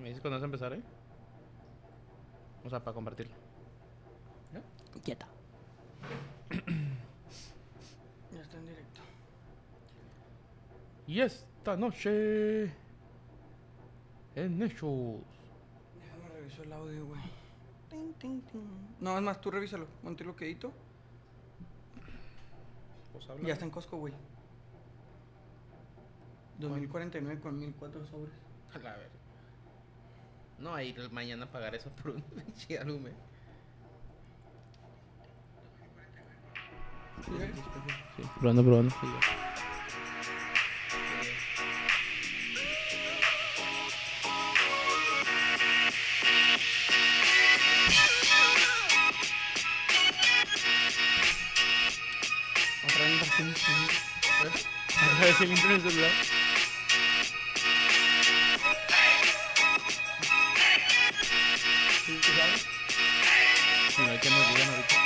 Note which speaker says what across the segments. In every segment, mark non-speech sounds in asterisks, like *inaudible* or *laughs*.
Speaker 1: ¿Me dices cuándo vas a empezar, eh? O sea, para compartirlo.
Speaker 2: Quieta.
Speaker 3: *clears throat* Ya está en directo.
Speaker 1: Y esta noche. En Hechos.
Speaker 3: Déjame revisar el audio, güey. Tin, tin, tin. No, es más, tú revísalo. Monté lo que edito.
Speaker 1: Pues
Speaker 3: Ya está en Costco, güey. 2049 con 1004 sobres.
Speaker 1: A la ver. No, ahí mañana pagar eso por un *laughs* pinche eh. alume.
Speaker 3: ¿Sí ves?
Speaker 1: Sí, probando, probando. Sí,
Speaker 3: Otra vez partimos, ¿no?
Speaker 1: A ver si el intro en el celular.
Speaker 3: ¿Sí, tú sabes?
Speaker 1: Mira, que nos digan ahorita.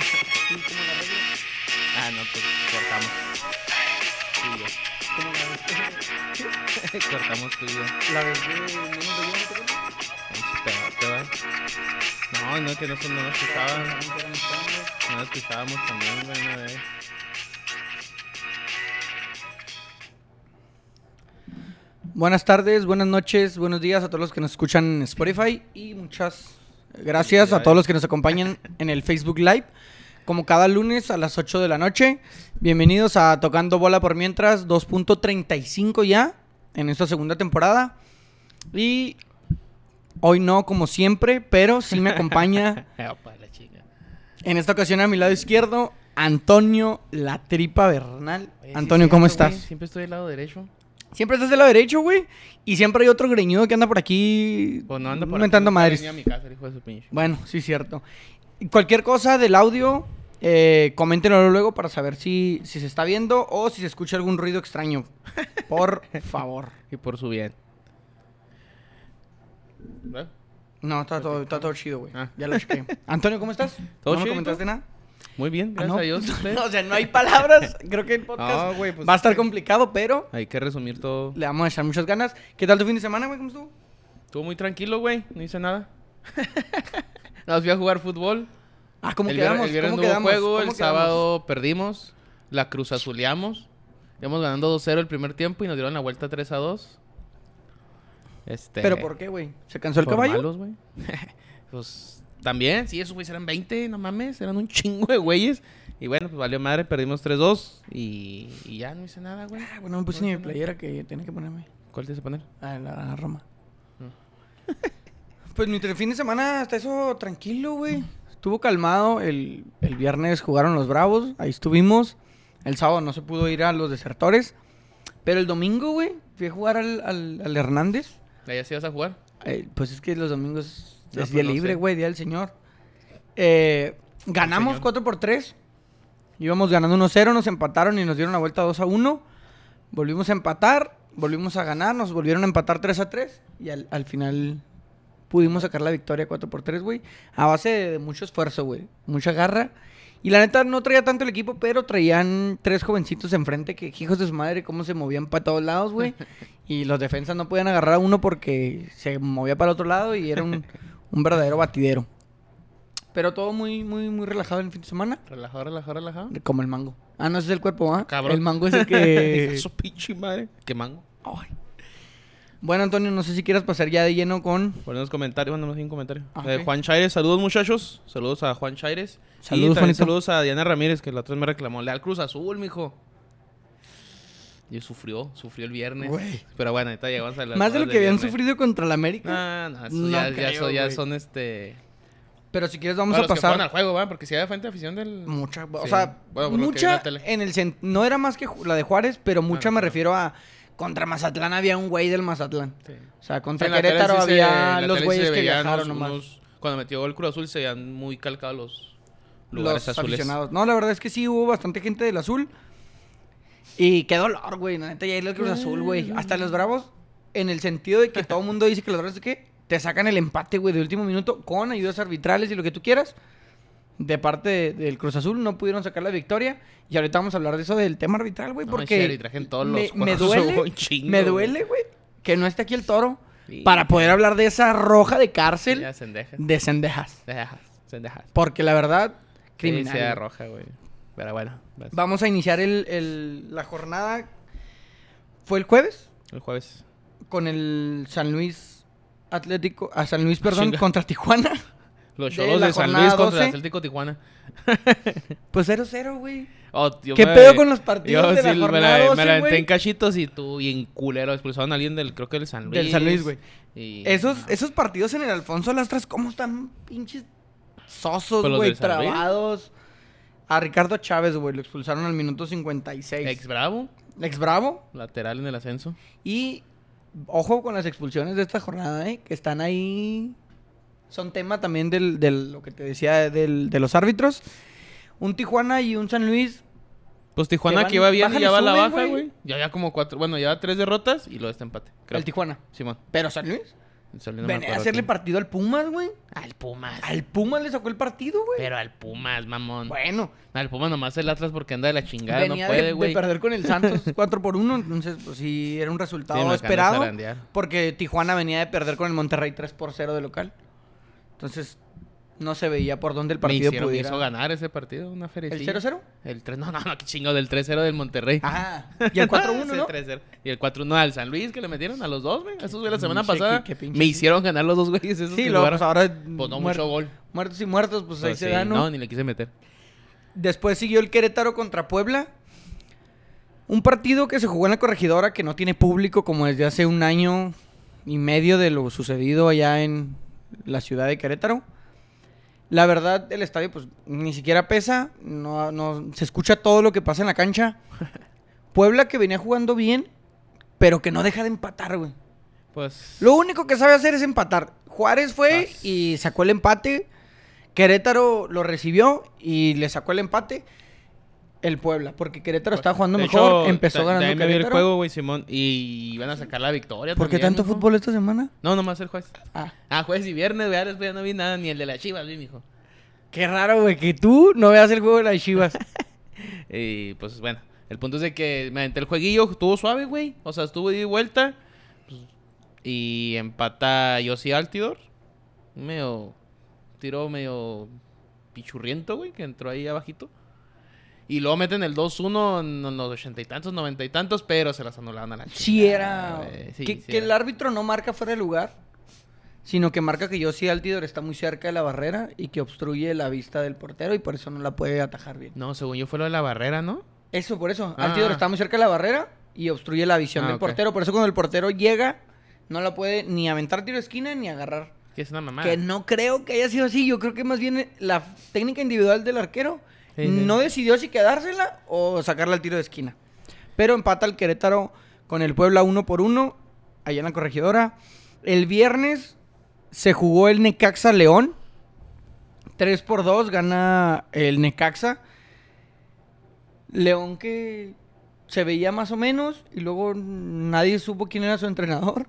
Speaker 3: ¿Sí, cómo la regla?
Speaker 1: Ah, no, pues cortamos. Tú
Speaker 3: ¿Cómo la
Speaker 1: y
Speaker 3: ves?
Speaker 1: yo. *laughs* cortamos tú y yo.
Speaker 3: ¿La ves de menos de yo, no te acuerdas?
Speaker 1: Pinche pedote, va. No, no, que no, no nos escuchaban.
Speaker 3: Pensaban que eran estándares.
Speaker 1: No nos escuchábamos también, güey, una vez.
Speaker 3: Buenas tardes, buenas noches, buenos días a todos los que nos escuchan en Spotify y muchas gracias a todos los que nos acompañan en el Facebook Live. Como cada lunes a las 8 de la noche, bienvenidos a Tocando Bola por Mientras 2.35 ya en esta segunda temporada. Y hoy no como siempre, pero sí me acompaña
Speaker 1: *laughs* Eh, opa, la chica.
Speaker 3: en esta ocasión a mi lado izquierdo Antonio La Tripa Bernal.
Speaker 1: Oye, sí
Speaker 3: Antonio,
Speaker 1: es
Speaker 3: ¿cómo
Speaker 1: cierto,
Speaker 3: estás?
Speaker 1: güey, Siempre estoy del lado derecho.
Speaker 3: Siempre estás del lado derecho, güey. Y siempre hay otro greñudo que anda por aquí.
Speaker 1: Pues no anda por aquí,
Speaker 3: Mentando
Speaker 1: nunca ha
Speaker 3: madres.
Speaker 1: venido a mi casa, el hijo de su pinche.
Speaker 3: Bueno, sí, cierto. Y Cualquier cosa del audio, eh, coméntenlo luego para saber si, si se está viendo o si se escucha algún ruido extraño.
Speaker 1: *laughs*
Speaker 3: Por favor.
Speaker 1: Y por su bien. ¿Verdad?
Speaker 3: No, está todo, está todo chido, güey.
Speaker 1: Ah.
Speaker 3: Ya
Speaker 1: *laughs*
Speaker 3: lo chequé. Antonio, ¿cómo estás?
Speaker 1: ¿Todo
Speaker 3: ¿No me
Speaker 1: chido,
Speaker 3: comentaste
Speaker 1: tú?
Speaker 3: nada?
Speaker 1: Muy bien,
Speaker 3: Ah,
Speaker 1: gracias
Speaker 3: no.
Speaker 1: a Dios.
Speaker 3: *laughs*
Speaker 1: usted.
Speaker 3: No, o sea, no
Speaker 1: *laughs*
Speaker 3: hay palabras. Creo que el podcast
Speaker 1: No, güey, pues-
Speaker 3: va a estar complicado, pero
Speaker 1: Hay que resumir todo.
Speaker 3: le vamos a echar muchas ganas. ¿Qué tal tu fin de semana, güey? ¿Cómo estuvo?
Speaker 1: Estuvo muy tranquilo, güey. No hice
Speaker 3: *laughs*
Speaker 1: nada. Nos fui a jugar fútbol.
Speaker 3: Ah, ¿cómo
Speaker 1: el vier-
Speaker 3: quedamos?
Speaker 1: el viernes
Speaker 3: ¿Cómo
Speaker 1: no hubo
Speaker 3: quedamos?
Speaker 1: juego, el
Speaker 3: ¿Cómo quedamos?
Speaker 1: sábado perdimos, la cruz azuleamos. Íbamos ganando 2-0 el primer tiempo y nos dieron la vuelta 3-2. Este,
Speaker 3: ¿Pero por qué, güey? ¿Se cansó el
Speaker 1: por
Speaker 3: caballo?
Speaker 1: malos, güey. *laughs* pues también, sí, esos güeyes eran 20, no mames, eran un chingo de güeyes. Y bueno, pues valió madre, perdimos 3-2 y, y ya no hice nada, güey.
Speaker 3: Ah, bueno, no me puse ni mi playera que tenía que ponerme.
Speaker 1: ¿Cuál te hice poner?
Speaker 3: Ah, la, la Roma. Mm. *laughs* pues mi tre- fin de semana hasta eso tranquilo, güey. Estuvo calmado. El, el viernes jugaron los Bravos. Ahí estuvimos. El sábado no se pudo ir a los desertores. Pero el domingo, güey, fui a jugar al, al- al Hernández.
Speaker 1: ¿Allá sí vas a jugar?
Speaker 3: Eh, pues es que los domingos
Speaker 1: Ya,
Speaker 3: es
Speaker 1: pues,
Speaker 3: día
Speaker 1: no
Speaker 3: libre,
Speaker 1: sé.
Speaker 3: güey, día del señor. Eh, ganamos
Speaker 1: señor.
Speaker 3: 4 por 3. Íbamos ganando 1-0, nos empataron y nos dieron la vuelta 2 a 1. Volvimos a empatar, volvimos a ganar, nos volvieron a empatar 3 a 3 y al, al final pudimos sacar la victoria 4 por 3, güey, a base de, de mucho esfuerzo, güey, mucha garra. Y la neta no traía tanto el equipo, pero traían tres jovencitos enfrente que hijos de su madre cómo se movían para todos lados,
Speaker 1: *laughs*
Speaker 3: güey. Y los defensas no podían agarrar a uno porque se movía para el otro lado y era un, un verdadero batidero. Pero todo muy, muy, muy relajado en el fin de semana.
Speaker 1: Relajado, relajado, relajado.
Speaker 3: Como el mango. Ah, no, ese es el cuerpo, ¿ah?
Speaker 1: Cabrón.
Speaker 3: El mango
Speaker 1: *laughs*
Speaker 3: es el
Speaker 1: Dije,
Speaker 3: que...
Speaker 1: "Su pinche madre. ¿Qué mango?
Speaker 3: Ay. Bueno, Antonio, no sé si quieras pasar ya de lleno con...
Speaker 1: Ponen los comentarios, bueno, más bien un comentario.
Speaker 3: Ah,
Speaker 1: Eh,
Speaker 3: ok.
Speaker 1: Juan Chaires, saludos muchachos. Saludos a Juan Chaires.
Speaker 3: Saludos,
Speaker 1: y también
Speaker 3: Juanito.
Speaker 1: saludos a Diana Ramírez, que la otra vez me reclamó. Leal Cruz Azul, mijo. Y sufrió, sufrió el viernes.
Speaker 3: Güey.
Speaker 1: Pero bueno, ahorita llegamos a las
Speaker 3: Más de
Speaker 1: horas
Speaker 3: lo que habían
Speaker 1: viernes.
Speaker 3: sufrido contra la América.
Speaker 1: No, no, eso
Speaker 3: No
Speaker 1: ya, ya
Speaker 3: creo,
Speaker 1: son, ya
Speaker 3: güey.
Speaker 1: son, este.
Speaker 3: Pero si quieres vamos
Speaker 1: bueno,
Speaker 3: a
Speaker 1: los que fueron al
Speaker 3: pasar... Mm.
Speaker 1: juego, ¿va? Porque si había frente afición del.
Speaker 3: Mucha, o
Speaker 1: Sí.
Speaker 3: sea,
Speaker 1: Bueno, por lo que vi en
Speaker 3: mucha
Speaker 1: la tele.
Speaker 3: en el sen- no era más que ju- la de Juárez, pero mucha
Speaker 1: no,
Speaker 3: me
Speaker 1: claro.
Speaker 3: refiero a contra Mazatlán había un güey del Mazatlán.
Speaker 1: Sí.
Speaker 3: O sea, contra
Speaker 1: Sí, en la tele
Speaker 3: Querétaro
Speaker 1: sí se-
Speaker 3: había
Speaker 1: en la
Speaker 3: los
Speaker 1: tele sí
Speaker 3: güeyes
Speaker 1: se
Speaker 3: que
Speaker 1: veían
Speaker 3: viajaron
Speaker 1: unos-
Speaker 3: nomás.
Speaker 1: cuando metió el Cruz Azul se veían muy calcados los lugares
Speaker 3: los
Speaker 1: azules.
Speaker 3: aficionados. No, la verdad es que sí hubo bastante gente del azul. Y qué dolor, güey. La neta, ya el Cruz Azul, güey.
Speaker 1: Mm.
Speaker 3: Hasta los Bravos, en el sentido de que todo el mundo dice que los Bravos es que te sacan el empate, güey, de último minuto con ayudas arbitrales y lo que tú quieras. De parte de- del Cruz Azul no pudieron sacar la victoria. Y ahorita vamos a hablar de eso del tema arbitral, güey.
Speaker 1: No,
Speaker 3: porque
Speaker 1: *laughs* ese arbitraje en todos los
Speaker 3: me, me
Speaker 1: juegos
Speaker 3: duele,
Speaker 1: hubo un chingo,
Speaker 3: me
Speaker 1: güey.
Speaker 3: duele, güey, que no esté aquí el toro.
Speaker 1: Sí,
Speaker 3: Para poder hablar de esa roja de cárcel
Speaker 1: ya, Sendejas.
Speaker 3: de cendejas.
Speaker 1: Sendejas, Sendejas.
Speaker 3: Porque la verdad,
Speaker 1: Sí,
Speaker 3: criminal.
Speaker 1: sí, era
Speaker 3: güey.
Speaker 1: roja, güey. Pero bueno, vas.
Speaker 3: Vamos a iniciar el, el- la jornada. ¿Fue el jueves?
Speaker 1: el jueves.
Speaker 3: Con el San Luis Atlético. A San Luis, perdón,
Speaker 1: Chinga.
Speaker 3: contra
Speaker 1: *laughs*
Speaker 3: Tijuana.
Speaker 1: Los
Speaker 3: De
Speaker 1: cholos
Speaker 3: la
Speaker 1: de, San
Speaker 3: jornada
Speaker 1: Luis contra
Speaker 3: 12.
Speaker 1: el Atlético Tijuana.
Speaker 3: Pues 0-0, güey.
Speaker 1: Oh, yo
Speaker 3: ¿Qué
Speaker 1: me-
Speaker 3: pedo con los partidos
Speaker 1: Yo
Speaker 3: de la
Speaker 1: sí me
Speaker 3: jornada
Speaker 1: la, me
Speaker 3: 12,
Speaker 1: la aventé
Speaker 3: güey?
Speaker 1: en cachitos y tú bien culero. Expulsaron a alguien del, creo que del San Luis.
Speaker 3: Del San Luis, güey.
Speaker 1: Y-
Speaker 3: Esos,
Speaker 1: no.
Speaker 3: esos partidos en el Alfonso Lastras, ¿cómo están pinches
Speaker 1: ¿Con
Speaker 3: sosos,
Speaker 1: Pues los
Speaker 3: güey?
Speaker 1: del San Luis?
Speaker 3: Trabados. A Ricardo Chávez, güey, lo expulsaron al minuto 56.
Speaker 1: Ex Bravo,
Speaker 3: Ex Bravo.
Speaker 1: lateral en el ascenso.
Speaker 3: Y ojo con las expulsiones de esta jornada, ¿eh? que están ahí. Son tema también del, del- lo que te decía del- de los árbitros. Un Tijuana y un San Luis.
Speaker 1: Pues Tijuana
Speaker 3: Que van-
Speaker 1: que iba bien
Speaker 3: bajan
Speaker 1: y
Speaker 3: y
Speaker 1: ya va a la
Speaker 3: suben,
Speaker 1: baja,
Speaker 3: güey.
Speaker 1: güey. Ya ya como cuatro, bueno, ya tres derrotas y luego este empate. Creo.
Speaker 3: El Tijuana.
Speaker 1: Simón.
Speaker 3: Pero San Luis.
Speaker 1: Salió, no me
Speaker 3: venía a
Speaker 1: acuerdo
Speaker 3: hacerle
Speaker 1: quién.
Speaker 3: partido al Pumas, güey.
Speaker 1: Al Pumas.
Speaker 3: Al Pumas le sacó el partido, güey.
Speaker 1: Pero al Pumas, mamón.
Speaker 3: Bueno,
Speaker 1: Al Pumas nomás pues, el Atlas porque anda de la chingada,
Speaker 3: venía
Speaker 1: Mm. no puede,
Speaker 3: de,
Speaker 1: güey.
Speaker 3: de perder con el
Speaker 1: *laughs*
Speaker 3: Santos 4 por 1. Entonces, pues sí, era un resultado
Speaker 1: Sí, me acaban de
Speaker 3: esperado.
Speaker 1: zarandear.
Speaker 3: Porque Tijuana venía de perder con el Monterrey 3 por 0 de local. Entonces, no se veía por dónde el
Speaker 1: Me,
Speaker 3: partido
Speaker 1: hicieron- me
Speaker 3: pudiera.
Speaker 1: hizo ganar ese partido, una
Speaker 3: ¿El
Speaker 1: ferecilla.
Speaker 3: 0-0?
Speaker 1: El 3, no, no, no, qué chingo, del 3-0 del Monterrey.
Speaker 3: Ajá.
Speaker 1: *laughs*
Speaker 3: Y el 4-1,
Speaker 1: Ah, Sí,
Speaker 3: ¿no?
Speaker 1: 3-0. Y el 4-1 al San Luis que le metieron a los dos, güey. Esos güey la semana
Speaker 3: pinche-
Speaker 1: pasada
Speaker 3: Mm, qué- qué pinche-
Speaker 1: me hicieron ganar los dos güeyes esos
Speaker 3: Sí,
Speaker 1: que
Speaker 3: luego,
Speaker 1: jugaron.
Speaker 3: pues ahora
Speaker 1: Pues no,
Speaker 3: muer-
Speaker 1: mucho gol.
Speaker 3: muertos y muertos, pues ahí
Speaker 1: Pues
Speaker 3: se
Speaker 1: sí,
Speaker 3: dan, ¿no?
Speaker 1: No, ni le quise meter.
Speaker 3: Después siguió el Querétaro contra Puebla. Un partido que se jugó en la corregidora que no tiene público como desde hace un año y medio de lo sucedido allá en la ciudad de Querétaro. La verdad, el estadio pues ni siquiera pesa, no, no- se escucha todo lo que pasa en
Speaker 1: *laughs*
Speaker 3: la cancha. Puebla que venía jugando bien, pero que no deja de empatar, güey.
Speaker 1: Pues.
Speaker 3: Lo único que sabe hacer es empatar. Juárez fue
Speaker 1: Vas.
Speaker 3: y sacó el empate. Querétaro lo recibió y le sacó el empate. El Puebla, porque Querétaro estaba jugando
Speaker 1: De
Speaker 3: mejor,
Speaker 1: hecho,
Speaker 3: empezó
Speaker 1: ta-
Speaker 3: ganando
Speaker 1: también me vi
Speaker 3: Querétaro.
Speaker 1: el juego, güey, Simón. Y van a sacar la victoria.
Speaker 3: ¿Por qué
Speaker 1: también,
Speaker 3: tanto
Speaker 1: mijo.
Speaker 3: fútbol esta semana?
Speaker 1: No, nomás el juez.
Speaker 3: Ah,
Speaker 1: Ah, jueves y viernes, güey. ah, Después ya no vi nada, ni el de la Chivas, vi, mijo.
Speaker 3: qué raro, güey, que tú no veas el juego de las Chivas.
Speaker 1: Y pues bueno, el punto es de que me aventé el jueguillo, estuvo suave, güey. O sea, estuvo de vuelta. pues, y empata Yossi Altidor. Medio. Tiro medio pichurriento, güey, que entró ahí abajito. Y luego meten el 2-1 en los ochenta y tantos, noventa y tantos, pero se las anularon a la
Speaker 3: *laughs* Sí
Speaker 1: chingada,
Speaker 3: era...
Speaker 1: güey. Sí,
Speaker 3: que,
Speaker 1: sí
Speaker 3: que
Speaker 1: era.
Speaker 3: el árbitro no marca fuera de lugar, sino que marca que Yossi Altidor está muy cerca de la barrera y que obstruye la vista del portero y por eso no la puede atajar bien.
Speaker 1: No, según yo fue lo de la barrera, ¿no?
Speaker 3: Eso, por eso.
Speaker 1: Ah.
Speaker 3: Altidor está muy cerca de la barrera y obstruye la visión
Speaker 1: Ah,
Speaker 3: del
Speaker 1: ok.
Speaker 3: portero. Por eso cuando el portero llega, no la puede ni aventar tiro de esquina ni agarrar.
Speaker 1: Que es una mamada.
Speaker 3: Que no creo que haya sido así. Yo creo que más bien eh, la técnica individual del arquero
Speaker 1: Sí, sí.
Speaker 3: no decidió si quedársela o sacarla al tiro de esquina. Pero empata el Querétaro con el Puebla uno por uno, allá en la corregidora. El viernes se jugó el Necaxa León. 3 por 2 gana el Necaxa. León que se veía más o menos y luego nadie supo quién era
Speaker 1: *laughs*
Speaker 3: su entrenador.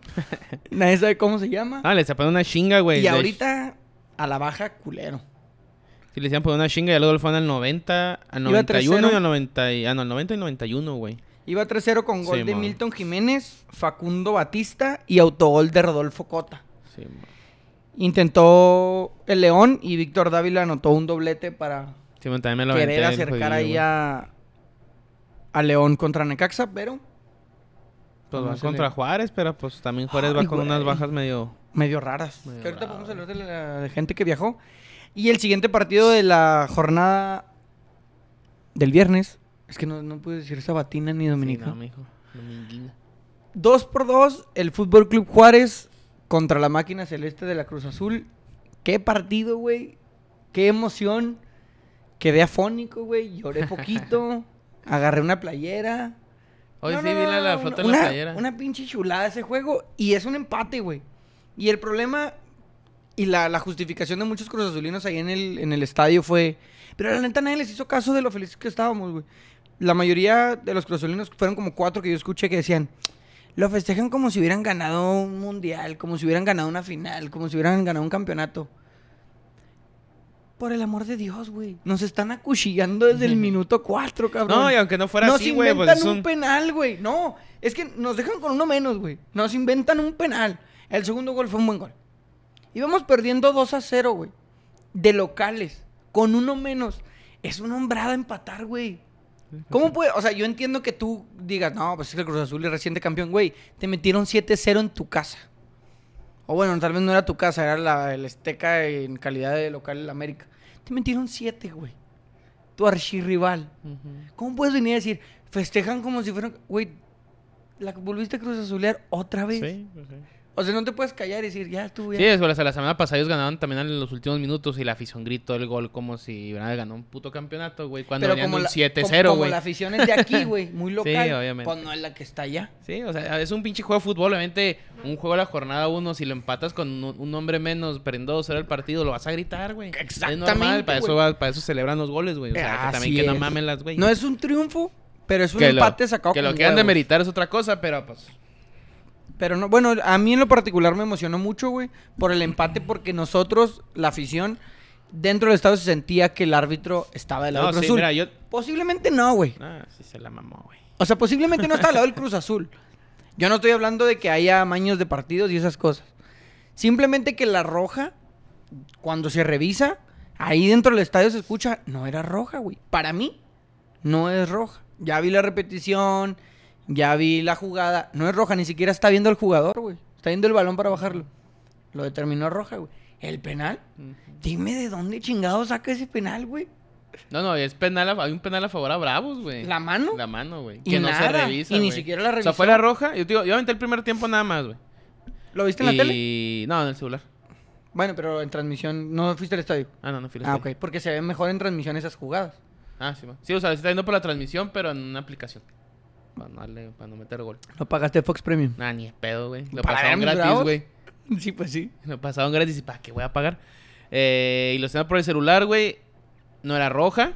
Speaker 3: nadie sabe cómo se llama.
Speaker 1: Ah, le taparon una chinga, güey.
Speaker 3: Y
Speaker 1: Le-
Speaker 3: ahorita a la baja culero.
Speaker 1: Sí, le hicieron por una chinga y luego lo fueron al 90, al
Speaker 3: Iba 3-0.
Speaker 1: 91 y al 90. y- Ah, no, al 90 y 91, güey.
Speaker 3: Iba 3-0 con gol
Speaker 1: Sí,
Speaker 3: de
Speaker 1: mon.
Speaker 3: Milton Jiménez, Facundo Batista y autogol de Rodolfo Cota.
Speaker 1: Sí, mo-
Speaker 3: Intentó el León y Víctor Dávila anotó un doblete para
Speaker 1: sí, mo, también me lo aventé
Speaker 3: querer
Speaker 1: el
Speaker 3: acercar
Speaker 1: jueguillo,
Speaker 3: ahí
Speaker 1: güey.
Speaker 3: a, a León contra Necaxa, pero
Speaker 1: Pues
Speaker 3: Vamos
Speaker 1: van
Speaker 3: a
Speaker 1: contra
Speaker 3: leer.
Speaker 1: Juárez, pero pues también Juárez va
Speaker 3: Ay,
Speaker 1: con unas
Speaker 3: güey.
Speaker 1: bajas medio...
Speaker 3: medio raras.
Speaker 1: Medio
Speaker 3: Que ahorita
Speaker 1: raras.
Speaker 3: podemos hablar de la de gente que viajó. Y el siguiente partido de la jornada del viernes, es que no, no pude decir Sabatina ni Dominica.
Speaker 1: Sí, no, mijo. Dominguina.
Speaker 3: 2 por 2 el Fútbol Club Juárez contra la máquina celeste de la Cruz Azul. Qué partido, güey. Qué emoción. Quedé afónico, güey. Lloré poquito. Agarré una playera.
Speaker 1: Hoy
Speaker 3: No,
Speaker 1: sí
Speaker 3: no,
Speaker 1: vi
Speaker 3: no,
Speaker 1: la, la
Speaker 3: no,
Speaker 1: foto en
Speaker 3: una,
Speaker 1: la playera.
Speaker 3: Una pinche chulada ese juego. Y es un empate, güey. Y el problema y la, la justificación de muchos cruzazulinos ahí en el, en el estadio fue... Pero la neta nadie les hizo caso de lo felices que estábamos, güey. La mayoría de los cruzazulinos fueron como cuatro que yo escuché que decían... Lo festejan como si hubieran ganado un mundial, como si hubieran ganado una final, como si hubieran ganado un campeonato. Por el amor de Dios, güey. Nos están acuchillando
Speaker 1: *laughs*
Speaker 3: desde el minuto 4, cabrón.
Speaker 1: No, y aunque no fuera
Speaker 3: Nos
Speaker 1: así, güey,
Speaker 3: inventan
Speaker 1: pues es
Speaker 3: un
Speaker 1: un...
Speaker 3: penal, güey. No, es que nos dejan con uno menos, güey. Nos inventan un penal. El segundo gol fue un buen gol. Íbamos perdiendo 2 a 0, güey. De locales, con uno menos. Es una hombrada empatar, güey. ¿Cómo puede? O sea, yo entiendo que tú digas, no, pues es que el Cruz Azul es reciente campeón, güey. Te metieron 7-0 en tu casa. O bueno, tal vez no era tu casa, era la, el Azteca en calidad de local en la América. Te metieron 7, güey. Tu archirrival.
Speaker 1: Ujú.
Speaker 3: ¿Cómo puedes venir a decir, festejan como si fueran, güey, la volviste a Cruz Azulear otra vez?
Speaker 1: Sí, pues sí.
Speaker 3: O sea, no te puedes callar y decir, ya estuve.
Speaker 1: Sí, eso, la, la semana pasada ellos ganaban también en los últimos minutos y la afición gritó el gol como si hubieran ganado un puto campeonato, güey, cuando
Speaker 3: Pero
Speaker 1: venían
Speaker 3: como
Speaker 1: un
Speaker 3: la-
Speaker 1: 7-0,
Speaker 3: como-
Speaker 1: güey.
Speaker 3: Como la afición es de
Speaker 1: *laughs*
Speaker 3: aquí, güey, muy local.
Speaker 1: obviamente.
Speaker 3: Pues no es la que está allá.
Speaker 1: Sí, o sea, es un pinche juego de fútbol, obviamente, un juego a la jornada uno, si lo empatas con un, un hombre menos, perdiendo 2-0 el partido, lo vas a gritar, güey. Es normal,
Speaker 3: Exactamente,
Speaker 1: para eso,
Speaker 3: güey.
Speaker 1: va- para eso celebran los goles, güey. O sea, que
Speaker 3: Así
Speaker 1: también que no
Speaker 3: es.
Speaker 1: mamen las, güey.
Speaker 3: No es un triunfo, pero es un
Speaker 1: que lo-
Speaker 3: empate sacado
Speaker 1: Que lo
Speaker 3: con
Speaker 1: quieran
Speaker 3: huevos.
Speaker 1: demeritar es otra cosa, pero pues...
Speaker 3: Pero no, bueno, a mí en lo particular me emocionó mucho, güey, por el empate, porque nosotros, la afición, dentro del estado se sentía que el árbitro estaba del lado
Speaker 1: No,
Speaker 3: del Cruz
Speaker 1: sí,
Speaker 3: Azul.
Speaker 1: mira, yo...
Speaker 3: Posiblemente no, güey.
Speaker 1: Ah, sí se la mamó, güey.
Speaker 3: O sea, posiblemente no está al lado del Cruz Azul. Yo no estoy hablando de que haya amaños de partidos y esas cosas. Simplemente que la roja, cuando se revisa, ahí dentro del estadio se escucha, no era roja, güey. Para mí, no es roja. Ya vi la repetición, ya vi la jugada. No es roja, ni siquiera está viendo el jugador, güey. Está viendo el balón para bajarlo. Lo determinó roja, güey. ¿El penal? Dime de dónde chingado saca ese penal, güey.
Speaker 1: No, no, es penal, a- hay un penal a favor a Bravos, güey.
Speaker 3: ¿La mano?
Speaker 1: La mano, güey.
Speaker 3: Y
Speaker 1: Que no se
Speaker 3: nada,
Speaker 1: revisa,
Speaker 3: y ni
Speaker 1: güey.
Speaker 3: siquiera la
Speaker 1: O sea, fue la roja. Yo, te digo, yo aventé el primer tiempo nada más, güey.
Speaker 3: ¿Lo viste en la tele?
Speaker 1: Y- No, en el celular.
Speaker 3: Bueno, pero en transmisión no fuiste al estadio.
Speaker 1: Ah, no, no fui al
Speaker 3: Ah, ok.
Speaker 1: estadio.
Speaker 3: Porque se ven mejor en transmisión esas jugadas.
Speaker 1: Ah, sí, va. Sí, o sea, se está viendo por la transmisión, pero en una aplicación. Para no, darle- para no meter gol.
Speaker 3: ¿No pagaste Fox Premium?
Speaker 1: Nah, ni de pedo, güey. Lo
Speaker 3: ¿Para ver a
Speaker 1: pasaron
Speaker 3: mis
Speaker 1: gratis,
Speaker 3: Bravos?
Speaker 1: güey.
Speaker 3: *laughs* Sí, pues sí.
Speaker 1: Lo pasaron gratis y ¿para qué voy a pagar? Eh, y lo están por el celular, güey. No era roja.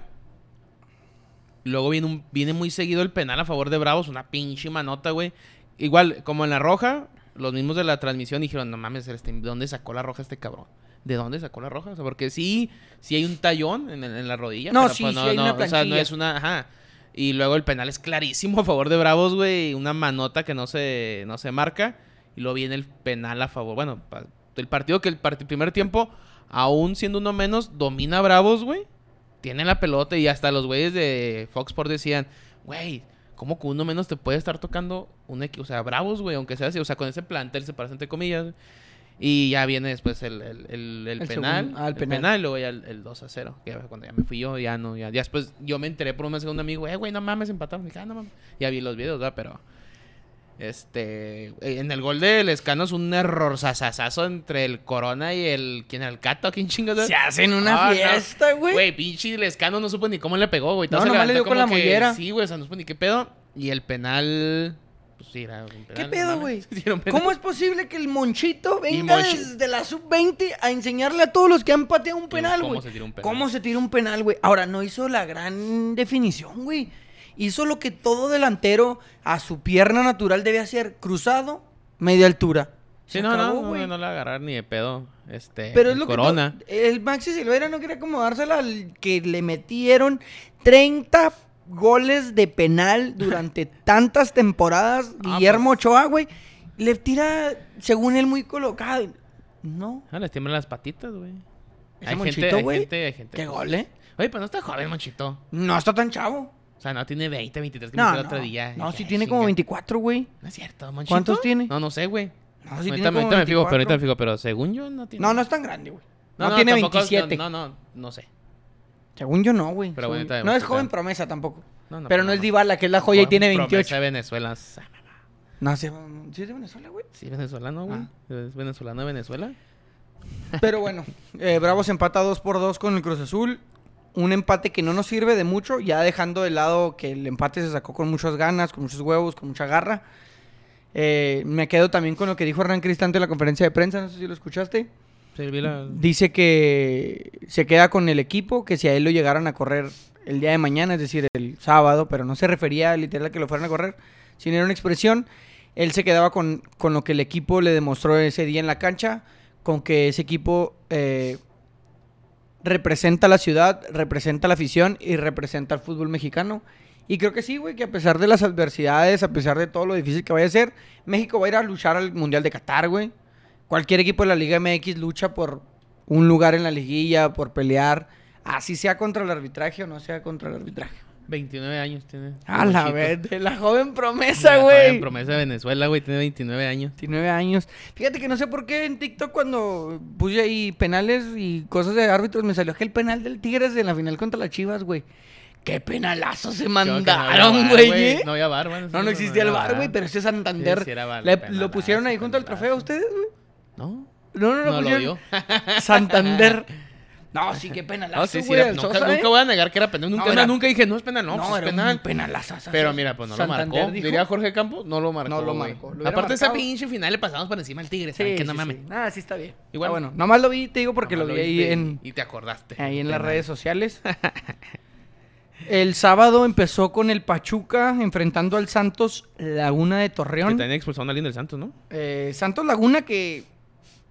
Speaker 1: Luego viene, un, viene muy seguido el penal a favor de Bravos. Una pinche manota, güey. Igual, como en la roja, los mismos de la transmisión dijeron, no mames, este, ¿dónde sacó la roja este cabrón? ¿De dónde sacó la roja? O sea, porque sí, sí hay un tallón en, el- en la rodilla.
Speaker 3: No, sí, sí hay una
Speaker 1: O sea, no
Speaker 3: planchilla.
Speaker 1: es una... Ajá. Y luego el penal es clarísimo a favor de Bravos, güey. Una manota que no se, no se marca. Y luego viene el penal a favor. Bueno, pa- el partido que el part- primer tiempo, aún siendo uno menos, domina Bravos, güey. Tiene la pelota y hasta los güeyes de Fox Sports decían, güey, ¿cómo que uno menos te puede estar tocando un equipo? O sea, Bravos, güey, aunque sea así. O sea, con ese plantel se parece entre comillas. Y ya viene después el, el- el- el
Speaker 3: El
Speaker 1: penal.
Speaker 3: segundo- ah, el
Speaker 1: el
Speaker 3: penal.
Speaker 1: penal. y luego ya el, el 2 a 0. Que fue cuando ya me fui yo, ya no, ya, ya después yo me enteré por un segundo amigo, eh, güey, no mames, empatamos. Dije, ah, no mames. Ya vi los videos, ¿verdad? Pero. Este. eh, En el gol del Escano es un error sasasazo entre el Corona y el. ¿Quién era el Cato? ¿Quién chingados? era?
Speaker 3: Se hacen una
Speaker 1: Ah, no.
Speaker 3: fiesta, güey.
Speaker 1: Güey, pinche Lescano no supo ni cómo le pegó, güey.
Speaker 3: No,
Speaker 1: Entonces
Speaker 3: nomás le
Speaker 1: levantó
Speaker 3: dio con la
Speaker 1: como que-
Speaker 3: mollera.
Speaker 1: Sí, güey, o sea, no supo ni qué pedo. Y el penal. Pues sí, era un penal.
Speaker 3: ¿Qué
Speaker 1: no
Speaker 3: pedo,
Speaker 1: mames. *laughs*
Speaker 3: güey?
Speaker 1: Sí, era un penal.
Speaker 3: ¿Cómo es posible que el Monchito venga
Speaker 1: Monchi-
Speaker 3: desde la sub-20 a enseñarle a todos los que han pateado un penal,
Speaker 1: ¿Cómo
Speaker 3: güey?
Speaker 1: se tira un penal?
Speaker 3: ¿Cómo se tira un penal, güey? Ahora, no hizo la gran definición, güey. Hizo lo que todo delantero a su pierna natural debe hacer. Cruzado, media altura.
Speaker 1: Sí,
Speaker 3: Se
Speaker 1: no,
Speaker 3: acabó,
Speaker 1: no,
Speaker 3: güey.
Speaker 1: no, no la agarrar ni de pedo. Este.
Speaker 3: Pero es
Speaker 1: el
Speaker 3: lo
Speaker 1: Corona.
Speaker 3: que. to- El Maxi Silveira no quería acomodársela al que le metieron 30 goles de penal
Speaker 1: *laughs*
Speaker 3: durante tantas temporadas.
Speaker 1: Ah,
Speaker 3: Guillermo
Speaker 1: pues.
Speaker 3: Ochoa, güey. Le tira, según él, muy colocado. No.
Speaker 1: Ah, les tiemblan las patitas, güey.
Speaker 3: Ese Monchito,
Speaker 1: hay
Speaker 3: güey.
Speaker 1: gente, hay gente.
Speaker 3: ¿Qué gol, eh?
Speaker 1: Oye, pues no está joven, Monchito.
Speaker 3: No está tan chavo.
Speaker 1: O sea, no tiene 20, 23 que me
Speaker 3: No,
Speaker 1: fui
Speaker 3: no.
Speaker 1: el otro día.
Speaker 3: no
Speaker 1: Dije,
Speaker 3: sí
Speaker 1: "Ah,
Speaker 3: tiene como
Speaker 1: chinga".
Speaker 3: 24, güey.
Speaker 1: No es cierto, Monchito.
Speaker 3: ¿Cuántos tiene?
Speaker 1: No, no sé, güey.
Speaker 3: No, sí tiene
Speaker 1: ahorita,
Speaker 3: como
Speaker 1: ahorita me fijo, pero ahorita me
Speaker 3: 24.
Speaker 1: fijo, pero según yo no tiene.
Speaker 3: No, no es tan grande, güey. No, tiene
Speaker 1: tampoco-
Speaker 3: 27.
Speaker 1: No, no, no, no sé.
Speaker 3: Según yo, no, güey.
Speaker 1: Pero bueno,
Speaker 3: Según-
Speaker 1: ahorita
Speaker 3: no
Speaker 1: vemos
Speaker 3: es
Speaker 1: qué
Speaker 3: joven
Speaker 1: tal.
Speaker 3: promesa tampoco.
Speaker 1: No, pues, no,
Speaker 3: pero no es Dybala, que es la joya y
Speaker 1: Joven
Speaker 3: tiene
Speaker 1: promesa
Speaker 3: 28.
Speaker 1: de Venezuela. sa-
Speaker 3: No, sí, sí es de Venezuela, güey.
Speaker 1: Sí, venezolano, güey.
Speaker 3: Ah.
Speaker 1: Es venezolano de Venezuela.
Speaker 3: Pero bueno, eh, Bravos empata 2 por 2 con el Cruz Azul. Un empate que no nos sirve de mucho, ya dejando de lado que el empate se sacó con muchas ganas, con muchos huevos, con mucha garra. Eh, me quedo también con lo que dijo Hernán Cristante en la conferencia de prensa, no sé si lo escuchaste.
Speaker 1: Sí, vi la-
Speaker 3: Dice que se queda con el equipo, que si a él lo llegaran a correr el día de mañana, es decir, el sábado, pero no se refería literal a que lo fueran a correr, sino era una expresión, él se quedaba con, con lo que el equipo le demostró ese día en la cancha, con que ese equipo eh, representa a la ciudad, representa a la afición y representa al fútbol mexicano. Y creo que sí, güey, que a pesar de las adversidades, a pesar de todo lo difícil que vaya a ser, México va a ir a luchar al Mundial de Qatar, güey. Cualquier equipo de la Liga MX lucha por un lugar en la liguilla, por pelear, así sea contra el arbitraje o no sea contra el arbitraje.
Speaker 1: 29 años tiene.
Speaker 3: A Ah, la
Speaker 1: Luchito.
Speaker 3: vez de la joven
Speaker 1: La
Speaker 3: promesa,
Speaker 1: joven
Speaker 3: güey.
Speaker 1: promesa de Venezuela, güey, tiene 29 años.
Speaker 3: 29 años. Fíjate que no sé por qué en TikTok cuando puse ahí penales y cosas de árbitros me salió que el penal del Tigres en la final contra las Chivas, güey. Qué penalazo se mandaron, güey. ¿eh?
Speaker 1: No había bar, bueno, sí,
Speaker 3: No, no existía el
Speaker 1: había
Speaker 3: bar, güey, pero ese Santander.
Speaker 1: Sí, sí era bar,
Speaker 3: le-
Speaker 1: penalazo,
Speaker 3: lo pusieron ahí junto al
Speaker 1: penalazo.
Speaker 3: trofeo ustedes, güey.
Speaker 1: No,
Speaker 3: No, no,
Speaker 1: no,
Speaker 3: no,
Speaker 1: lo
Speaker 3: pusieron. *laughs* Ah,
Speaker 1: vio.
Speaker 3: Santander. No, sí, qué penalazo,
Speaker 1: No, Ah, sí, sí,
Speaker 3: güey.
Speaker 1: era-
Speaker 3: al
Speaker 1: nunca,
Speaker 3: Sosa,
Speaker 1: nunca
Speaker 3: eh.
Speaker 1: voy a negar que era penal. Nunca,
Speaker 3: No,
Speaker 1: es más,
Speaker 3: era-
Speaker 1: nunca dije, no es penal, no, pues
Speaker 3: No,
Speaker 1: es
Speaker 3: era
Speaker 1: penal.
Speaker 3: un penalazo.
Speaker 1: Pero mira, pues no lo
Speaker 3: Santander
Speaker 1: marcó.
Speaker 3: dijo-
Speaker 1: Diría Jorge Campos, no lo marcó.
Speaker 3: No lo
Speaker 1: güey.
Speaker 3: marcó. Lo hubiera
Speaker 1: Aparte, esa
Speaker 3: marcado.
Speaker 1: pinche final le pasamos por encima al Tigre.
Speaker 3: Sí,
Speaker 1: ¿saben qué?
Speaker 3: sí,
Speaker 1: no mames.
Speaker 3: sí. Nada, sí está bien.
Speaker 1: Igual.
Speaker 3: Igual. bueno, nomás lo vi, te digo, porque
Speaker 1: Nomás
Speaker 3: lo vi ahí
Speaker 1: viste y-
Speaker 3: en,
Speaker 1: Y te acordaste.
Speaker 3: ahí en
Speaker 1: Penal.
Speaker 3: las
Speaker 1: *laughs*
Speaker 3: redes sociales. El sábado empezó con el Pachuca enfrentando al Santos Laguna de
Speaker 1: Que
Speaker 3: Torreón.
Speaker 1: también expulsaron a alguien del Santos, ¿no?
Speaker 3: Eh, Santos Laguna que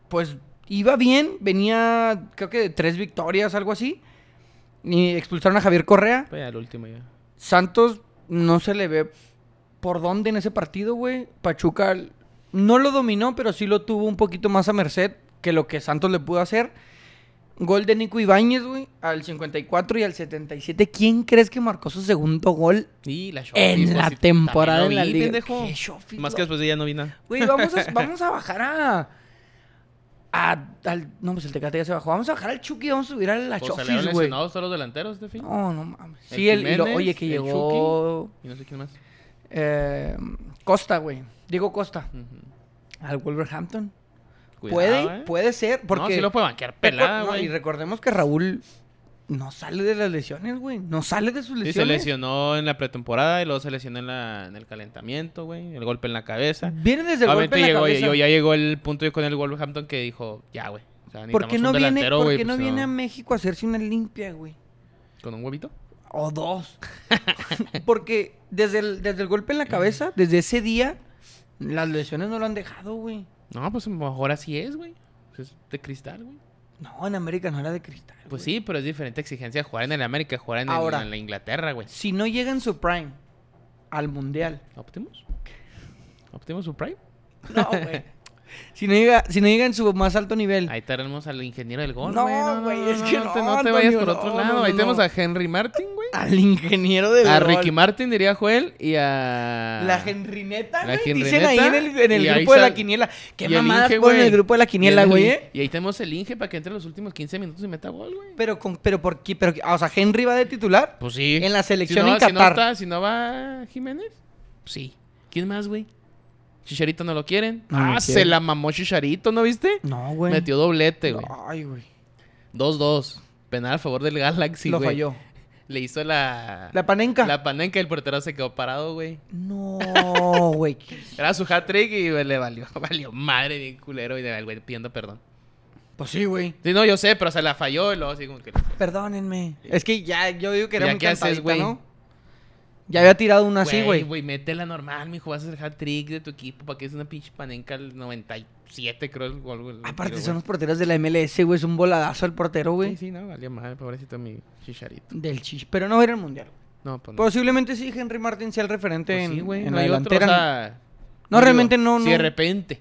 Speaker 3: pues iba bien, venía creo que de tres victorias, algo así. Y expulsaron a Javier Correa.
Speaker 1: Pues ya, el último ya.
Speaker 3: Santos no se le ve por dónde en ese partido, güey. Pachuca no lo dominó, pero sí lo tuvo un poquito más a merced que lo que Santos le pudo hacer. Gol de Nico Ibáñez, güey, al 54 y al 77. ¿Quién crees que marcó su segundo gol
Speaker 1: Y la Shofis,
Speaker 3: en
Speaker 1: pues,
Speaker 3: la
Speaker 1: sí,
Speaker 3: temporada
Speaker 1: también
Speaker 3: en
Speaker 1: lo vi,
Speaker 3: la liga?
Speaker 1: pendejo.
Speaker 3: Qué Shofis,
Speaker 1: Más
Speaker 3: lo-
Speaker 1: que después de ella no vi nada.
Speaker 3: Güey, vamos
Speaker 1: *laughs*
Speaker 3: a, vamos a bajar a, a- al- No, pues el Tecate ya se bajó. Vamos a bajar al Chucky y vamos a subir a la
Speaker 1: Pues
Speaker 3: Chofis,
Speaker 1: salieron
Speaker 3: Ah, güey.
Speaker 1: lesionados todos los delanteros, este fin.
Speaker 3: No, no mames.
Speaker 1: El
Speaker 3: Sí, el, y lo-
Speaker 1: Jiménez,
Speaker 3: oye, que
Speaker 1: el
Speaker 3: llegó...
Speaker 1: Y no sé quién más.
Speaker 3: eh, Costa, güey. Diego Costa.
Speaker 1: Ujú.
Speaker 3: Al Wolverhampton.
Speaker 1: Cuidado,
Speaker 3: puede,
Speaker 1: eh.
Speaker 3: puede ser. Porque
Speaker 1: No, sí lo puede banquear
Speaker 3: Recu-
Speaker 1: pelada,
Speaker 3: no,
Speaker 1: güey.
Speaker 3: y recordemos que Raúl no sale de las lesiones, güey. No sale de sus
Speaker 1: Sí,
Speaker 3: lesiones.
Speaker 1: se lesionó en la pretemporada y luego se lesionó en, la- en el calentamiento, güey. El golpe en la cabeza.
Speaker 3: Viene desde el
Speaker 1: Obviamente
Speaker 3: golpe en la
Speaker 1: llegó,
Speaker 3: cabeza.
Speaker 1: yo- ya llegó el punto con el Wolverhampton que dijo, ya, güey. O sea,
Speaker 3: ¿Por qué
Speaker 1: necesitamos
Speaker 3: no
Speaker 1: un
Speaker 3: viene,
Speaker 1: delantero,
Speaker 3: por
Speaker 1: güey,
Speaker 3: qué no
Speaker 1: pues,
Speaker 3: viene a México a hacerse una limpia, güey?
Speaker 1: ¿Con un huevito? *laughs*
Speaker 3: O dos. Porque desde el, desde el golpe en la cabeza, desde ese día, las lesiones no lo han dejado, güey.
Speaker 1: No, pues a lo mejor así es, güey. Pues Es de cristal, güey.
Speaker 3: No, en América no era de cristal.
Speaker 1: Pues
Speaker 3: güey.
Speaker 1: sí, pero es diferente exigencia jugar en el América, jugar en, el-
Speaker 3: Ahora.
Speaker 1: en la Inglaterra, güey.
Speaker 3: Si no llega en su prime al mundial.
Speaker 1: ¿Optimus? ¿Optimus Supreme?
Speaker 3: No, güey. *laughs* si, no llega, si no llega en su más alto nivel.
Speaker 1: Ahí tenemos al ingeniero del gol,
Speaker 3: No,
Speaker 1: güey.
Speaker 3: güey, es que
Speaker 1: te,
Speaker 3: no,
Speaker 1: te
Speaker 3: Antonio,
Speaker 1: vayas por otro
Speaker 3: no,
Speaker 1: lado.
Speaker 3: no,
Speaker 1: Ahí
Speaker 3: no.
Speaker 1: tenemos a Henry Martin, güey.
Speaker 3: Al ingeniero de
Speaker 1: A
Speaker 3: gol.
Speaker 1: Ah, Ricky Martin, diría Joel, y a...
Speaker 3: La Henrineta,
Speaker 1: La
Speaker 3: güey. Dicen ahí en
Speaker 1: Henrineta,
Speaker 3: el, en el
Speaker 1: y ahí
Speaker 3: grupo de la
Speaker 1: sal-
Speaker 3: quiniela. Qué
Speaker 1: y el
Speaker 3: mamadas
Speaker 1: Inge,
Speaker 3: ponen en
Speaker 1: güey.
Speaker 3: el grupo de la quiniela,
Speaker 1: Y el-
Speaker 3: güey, eh.
Speaker 1: Y ahí tenemos el Inge para que entre los últimos 15 minutos y meta gol, güey.
Speaker 3: Pero, con, pero por qué, pero, ah, o sea, Henry va de titular.
Speaker 1: Pues sí.
Speaker 3: En la selección
Speaker 1: si no,
Speaker 3: en
Speaker 1: va- Si no,
Speaker 3: Qatar.
Speaker 1: está- si no va Jiménez, pues sí. ¿Quién más, güey? Chicharito no lo quieren.
Speaker 3: No lo
Speaker 1: ah, se
Speaker 3: quieren.
Speaker 1: la mamó Chicharito, ¿no viste?
Speaker 3: No, güey.
Speaker 1: Metió doblete, güey.
Speaker 3: Ay, güey.
Speaker 1: 2-2. Penal a favor del Galaxy,
Speaker 3: Lo
Speaker 1: güey.
Speaker 3: falló.
Speaker 1: Le hizo la...
Speaker 3: La panenca.
Speaker 1: La panenca y el portero se quedó parado, güey.
Speaker 3: No, güey. qué-
Speaker 1: Era su hat-trick y güey, le valió. *laughs* Valió madre bien culero y el güey pidiendo perdón.
Speaker 3: Pues sí, güey.
Speaker 1: Sí, no, yo sé, pero se la falló y luego así como que...
Speaker 3: Perdónenme. Es que ya, yo digo que
Speaker 1: ¿Ya
Speaker 3: era muy
Speaker 1: qué haces,
Speaker 3: cantadita,
Speaker 1: güey?
Speaker 3: ¿no? Ya había tirado una así, Ah, güey.
Speaker 1: Güey, métela normal, mijo. Vas a hacer hat-trick de tu equipo. ¿Para que es una pinche panenca al 97, creo? El gol, güey, el
Speaker 3: Aparte,
Speaker 1: tiro,
Speaker 3: son los
Speaker 1: güey.
Speaker 3: porteros de la MLS, güey. Es un voladazo al portero, güey.
Speaker 1: Sí, sí, no, valía madre. Pobrecito mi chicharito.
Speaker 3: Del chich. Pero no va a ir al mundial.
Speaker 1: No, pues no.
Speaker 3: Posiblemente sí, Henry Martin sea el referente
Speaker 1: Pues
Speaker 3: en,
Speaker 1: sí, güey.
Speaker 3: en
Speaker 1: No
Speaker 3: la
Speaker 1: hay otro, o
Speaker 3: delantera.
Speaker 1: sea,
Speaker 3: No,
Speaker 1: digo,
Speaker 3: realmente no,
Speaker 1: Si de
Speaker 3: no.
Speaker 1: repente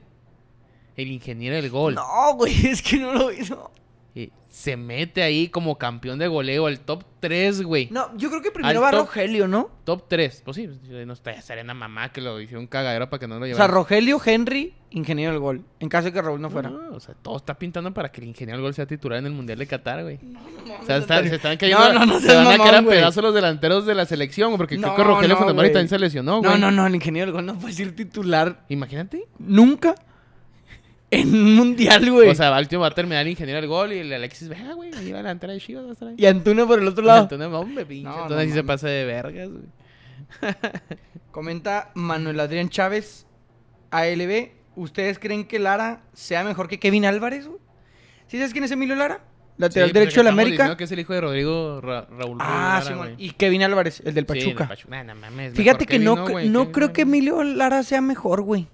Speaker 1: el ingeniero del gol
Speaker 3: No, güey, *laughs* es que no lo hizo.
Speaker 1: eh, se mete ahí como campeón de goleo al top 3, güey.
Speaker 3: No, yo creo que primero va
Speaker 1: Alto.
Speaker 3: Rogelio, ¿no?
Speaker 1: Top 3. Pues sí, no está ya sería una mamá que lo hicieron cagadero para que no lo
Speaker 3: O
Speaker 1: llevara.
Speaker 3: sea, Rogelio, Henry, ingeniero del gol. En caso de que Raúl no fuera.
Speaker 1: No, o sea, todo está pintando para que el ingeniero del gol sea titular en el Mundial de Qatar, güey.
Speaker 3: *laughs*
Speaker 1: o sea, está- se están cayendo.
Speaker 3: No, no, no
Speaker 1: se
Speaker 3: seas
Speaker 1: van a caer a
Speaker 3: mamón, güey.
Speaker 1: pedazos los delanteros de la selección, güey, porque creo
Speaker 3: No,
Speaker 1: que Rogelio
Speaker 3: no,
Speaker 1: Fontamori
Speaker 3: güey.
Speaker 1: también se lesionó, güey.
Speaker 3: No, no, no, el ingeniero del gol no puede ser titular
Speaker 1: Imagínate.
Speaker 3: nunca en un mundial, güey.
Speaker 1: O sea, va- el tío va a terminar el ingeniero del gol y el Alexis Vega, güey. Ahí la delantera de Chivas va a estar ahí.
Speaker 3: y Antuna por el otro lado.
Speaker 1: Entonces, hombre, pinche.
Speaker 3: No, no
Speaker 1: Entonces sí se
Speaker 3: mames.
Speaker 1: pasa de vergas, güey.
Speaker 3: Comenta Manuel Adrián Chávez, ALB. ¿Ustedes creen que Lara sea mejor que Kevin Álvarez, güey? ¿Sí sabes quién es Emilio Lara? Lateral
Speaker 1: Sí,
Speaker 3: derecho
Speaker 1: porque
Speaker 3: de la
Speaker 1: estamos
Speaker 3: América.
Speaker 1: diciendo que es el hijo de Rodrigo Ra- Raúl.
Speaker 3: Ah,
Speaker 1: Lara,
Speaker 3: Simón.
Speaker 1: güey.
Speaker 3: Y Kevin Álvarez, el del
Speaker 1: Sí,
Speaker 3: Pachuca.
Speaker 1: del Pachuca. Nah, no mames,
Speaker 3: Fíjate
Speaker 1: mejor
Speaker 3: que no,
Speaker 1: Kevin,
Speaker 3: cre-
Speaker 1: güey?
Speaker 3: no
Speaker 1: Kevin,
Speaker 3: creo que Emilio Lara sea mejor, güey.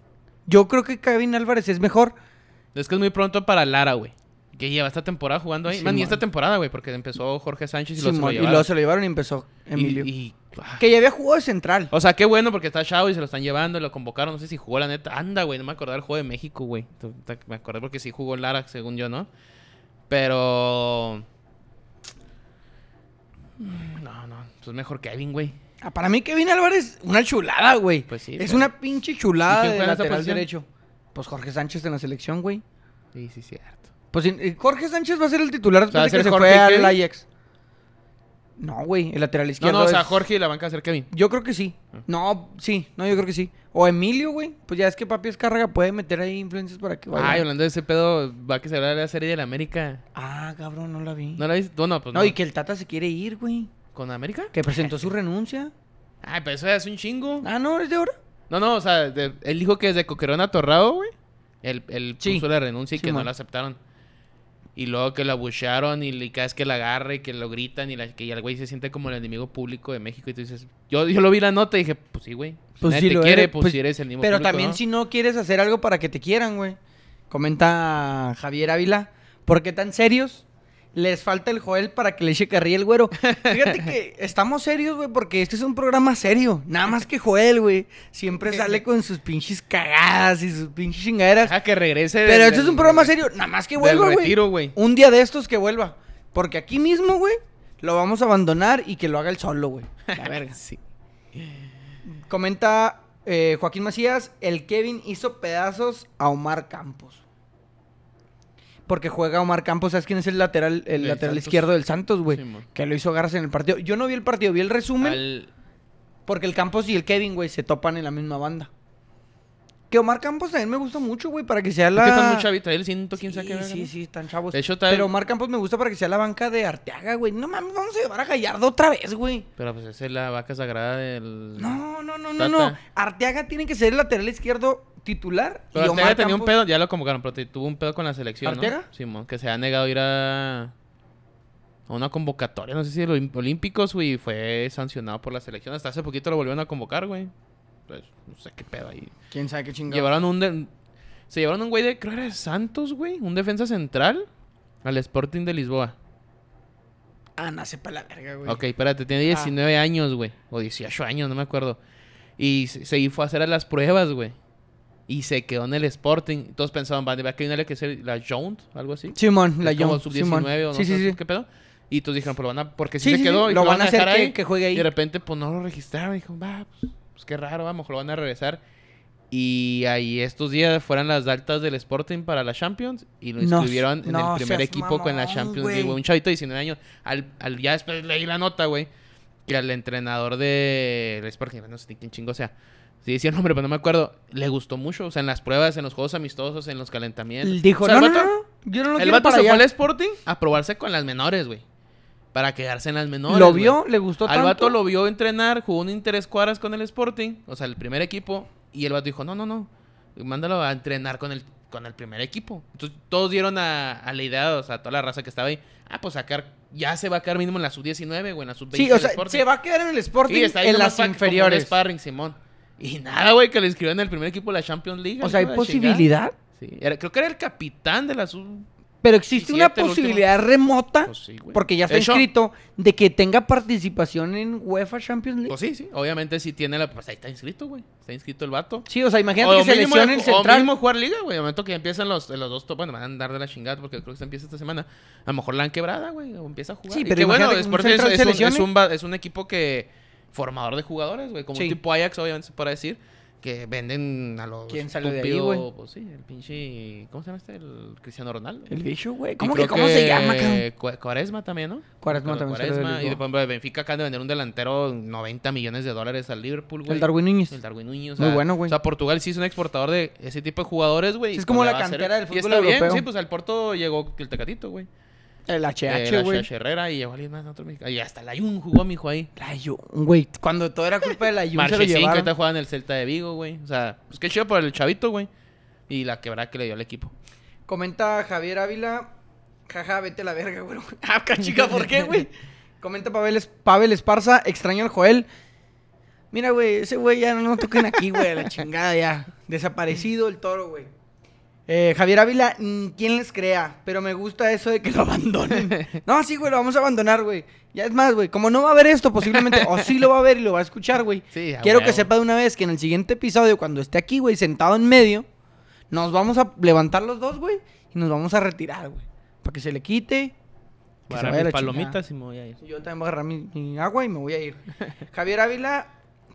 Speaker 3: Yo creo que Kevin Álvarez es mejor.
Speaker 1: Es que es muy pronto para Lara, güey. Que lleva esta temporada jugando ahí.
Speaker 3: Sí,
Speaker 1: Man, y
Speaker 3: man.
Speaker 1: esta temporada, güey, porque empezó Jorge Sánchez y luego se lo
Speaker 3: Simón, y
Speaker 1: llevaron.
Speaker 3: luego se lo llevaron y empezó Emilio.
Speaker 1: Y- y- ah.
Speaker 3: Que ya había jugado de central.
Speaker 1: O sea, qué bueno porque está Chavo y se lo están llevando, lo convocaron, no sé si jugó la neta. Anda, güey, no me acordaba el juego de México, güey. Tú- te- Me acordé porque sí jugó Lara, según yo, ¿no? Pero... Mm, No, no, pues mejor Kevin, güey.
Speaker 3: Ah, para mí Kevin Álvarez, una chulada, güey.
Speaker 1: Pues sí,
Speaker 3: es
Speaker 1: pero-
Speaker 3: una pinche chulada
Speaker 1: ¿Y quién
Speaker 3: de
Speaker 1: juega en esa
Speaker 3: lateral
Speaker 1: posición?
Speaker 3: derecho. Pues Jorge Sánchez en la selección, güey.
Speaker 1: Sí, sí, cierto.
Speaker 3: Pues eh, Jorge Sánchez va a ser el titular
Speaker 1: sea, va a
Speaker 3: después de que
Speaker 1: ser
Speaker 3: se
Speaker 1: Jorge
Speaker 3: fue
Speaker 1: y
Speaker 3: al
Speaker 1: Kevin.
Speaker 3: Ajax. No, güey, el lateral
Speaker 1: No,
Speaker 3: izquierdo
Speaker 1: no, o sea,
Speaker 3: es-
Speaker 1: Jorge Ah. y la banca va a ser Kevin.
Speaker 3: Yo creo que sí. No, sí, no, yo creo que sí. O Emilio, güey. Pues ya es que Papi Escárraga puede meter ahí influencias para que vaya.
Speaker 1: Ay, hablando de ese pedo, va a que se habla de la serie de la América.
Speaker 3: Ah, cabrón, no la vi.
Speaker 1: ¿No
Speaker 3: No,
Speaker 1: la viste? Bueno, pues no.
Speaker 3: y que el Tata se quiere ir, güey.
Speaker 1: ¿Con América?
Speaker 3: Que
Speaker 1: *laughs*
Speaker 3: presentó su renuncia.
Speaker 1: Ay, pero eso ya es un chingo.
Speaker 3: Ah, no, es de ahora.
Speaker 1: No, no, o sea, de- él dijo que desde Coquerón a Torrado, güey, él, él
Speaker 3: Sí.
Speaker 1: puso la renuncia y que no
Speaker 3: Simón.
Speaker 1: la aceptaron. Y luego que la abuchearon y, le- cada vez que la agarra y que lo gritan y, la, que y el güey se siente como el enemigo público de México. Y tú dices, yo, yo lo vi la nota y dije, pues sí, güey. Si
Speaker 3: Pues
Speaker 1: nadie
Speaker 3: sí
Speaker 1: te
Speaker 3: lo
Speaker 1: quiere,
Speaker 3: eres,
Speaker 1: pues,
Speaker 3: pues,
Speaker 1: si eres el enemigo
Speaker 3: Pero
Speaker 1: público,
Speaker 3: también
Speaker 1: ¿no?
Speaker 3: si no quieres hacer algo para que te quieran, güey. Comenta Javier Ávila. ¿Por qué tan serios? Les falta el Joel para que le eche carrilla el güero. Fíjate
Speaker 1: *laughs*
Speaker 3: que estamos serios, güey, porque este es un programa serio. Nada más que Joel, güey.
Speaker 1: *laughs*
Speaker 3: Siempre sale con sus pinches cagadas y sus pinches chingaderas.
Speaker 1: Deja que regrese.
Speaker 3: Pero
Speaker 1: del-
Speaker 3: este es un
Speaker 1: del-
Speaker 3: programa serio. Nada más que
Speaker 1: del
Speaker 3: vuelva, güey.
Speaker 1: retiro,
Speaker 3: *laughs*
Speaker 1: güey.
Speaker 3: Un día de estos que vuelva. Porque aquí mismo, güey, lo vamos a abandonar y que lo haga el solo, güey. La verga.
Speaker 1: Sí.
Speaker 3: Comenta eh, Joaquín Macías, el Kevin hizo pedazos a Omar Campos. Porque juega Omar Campos, ¿sabes quién es el lateral, el
Speaker 1: Del
Speaker 3: lateral
Speaker 1: Santos.
Speaker 3: izquierdo del Santos, güey?
Speaker 1: Simón.
Speaker 3: que lo hizo Garza en el partido. Yo no vi el partido, vi el resumen.
Speaker 1: Al-
Speaker 3: Porque el Campos y el Kevin, güey, se topan en la misma banda. Que Omar Campos también me gusta mucho, güey, para que sea
Speaker 1: Es
Speaker 3: la...
Speaker 1: que están muy chavitos, él 115
Speaker 3: Sí, sí, sí, están chavos.
Speaker 1: De hecho, está-
Speaker 3: Pero Omar Campos me gusta para que sea la banca de Arteaga, güey. No mames, vamos a llevar a Gallardo otra vez, güey.
Speaker 1: Pero pues esa es la vaca sagrada del...
Speaker 3: No, no, no, no,
Speaker 1: Tata.
Speaker 3: no. Arteaga tiene que ser el lateral izquierdo titular.
Speaker 1: Pero
Speaker 3: y
Speaker 1: Arteaga
Speaker 3: Omar
Speaker 1: tenía un
Speaker 3: Campos-
Speaker 1: pedo, ya lo convocaron, pero te- tuvo un pedo con la selección. ¿no?
Speaker 3: ¿Arteaga?
Speaker 1: Simón, que se ha negado a ir a, a una convocatoria, no sé si de los olim- Olímpicos, güey, y fue sancionado por la selección. Hasta hace poquito lo volvieron a convocar, güey. Pues, no sé qué pedo ahí.
Speaker 3: ¿Quién sabe qué chingados?
Speaker 1: Llevaron un. de- se llevaron un güey de, creo era de Santos, güey, un defensa central, al Sporting de Lisboa.
Speaker 3: Ah, no, sepa la verga, güey.
Speaker 1: Ok, espérate, tiene 19 años, güey. O 18 años, no me acuerdo. Y se, se fue a hacer a las pruebas, güey. Y se quedó en el Sporting. Todos pensaban, va va a quedar una que ser la Jones, algo así.
Speaker 3: Simón, la
Speaker 1: Es como
Speaker 3: Young. Simón.
Speaker 1: sub-19 o no
Speaker 3: sí,
Speaker 1: sé
Speaker 3: sí, sí.
Speaker 1: qué pedo. Y todos dijeron, pues lo van a... Porque si
Speaker 3: Sí,
Speaker 1: se
Speaker 3: sí, sí,
Speaker 1: quedó y
Speaker 3: lo van a hacer
Speaker 1: dejar
Speaker 3: que-
Speaker 1: ahí.
Speaker 3: que juegue ahí.
Speaker 1: Y de repente, pues no lo registraron. Dijeron, va, pues, pues, qué raro, vamos, lo van a regresar. Y ahí estos días fueron las altas del Sporting para la Champions. Y lo
Speaker 3: No,
Speaker 1: inscribieron en
Speaker 3: no
Speaker 1: el primer
Speaker 3: seas
Speaker 1: equipo con la
Speaker 3: mamón,
Speaker 1: Champions League,
Speaker 3: güey.
Speaker 1: güey. Un chavito de 19 años. Al, al- ya después leí la nota, güey. Que al entrenador del Sporting, no sé ni quién chingo sea. Sí, decía el nombre, pero no me acuerdo. Le gustó mucho. O sea, en las pruebas, en los juegos amistosos, en los calentamientos.
Speaker 3: Dijo,
Speaker 1: O sea, el
Speaker 3: no,
Speaker 1: vato-
Speaker 3: no, no, no, yo no lo
Speaker 1: el
Speaker 3: quiero
Speaker 1: vato
Speaker 3: para
Speaker 1: se fue al
Speaker 3: allá.
Speaker 1: Sporting a probarse con las menores, güey. Para quedarse en las menores.
Speaker 3: Lo
Speaker 1: güey.
Speaker 3: vio, le gustó
Speaker 1: Al
Speaker 3: tanto.
Speaker 1: vato lo vio entrenar, jugó un interés cuadras con el Sporting, o sea, el primer equipo. Y el vato dijo, no, no, no. Mándalo a entrenar con el, con el primer equipo. Entonces todos dieron a, a la idea, o sea, a toda la raza que estaba ahí. Ah, pues sacar, ya se va a quedar mínimo en la sub-19 o en la sub-20
Speaker 3: Sí, o
Speaker 1: del
Speaker 3: sea,
Speaker 1: Sporting.
Speaker 3: se va a quedar en el Sporting
Speaker 1: Sí, está ahí
Speaker 3: en
Speaker 1: nomás
Speaker 3: las
Speaker 1: pa- como un
Speaker 3: inferiores.
Speaker 1: sparring, Simón. Y nada, güey, que le inscribieron en el primer equipo de la Champions League.
Speaker 3: O sea, hay
Speaker 1: hijo de la
Speaker 3: posibilidad,
Speaker 1: chingada. Sí, era- creo que era el capitán de la sub...
Speaker 3: pero existe una
Speaker 1: 17 el último.
Speaker 3: posibilidad remota,
Speaker 1: Pues sí, güey.
Speaker 3: porque ya está
Speaker 1: De hecho-
Speaker 3: inscrito, de que tenga participación en UEFA Champions League.
Speaker 1: Pues sí, sí. Obviamente sí tiene la... Pues ahí está inscrito, güey. Está inscrito el vato.
Speaker 3: sí, o sea, imagínate que se
Speaker 1: mínimo
Speaker 3: lesione
Speaker 1: de-
Speaker 3: el
Speaker 1: o
Speaker 3: central.
Speaker 1: mínimo jugar liga, güey. Al momento que empiezan los, los dos... to- Bueno, van a andar de la chingada porque creo que se empieza esta semana. A lo mejor la han quebrada, güey. O empieza a jugar.
Speaker 3: Sí,
Speaker 1: Y
Speaker 3: pero
Speaker 1: que, bueno,
Speaker 3: imagínate que
Speaker 1: es
Speaker 3: un
Speaker 1: porque es,
Speaker 3: central
Speaker 1: es
Speaker 3: se
Speaker 1: un, es
Speaker 3: lesione.
Speaker 1: un va- es un equipo que... Formador de jugadores, güey. Como
Speaker 3: Sí.
Speaker 1: un tipo Ajax, obviamente, se puede decir. Que venden a los...
Speaker 3: ¿Quién salió de ahí, güey?
Speaker 1: Pues sí, el pinche... ¿Cómo se llama este? El Cristiano Ronaldo.
Speaker 3: El bicho, güey.
Speaker 1: Y
Speaker 3: ¿Cómo que
Speaker 1: creo
Speaker 3: cómo se llama, cabrón?
Speaker 1: que Cua- Cuaresma también, ¿no?
Speaker 3: Cuaresma
Speaker 1: Ricardo
Speaker 3: también se lo
Speaker 1: Cuaresma. Y
Speaker 3: desligó.
Speaker 1: por ejemplo, el Benfica acaba de vender un delantero 90 millones de dólares al Liverpool, güey.
Speaker 3: El Darwin Núñez.
Speaker 1: El Darwin Núñez. o
Speaker 3: Pues, Muy
Speaker 1: sea,
Speaker 3: bueno, güey.
Speaker 1: O sea, Portugal sí es un exportador de ese tipo de jugadores, güey.
Speaker 3: Sí, es
Speaker 1: y
Speaker 3: como
Speaker 1: le
Speaker 3: la
Speaker 1: va a hacer-
Speaker 3: cantera del
Speaker 1: y
Speaker 3: fútbol
Speaker 1: está Bien,
Speaker 3: europeo.
Speaker 1: sí, pues al Porto llegó el Tecatito, güey.
Speaker 3: El
Speaker 1: Eh,
Speaker 3: HH,
Speaker 1: la
Speaker 3: güey.
Speaker 1: Chacha Herrera y llegó alguien más, otro mexicano. Y hasta la Jun jugó, mijo, ahí.
Speaker 3: La Jun, güey. Cuando todo era culpa
Speaker 1: *laughs*
Speaker 3: de la Jun se lo
Speaker 1: Marchesín, que
Speaker 3: llevaron.
Speaker 1: ahorita juega en el Celta de Vigo, güey. O sea, pues qué chido por el chavito, güey. Y la quebrada que le dio al equipo.
Speaker 3: Comenta Javier Ávila. Jaja, vete a la verga, güey. *laughs* Ah, chica, ¿por qué, güey? Comenta Pavel, Es- Pavel Esparza, extraño al Joel. Mira, güey, ese güey ya no lo toquen aquí, güey, a la chingada ya. Desaparecido el toro, güey. Eh, Javier Ávila, mm, ¿quién les crea? Pero me gusta eso de que
Speaker 1: *laughs*
Speaker 3: lo abandonen. no, sí, güey, lo vamos a abandonar, güey. Ya es más, güey, como no va a ver esto posiblemente, o sí lo va a ver y lo va a escuchar, güey.
Speaker 1: Sí, a
Speaker 3: Quiero que
Speaker 1: huevo.
Speaker 3: sepa de una vez que en el siguiente episodio, cuando esté aquí, güey, sentado en medio, nos vamos a levantar los dos, güey, y nos vamos a retirar, güey. Para que se le quite. que se
Speaker 1: Para
Speaker 3: vaya
Speaker 1: mis
Speaker 3: la
Speaker 1: palomitas y me voy a ir.
Speaker 3: yo también voy a agarrar mi, mi agua y me voy a ir. *laughs* Javier Ávila,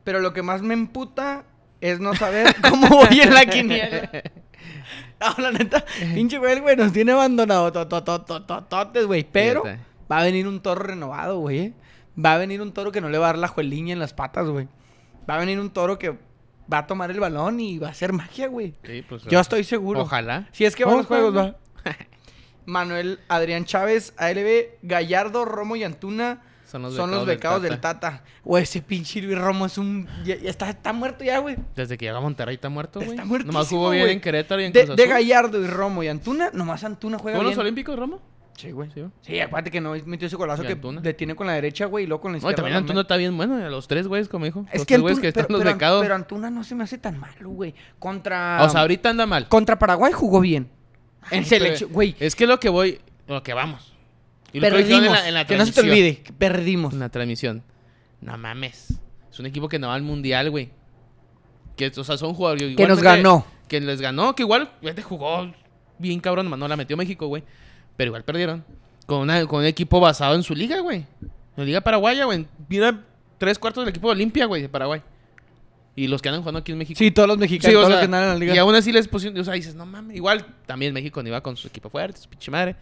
Speaker 3: pero lo que más me emputa es no saber *laughs* cómo voy en
Speaker 1: *laughs*
Speaker 3: la quiniela. No, la neta, pinche güey, güey, nos tiene abandonado totototototes, güey. Pero
Speaker 1: Fíjate.
Speaker 3: va a venir un toro renovado, güey. eh. Va a venir un toro que no le va a dar la jueliña en las patas, güey. Va a venir un toro que va a tomar el balón y va a hacer magia, güey.
Speaker 1: Sí, pues,
Speaker 3: Yo estoy seguro.
Speaker 1: Ojalá.
Speaker 3: Si es que van los
Speaker 2: Ojalá.
Speaker 3: juegos, va. Manuel Adrián Chávez, ALB, Gallardo, Romo y Antuna
Speaker 1: Son
Speaker 3: son los becados del
Speaker 1: Tata.
Speaker 3: Tata. Güey, ese pinche Luis Romo es un. Ya, ya está, está muerto ya, güey.
Speaker 1: Desde que llega a Monterrey está muerto, güey.
Speaker 3: Está
Speaker 1: Nomás
Speaker 3: muertísimo,
Speaker 1: jugó bien
Speaker 3: güey.
Speaker 1: en Querétaro y en
Speaker 3: De,
Speaker 1: Cruz
Speaker 3: de
Speaker 1: Azul.
Speaker 3: Gallardo y Romo y Antuna, nomás Antuna juega
Speaker 1: ¿Jugó en
Speaker 3: bien.
Speaker 1: los Olímpicos, Romo?
Speaker 3: Sí, güey.
Speaker 1: Sí, güey.
Speaker 3: Sí, acuérdate que no metió ese golazo
Speaker 1: Y
Speaker 3: que
Speaker 1: Antuna.
Speaker 3: detiene con la derecha, güey, y luego con la
Speaker 1: Oye,
Speaker 3: izquierda.
Speaker 1: también
Speaker 3: lo
Speaker 1: Antuna
Speaker 3: mete.
Speaker 1: está bien bueno. A los tres güeyes, como dijo.
Speaker 3: Es
Speaker 1: los
Speaker 3: que
Speaker 1: tres
Speaker 3: Antuna,
Speaker 1: güeyes que están
Speaker 3: pero,
Speaker 1: los
Speaker 3: pero Ant-
Speaker 1: becados.
Speaker 3: pero Antuna no se me hace tan malo, güey. Contra.
Speaker 1: o sea, ahorita anda mal.
Speaker 3: Contra Paraguay jugó bien. En
Speaker 1: Pero
Speaker 3: selección, güey.
Speaker 1: Es que lo que voy... Lo que vamos. Y lo que dijeron
Speaker 3: Perdimos.
Speaker 1: en la- en la
Speaker 3: que no se te
Speaker 1: transmisión.
Speaker 3: olvide, que
Speaker 1: *laughs*
Speaker 3: perdimos.
Speaker 1: en la transmisión. No mames. Es un equipo que no va al mundial, güey. Que, o sea, son jugadores.
Speaker 3: Que nos
Speaker 1: igualmente-
Speaker 3: ganó.
Speaker 1: Que les ganó, que igual ya te jugó bien cabrón, nomás no la metió México, güey. Pero igual perdieron. Con, una- con un equipo basado en su liga, güey. La liga paraguaya, güey. Mira tres cuartos del equipo de Olimpia, güey, de Paraguay. Y los que andan jugando aquí en México.
Speaker 3: Sí, todos los mexicanos,
Speaker 1: Sí, o
Speaker 3: todos
Speaker 1: sea,
Speaker 3: los que andan en la liga.
Speaker 1: Y aún así les pusieron. O sea, dices, no mames. Igual también México no iba con su equipo fuerte, su pinche madre.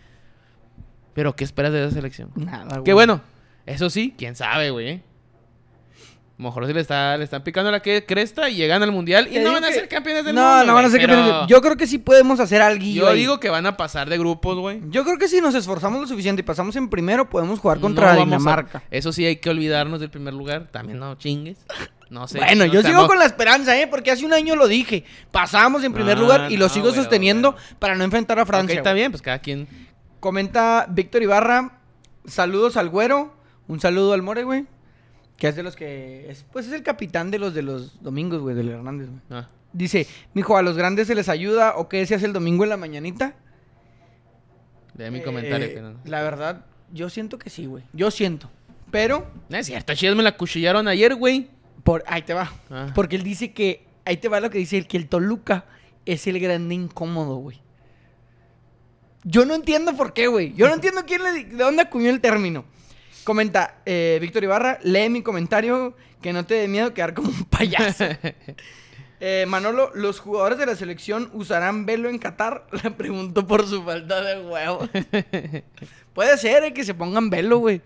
Speaker 1: Pero, ¿qué esperas de esa selección?
Speaker 3: Nada, güey.
Speaker 1: Que bueno, eso sí, quién sabe, güey. A lo mejor se le, está, le están picando la que- cresta y llegan al mundial y
Speaker 3: Te
Speaker 1: no
Speaker 3: digo
Speaker 1: van a
Speaker 3: que-
Speaker 1: ser campeones del
Speaker 3: no,
Speaker 1: mundo.
Speaker 3: no van a
Speaker 1: güey,
Speaker 3: ser
Speaker 1: pero
Speaker 3: campeones. Yo creo que sí podemos hacer algo.
Speaker 1: Yo digo que van a pasar de grupos, güey.
Speaker 3: Yo creo que si nos esforzamos lo suficiente y pasamos en primero, podemos jugar
Speaker 1: No
Speaker 3: contra
Speaker 1: vamos a-
Speaker 3: Dinamarca.
Speaker 1: Eso sí, hay que olvidarnos del primer lugar. También no chingues. No sé.
Speaker 3: bueno,
Speaker 1: no
Speaker 3: yo sigo
Speaker 1: seamos-
Speaker 3: con la esperanza, ¿eh? Porque hace un año lo dije. Pasamos en primer
Speaker 1: No,
Speaker 3: lugar y lo
Speaker 1: Ah, no,
Speaker 3: sigo
Speaker 1: güey,
Speaker 3: sosteniendo
Speaker 1: güey.
Speaker 3: para no enfrentar a
Speaker 1: Ok,
Speaker 3: Francia.
Speaker 1: está
Speaker 3: güey.
Speaker 1: bien, pues cada quien.
Speaker 3: Comenta Víctor Ibarra, saludos al güero, un saludo al More, güey. Que es de los que... Es, pues es el capitán de los de los domingos, güey, del Hernández, güey.
Speaker 1: ah,
Speaker 3: Dice, mijo, ¿a los grandes se les ayuda o qué se hace el domingo en la mañanita?
Speaker 1: de mi
Speaker 3: Eh,
Speaker 1: comentario. que no.
Speaker 3: La verdad, yo siento que sí, güey. Yo siento. Pero,
Speaker 1: No es cierto, chidas me la cuchillaron ayer, güey.
Speaker 3: por, ahí te va.
Speaker 1: Ah.
Speaker 3: Porque él dice que, ahí te va lo que dice él, que el Toluca es el grande incómodo, güey. Yo no entiendo por qué, güey. Yo no entiendo quién le, de dónde acuñó el término. Comenta, eh, Víctor Ibarra, lee mi comentario que no te dé miedo quedar como
Speaker 1: *laughs*
Speaker 3: un payaso. Eh, Manolo, ¿los jugadores de la selección usarán velo en Qatar? *laughs* Le pregunto por su falta de
Speaker 1: *laughs*
Speaker 3: huevo. Puede ser eh, que se pongan velo, güey.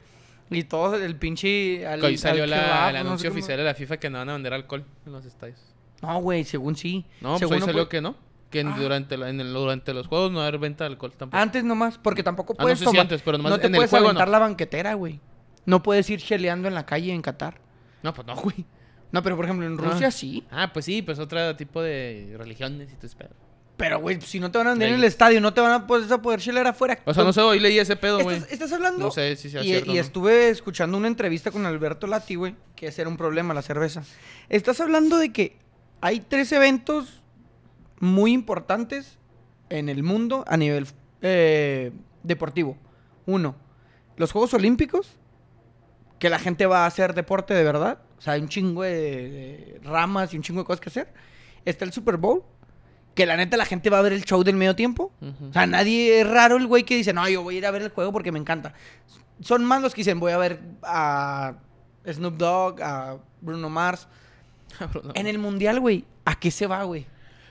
Speaker 3: Y todo el pinche... al-
Speaker 1: Hoy salió
Speaker 3: al
Speaker 1: la-
Speaker 3: kebab,
Speaker 1: el
Speaker 3: no sé
Speaker 1: anuncio
Speaker 3: cómo-
Speaker 1: oficial de la FIFA que no van a vender alcohol en los estadios.
Speaker 3: No, güey, según sí.
Speaker 1: No, pues
Speaker 3: según
Speaker 1: hoy salió
Speaker 3: puede-
Speaker 1: que no. Que en-
Speaker 3: Ah.
Speaker 1: durante, la- en el- durante los juegos no va a haber venta de alcohol tampoco.
Speaker 3: Antes nomás, porque tampoco
Speaker 1: Ah, no
Speaker 3: puedes
Speaker 1: sé si
Speaker 3: tomar...
Speaker 1: antes, pero nomás
Speaker 3: no te
Speaker 1: en el
Speaker 3: puedes
Speaker 1: juego,
Speaker 3: aventar
Speaker 1: no.
Speaker 3: la banquetera, güey. No puedes ir cheleando en la calle en Qatar. *laughs*
Speaker 1: No, pues no, güey.
Speaker 3: No, pero por ejemplo, en
Speaker 1: Ah.
Speaker 3: Rusia sí.
Speaker 1: Ah, pues sí, pues otro tipo de religiones y todo ese pedo.
Speaker 3: Pero, güey, si no te van a vender en
Speaker 1: Ahí.
Speaker 3: el estadio, no te van a, pues, a poder chelear afuera.
Speaker 1: O sea, no sé, hoy leí ese pedo, güey.
Speaker 3: ¿Estás, estás hablando?
Speaker 1: No sé si sea
Speaker 3: y,
Speaker 1: cierto.
Speaker 3: y
Speaker 1: o no.
Speaker 3: estuve escuchando una entrevista con Alberto Lati, güey, que ese era un problema, la cerveza. Estás hablando de que hay tres eventos muy importantes en el mundo a nivel eh, deportivo. Uno, los Juegos Olímpicos, que la gente va a hacer deporte de verdad. O sea, hay un chingo de, de ramas y un chingo de cosas que hacer. Está el Super Bowl, que la neta la gente va a ver el show del medio tiempo.
Speaker 1: Ujú. *laughs*
Speaker 3: O sea, nadie es raro el güey que dice, no, yo voy a ir a ver el juego porque me encanta. Son más los que dicen, voy a ver a Snoop Dogg, a Bruno Mars.
Speaker 1: Cabrón, no.
Speaker 3: En el mundial, güey, ¿a qué se va, güey?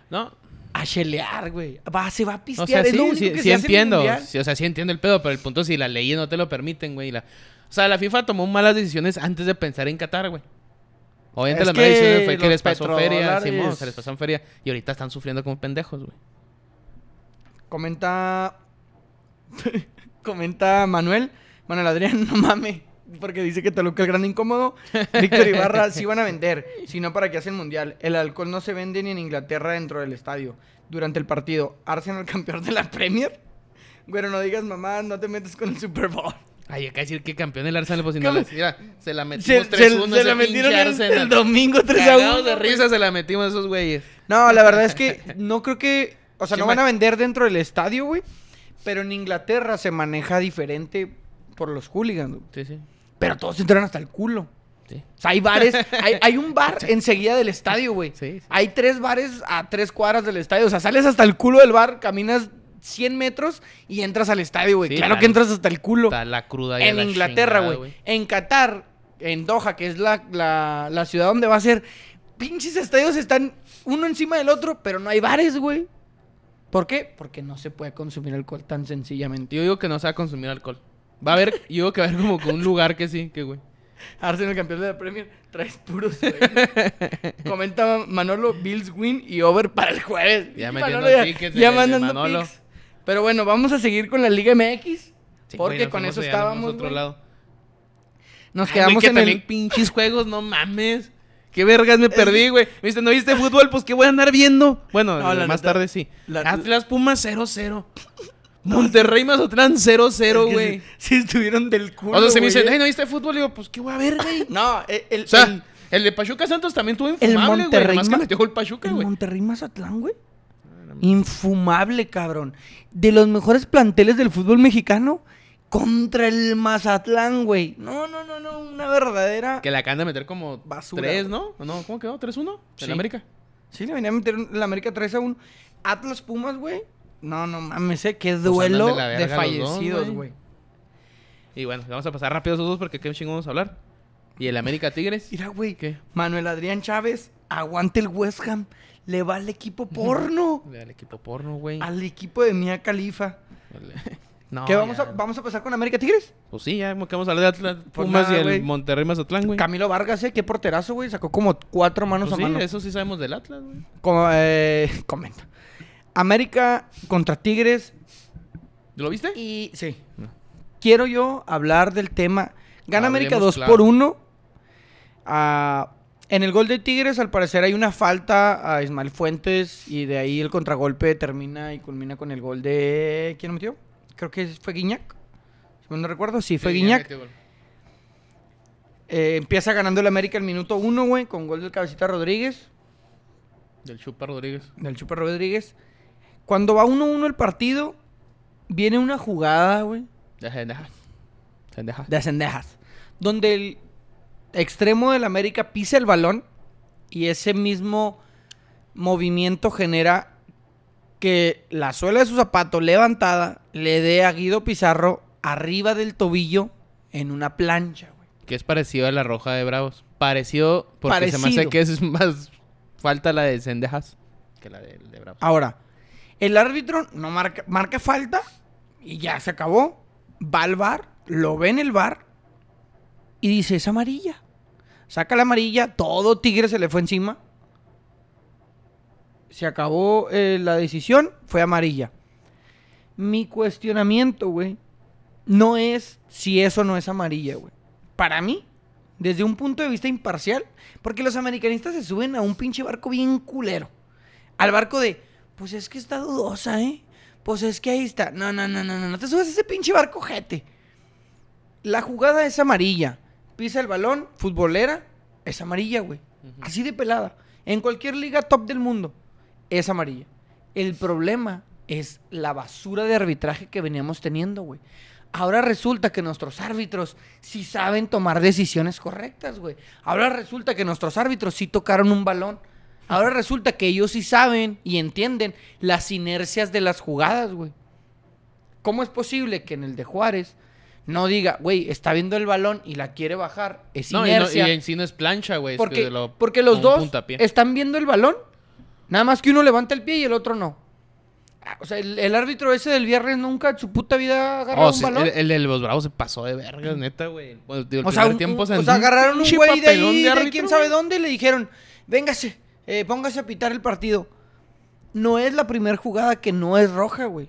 Speaker 1: No,
Speaker 3: A chelear, güey. Va, se va a
Speaker 1: o
Speaker 3: pistear.
Speaker 1: sea,
Speaker 3: es
Speaker 1: sí,
Speaker 3: lo único
Speaker 1: sí,
Speaker 3: que
Speaker 1: sí
Speaker 3: se hace en el
Speaker 1: entiendo.
Speaker 3: mundial.
Speaker 1: Sí, o sea, sí entiendo el pedo, pero el punto es si las leyes no te lo permiten, güey. y la- O sea, la FIFA tomó malas decisiones antes de pensar en Qatar, güey. Obviamente
Speaker 3: Es
Speaker 1: las malas
Speaker 3: que
Speaker 1: decisiones fue que
Speaker 3: los
Speaker 1: les pasó feria,
Speaker 3: petrodólares-
Speaker 1: Simón, se les pasó en feria. Y ahorita están sufriendo como pendejos, güey.
Speaker 3: Comenta. *laughs* Comenta Manuel. Manuel Adrián, no mames. Porque dice que Toluca es gran incómodo. Víctor Ibarra sí van a vender. Si no, ¿para qué hacen mundial? El alcohol no se vende ni en Inglaterra dentro del estadio. Durante el partido, Arsenal campeón de la Premier. Güero, no digas mamá, no te metes con el Super Bowl.
Speaker 1: Ay, hay que decir que campeón el Arsenal, pues si no
Speaker 3: ¿Cómo?
Speaker 1: les- Mira, se la metimos
Speaker 3: Se,
Speaker 1: 3-1
Speaker 3: se- se
Speaker 1: ese
Speaker 3: la
Speaker 1: pinche
Speaker 3: metieron el,
Speaker 1: Arsenal.
Speaker 3: el domingo 3 a
Speaker 1: Cagados
Speaker 3: 1.
Speaker 1: de risa se la metimos a esos güeyes.
Speaker 3: No, la verdad es que no creo que. O sea,
Speaker 1: Sí
Speaker 3: no
Speaker 1: me-
Speaker 3: van a vender dentro del estadio, güey. Pero en Inglaterra se maneja diferente por los hooligans, güey.
Speaker 1: Sí, sí.
Speaker 3: Pero todos se entran hasta el culo.
Speaker 1: sí.
Speaker 3: O sea, hay bares, hay, hay
Speaker 1: *laughs*
Speaker 3: un bar enseguida del estadio, güey.
Speaker 1: Sí, sí.
Speaker 3: Hay tres bares a tres cuadras del estadio. O sea, sales hasta el culo del bar, caminas 100 metros y entras al estadio, güey.
Speaker 1: Sí,
Speaker 3: claro
Speaker 1: tal-
Speaker 3: que entras hasta el culo.
Speaker 1: Está la cruda y a
Speaker 3: En
Speaker 1: la
Speaker 3: Inglaterra,
Speaker 1: chingada,
Speaker 3: güey. En Qatar, en Doha, que es la, la- la ciudad donde va a ser. Pinches estadios están uno encima del otro, pero no hay bares, güey. ¿Por qué? Porque no se puede consumir alcohol tan sencillamente.
Speaker 1: Yo digo que no se va a consumir alcohol. Va a haber, *laughs* yo digo que va a haber como que un lugar que sí, que güey.
Speaker 3: Arsenal campeón de la Premier, traes puros, güey.
Speaker 1: *laughs*
Speaker 3: Comenta Manolo, Bills win y over para el jueves.
Speaker 1: Ya
Speaker 3: Y
Speaker 1: metiendo
Speaker 3: Manolo ya,
Speaker 1: tickets
Speaker 3: ya
Speaker 1: de- de
Speaker 3: mandando
Speaker 1: Manolo.
Speaker 3: pics. Pero bueno, vamos a seguir con la Liga MX.
Speaker 1: Sí,
Speaker 3: porque
Speaker 1: güey, nos fuimos
Speaker 3: con eso
Speaker 1: allá, nos fuimos
Speaker 3: estábamos,
Speaker 1: a otro
Speaker 3: güey.
Speaker 1: lado.
Speaker 3: Nos
Speaker 1: Ay,
Speaker 3: quedamos
Speaker 1: güey, que
Speaker 3: en
Speaker 1: también
Speaker 3: el...
Speaker 1: pinches juegos, no mames. Qué vergas me perdí, güey. Me dice, ¿no viste fútbol? Pues qué voy a andar viendo. Bueno,
Speaker 3: No, la
Speaker 1: más
Speaker 3: neta,
Speaker 1: tarde sí.
Speaker 3: la-
Speaker 1: Atlas Pumas 0-0. Monterrey Mazatlán 0-0,
Speaker 3: Es que
Speaker 1: güey.
Speaker 3: Sí, sí estuvieron del culo.
Speaker 1: o sea, se me
Speaker 3: güey,
Speaker 1: dice,
Speaker 3: ¿eh?
Speaker 1: "Ey, ¿no viste fútbol? Y digo, pues qué voy a ver,
Speaker 3: *laughs*
Speaker 1: güey.
Speaker 3: No, el, el-
Speaker 1: O sea,
Speaker 3: el-
Speaker 1: el, de Pachuca Santos también tuvo
Speaker 3: el
Speaker 1: infumable, güey.
Speaker 3: Monterrey
Speaker 1: Nomás que
Speaker 3: Ma-
Speaker 1: metió el Pachuca,
Speaker 3: el
Speaker 1: güey.
Speaker 3: Monterrey Mazatlán, güey. Infumable, cabrón. De los mejores planteles del fútbol mexicano contra el Mazatlán, güey. No, no, no, no, una verdadera.
Speaker 1: Que la acaban de meter como
Speaker 3: Basura,
Speaker 1: tres, ¿no? ¿O ¿no? ¿Cómo quedó? ¿3-1?
Speaker 3: Sí.
Speaker 1: En América.
Speaker 3: Sí, le venía a meter un- la América 3 a 1. Atlas Pumas, güey. No, no mames, eh, qué
Speaker 1: Pues andan de
Speaker 3: duelo
Speaker 1: la
Speaker 3: de,
Speaker 1: verga los dos,
Speaker 3: fallecidos,
Speaker 1: güey.
Speaker 3: güey.
Speaker 1: Y bueno, vamos a pasar rápido esos dos porque qué chingón vamos a hablar. Y el América Tigres.
Speaker 3: Mira, güey,
Speaker 1: ¿Qué?
Speaker 3: Manuel Adrián Chávez, aguante el West Ham. Le va al equipo porno.
Speaker 1: Al equipo porno, güey.
Speaker 3: al equipo de Mía Califa. *laughs*
Speaker 1: Vale. No,
Speaker 3: ¿Qué vamos
Speaker 1: ya.
Speaker 3: a, vamos a pasar con América Tigres?
Speaker 1: Pues sí, ya que vamos a hablar de Atlas,
Speaker 3: Pues
Speaker 1: Pumas
Speaker 3: nada,
Speaker 1: y
Speaker 3: güey.
Speaker 1: el Monterrey Mazatlán, güey.
Speaker 3: Camilo Vargas, ¿eh? Qué porterazo, güey. Sacó como cuatro manos
Speaker 1: Pues
Speaker 3: a
Speaker 1: sí,
Speaker 3: mano.
Speaker 1: eso sí sabemos del Atlas, güey.
Speaker 3: Como, eh, *laughs* comenta. América contra Tigres.
Speaker 1: ¿Lo viste?
Speaker 3: Y sí.
Speaker 1: No.
Speaker 3: Quiero yo hablar del tema.
Speaker 1: Hablemos
Speaker 3: Gana América 2
Speaker 1: claro.
Speaker 3: por 1. en el gol de Tigres, al parecer, hay una falta a Ismael Fuentes. Y de ahí el contragolpe termina y culmina con el gol de. ¿Quién lo metió? Creo que fue Guiñac. Si mal no recuerdo, sí, fue
Speaker 1: Sí, ya
Speaker 3: Guiñac.
Speaker 1: metió gol.
Speaker 3: Eh, empieza ganando el América el minuto 1, güey, con gol del Cabecita Rodríguez,
Speaker 1: Del Chupa Rodríguez.
Speaker 3: del Chupa Rodríguez. Cuando va 1-1 el partido, viene una jugada, güey,
Speaker 1: De Sendejas. Sendejas.
Speaker 3: de cendejas, donde el extremo del América pisa el balón y ese mismo movimiento genera que la suela de su zapato levantada le dé a Guido Pizarro arriba del tobillo en una plancha, güey.
Speaker 1: Que es parecido a la roja de Bravos. Parecido porque se me hace
Speaker 3: Parecido.
Speaker 1: que es *laughs* más falta la de Sendejas que la de, de Bravos.
Speaker 3: Ahora, el árbitro no marca, marca falta y ya se acabó. Va al bar, lo ve en el bar y dice, es amarilla. Saca la amarilla, todo Tigre se le fue encima. Se acabó eh, la decisión, fue amarilla. Mi cuestionamiento, güey, no es si eso no es amarilla, güey. Para mí, desde un punto de vista imparcial, porque los americanistas se suben a un pinche barco bien culero al barco de, pues es que está dudosa, ¿eh? Pues es que ahí está. No, no, no, no, no, no te subas a ese pinche barco, jete. La jugada es amarilla. Pisa el balón, futbolera, es amarilla, güey.
Speaker 1: Ujú.
Speaker 3: Así de pelada. En cualquier liga top del mundo, es amarilla. El problema es la basura de arbitraje que veníamos teniendo, güey. Ahora resulta que nuestros árbitros sí saben tomar decisiones correctas, güey. Ahora resulta que nuestros árbitros sí tocaron un balón. Ahora resulta que ellos sí saben y entienden las inercias de las jugadas, güey. ¿Cómo es posible que en el de Juárez no diga, güey, está viendo el balón y la quiere bajar? Es
Speaker 1: No, y, no,
Speaker 3: inercia.
Speaker 1: y en sí no es plancha, güey. es que
Speaker 3: Porque,
Speaker 1: lo-
Speaker 3: porque los
Speaker 1: Este, con un
Speaker 3: dos
Speaker 1: puntapié.
Speaker 3: están viendo el balón. Nada más que uno levanta el pie y el otro no. Ah, O sea, el, el árbitro ese del viernes nunca en su puta vida agarró
Speaker 1: Oh,
Speaker 3: un
Speaker 1: sí,
Speaker 3: balón.
Speaker 1: el, el de los Bravos se pasó de vergas, neta, güey. Bueno, digo, el
Speaker 3: o sea,
Speaker 1: primer
Speaker 3: un-
Speaker 1: tiempo
Speaker 3: un-
Speaker 1: se
Speaker 3: o
Speaker 1: andó
Speaker 3: sea, agarraron un
Speaker 1: pinche
Speaker 3: güey de
Speaker 1: papelón
Speaker 3: ahí, de
Speaker 1: árbitro,
Speaker 3: quién
Speaker 1: güey.
Speaker 3: sabe dónde, y le dijeron, véngase, eh, póngase a pitar el partido. No es la primera jugada que no es roja, güey.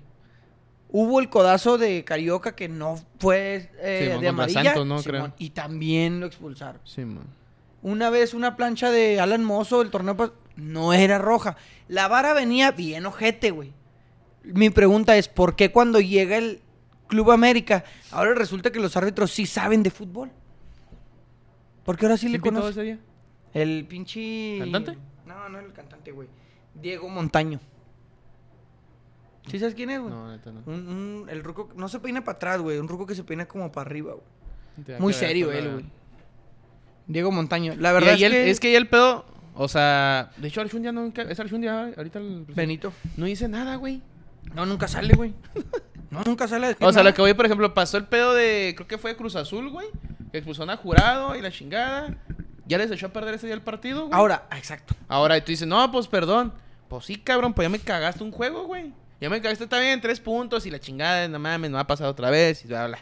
Speaker 3: Hubo el codazo de Carioca que no fue eh,
Speaker 1: Simón
Speaker 3: de
Speaker 1: contra
Speaker 3: amarilla.
Speaker 1: Santos, ¿no?
Speaker 3: Simón,
Speaker 1: Creo.
Speaker 3: Y también lo expulsaron.
Speaker 1: Sí, man.
Speaker 3: Una vez una plancha de Alan Mozo del torneo pas- no era roja. La vara venía bien ojete, güey. Mi pregunta es, ¿por qué cuando llega el Club América, ahora resulta que los árbitros sí saben de fútbol? Porque ahora sí le
Speaker 1: ¿Quién pitó
Speaker 3: conocen.
Speaker 1: ese día?
Speaker 3: El pinche...
Speaker 1: ¿Cantante?
Speaker 3: No, no era el cantante, güey. Diego Montaño. ¿Sí sabes quién es, güey?
Speaker 1: No, neta no.
Speaker 3: Un, un- el ruco, no se peina para atrás, güey. Un ruco que se peina como para arriba, güey.
Speaker 1: Tendría
Speaker 3: Muy
Speaker 1: que ver
Speaker 3: serio
Speaker 1: con
Speaker 3: él,
Speaker 1: la-
Speaker 3: güey. Diego Montaño. La
Speaker 1: Y
Speaker 3: verdad
Speaker 1: ahí el-
Speaker 3: es, que...
Speaker 1: es que ahí el pedo, o sea, de hecho Archundia no, es Archundia ahorita el
Speaker 3: Benito.
Speaker 1: no dice nada, güey.
Speaker 3: No, nunca sale, güey. No, nunca sale. a
Speaker 1: *laughs*
Speaker 3: decir
Speaker 1: O sea,
Speaker 3: nada.
Speaker 1: lo que voy, por ejemplo, pasó el pedo de, creo que fue de Cruz Azul, güey, que expulsaron a Jurado y la chingada. Ya les echó a perder ese día el partido, güey.
Speaker 3: Ahora, ah, exacto.
Speaker 1: Ahora, y tú dices, no, pues perdón. Pues sí, cabrón, pues ya me cagaste un juego, güey. Ya me cagaste también tres puntos y la chingada, no mames, no va a pasar otra vez y bla, bla.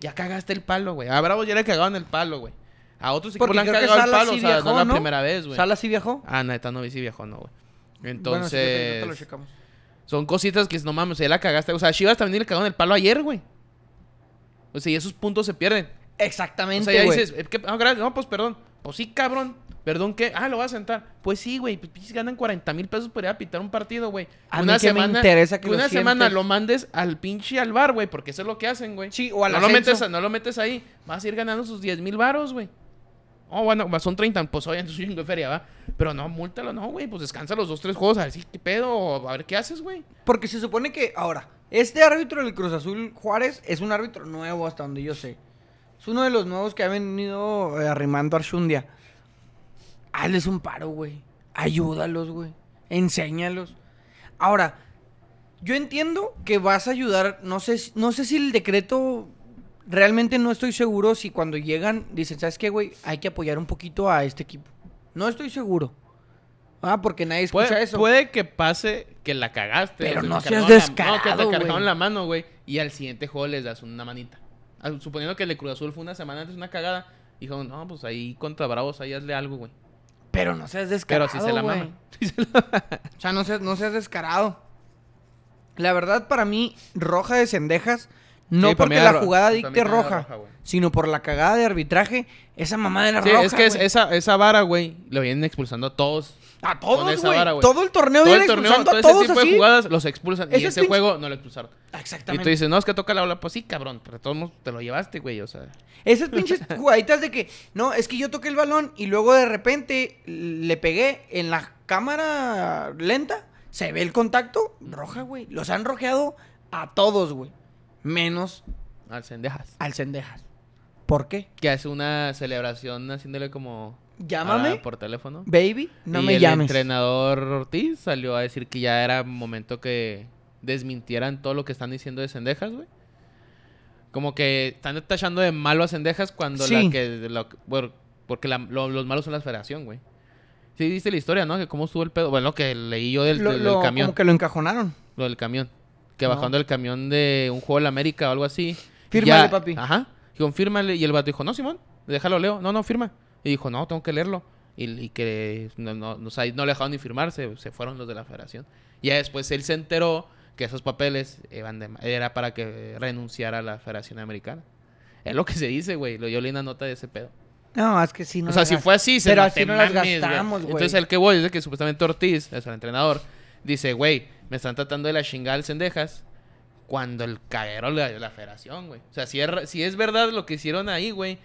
Speaker 1: Ya cagaste el palo, güey. A Bravos ya le cagaron el palo, güey. A otros equipos
Speaker 3: Porque
Speaker 1: le han
Speaker 3: creo que
Speaker 1: cagado el
Speaker 3: Salas
Speaker 1: palo,
Speaker 3: sí
Speaker 1: o sea, no es
Speaker 3: viajó,
Speaker 1: la
Speaker 3: ¿no?
Speaker 1: primera vez, güey.
Speaker 3: ¿Sala sí viajó?
Speaker 1: Ah, neta, no vi si viajó, no, güey.
Speaker 3: Bueno, sí, ahorita- ahorita lo
Speaker 1: Entonces,
Speaker 3: checamos.
Speaker 1: son cositas que no mames, ya la cagaste. O sea, Chivas también le cagaron el palo ayer, güey. O sea, y esos puntos se pierden. O
Speaker 3: Exactamente,
Speaker 1: sea, ya
Speaker 3: güey.
Speaker 1: dices, eh, ¿qué? Ah, gracias. no, pues perdón. Pues sí, cabrón. Perdón, ¿qué? Ah, lo vas a sentar. Pues sí, güey. Pues pinches ganan 40 mil pesos por ir a pitar un partido, güey.
Speaker 3: A mí que me interesa que lo
Speaker 1: una semana
Speaker 3: sientes.
Speaker 1: lo mandes al pinche al bar, güey, porque eso es lo que hacen, güey.
Speaker 3: Sí, o al
Speaker 1: no lo,
Speaker 3: ascenso.
Speaker 1: metes, a- no lo metes ahí. Vas a ir ganando sus 10 mil varos, güey. Oh, bueno, va, son 30, pues oye, *laughs* entonces chingo de feria, va. Pero no, múltalo, no, güey. Pues descansa los dos, tres juegos, a ver si qué pedo, o a ver qué haces, güey.
Speaker 3: Porque se supone que, ahora, este árbitro del Cruz Azul Juárez es un árbitro nuevo, hasta donde yo sé. Es uno de los nuevos que ha venido eh, arrimando a Arshundia. Hazles un paro, güey. Ayúdalos, güey. Enséñalos. Ahora, yo entiendo que vas a ayudar. No sé, si- no sé si el decreto. Realmente no estoy seguro si cuando llegan dicen, ¿sabes qué, güey? Hay que apoyar un poquito a este equipo. No estoy seguro. Ah, porque nadie escucha
Speaker 1: Puede,
Speaker 3: eso.
Speaker 1: puede que pase que la cagaste.
Speaker 3: Pero
Speaker 1: o que
Speaker 3: no
Speaker 1: te
Speaker 3: seas
Speaker 1: cargaron la- No, que
Speaker 3: descarado,
Speaker 1: te
Speaker 3: güey.
Speaker 1: cargaron la mano, güey. Y al siguiente juego les das una manita. Al- Suponiendo que el de Cruz Azul fue una semana antes una cagada. Dijo, no, pues ahí contra Bravos, ahí hazle algo, güey.
Speaker 3: Pero no seas descarado.
Speaker 1: Pero si se la
Speaker 3: güey.
Speaker 1: mama.
Speaker 3: O sea, no seas, no seas descarado. La verdad, para mí, roja de cendejas, no
Speaker 1: Sí, para mí
Speaker 3: porque
Speaker 1: era
Speaker 3: la
Speaker 1: ro-
Speaker 3: jugada
Speaker 1: para mí
Speaker 3: dicte
Speaker 1: también era
Speaker 3: roja,
Speaker 1: roja, güey.
Speaker 3: sino por la cagada de arbitraje, esa mamá de la
Speaker 1: Sí,
Speaker 3: roja.
Speaker 1: es que es-
Speaker 3: güey.
Speaker 1: esa, esa vara, güey, lo vienen expulsando a todos. con
Speaker 3: a todos,
Speaker 1: esa
Speaker 3: güey.
Speaker 1: vara, güey.
Speaker 3: Todo el torneo
Speaker 1: Todo
Speaker 3: viene
Speaker 1: el torneo,
Speaker 3: expulsando
Speaker 1: todo
Speaker 3: a
Speaker 1: ese
Speaker 3: todos
Speaker 1: tipo de
Speaker 3: así.
Speaker 1: jugadas los expulsan.
Speaker 3: Ese
Speaker 1: y ese
Speaker 3: pinche-
Speaker 1: juego no lo expulsaron. Y tú
Speaker 3: Exactamente.
Speaker 1: dices, no, es que toca la ola. Pues sí, cabrón, pero de todos modos te lo llevaste, güey. O sea, *laughs*
Speaker 3: Esas pinches jugaditas de que, no, es que yo toqué el balón y luego de repente le pegué en la cámara lenta, se ve el contacto, roja, güey. Los han rojeado a todos, güey. Menos
Speaker 1: al cendejas.
Speaker 3: al Cendejas. ¿Por qué?
Speaker 1: Que hace una celebración haciéndole como...
Speaker 3: Llámame,
Speaker 1: ah, por teléfono.
Speaker 3: baby, no
Speaker 1: y
Speaker 3: me
Speaker 1: el
Speaker 3: llames.
Speaker 1: entrenador Ortiz salió a decir que ya era momento que desmintieran todo lo que están diciendo de Cendejas, güey. Como que están tachando de malo a Cendejas cuando
Speaker 3: Sí.
Speaker 1: la que... la- por- porque la- lo- los malos son la federación, güey. Sí, viste la historia, ¿no? Que cómo estuvo el pedo. Bueno, que leí yo del,
Speaker 3: Lo-
Speaker 1: del
Speaker 3: lo-
Speaker 1: camión.
Speaker 3: Como que lo encajonaron.
Speaker 1: Lo del camión. Que
Speaker 3: No.
Speaker 1: bajando el camión de un juego de la América o algo así.
Speaker 3: Fírmale,
Speaker 1: ya-
Speaker 3: papi.
Speaker 1: Ajá. Dijo, fírmale. Y el vato dijo, no, Simón, déjalo, leo. No, no, firma. Y dijo, no, tengo que leerlo. Y, y que no, no, no, o sea, no le dejaron ni firmar, se, se fueron los de la federación. Ya después él se enteró que esos papeles eran de- era para que renunciara a la federación americana. Es lo que se dice, güey. Lo- Yo leí una nota de ese pedo.
Speaker 3: No, es que sí, no.
Speaker 1: O sea,
Speaker 3: las
Speaker 1: si
Speaker 3: gas-
Speaker 1: fue así, se
Speaker 3: Pero
Speaker 1: no
Speaker 3: así
Speaker 1: te
Speaker 3: no las
Speaker 1: mames, güey.
Speaker 3: gastamos, güey.
Speaker 1: Entonces, el que voy es de que supuestamente Ortiz, es el entrenador, dice, güey, me están tratando de la chingada al Cendejas cuando el caguero le dio la federación, güey. O sea, si es, ra- si es verdad lo que hicieron ahí, güey.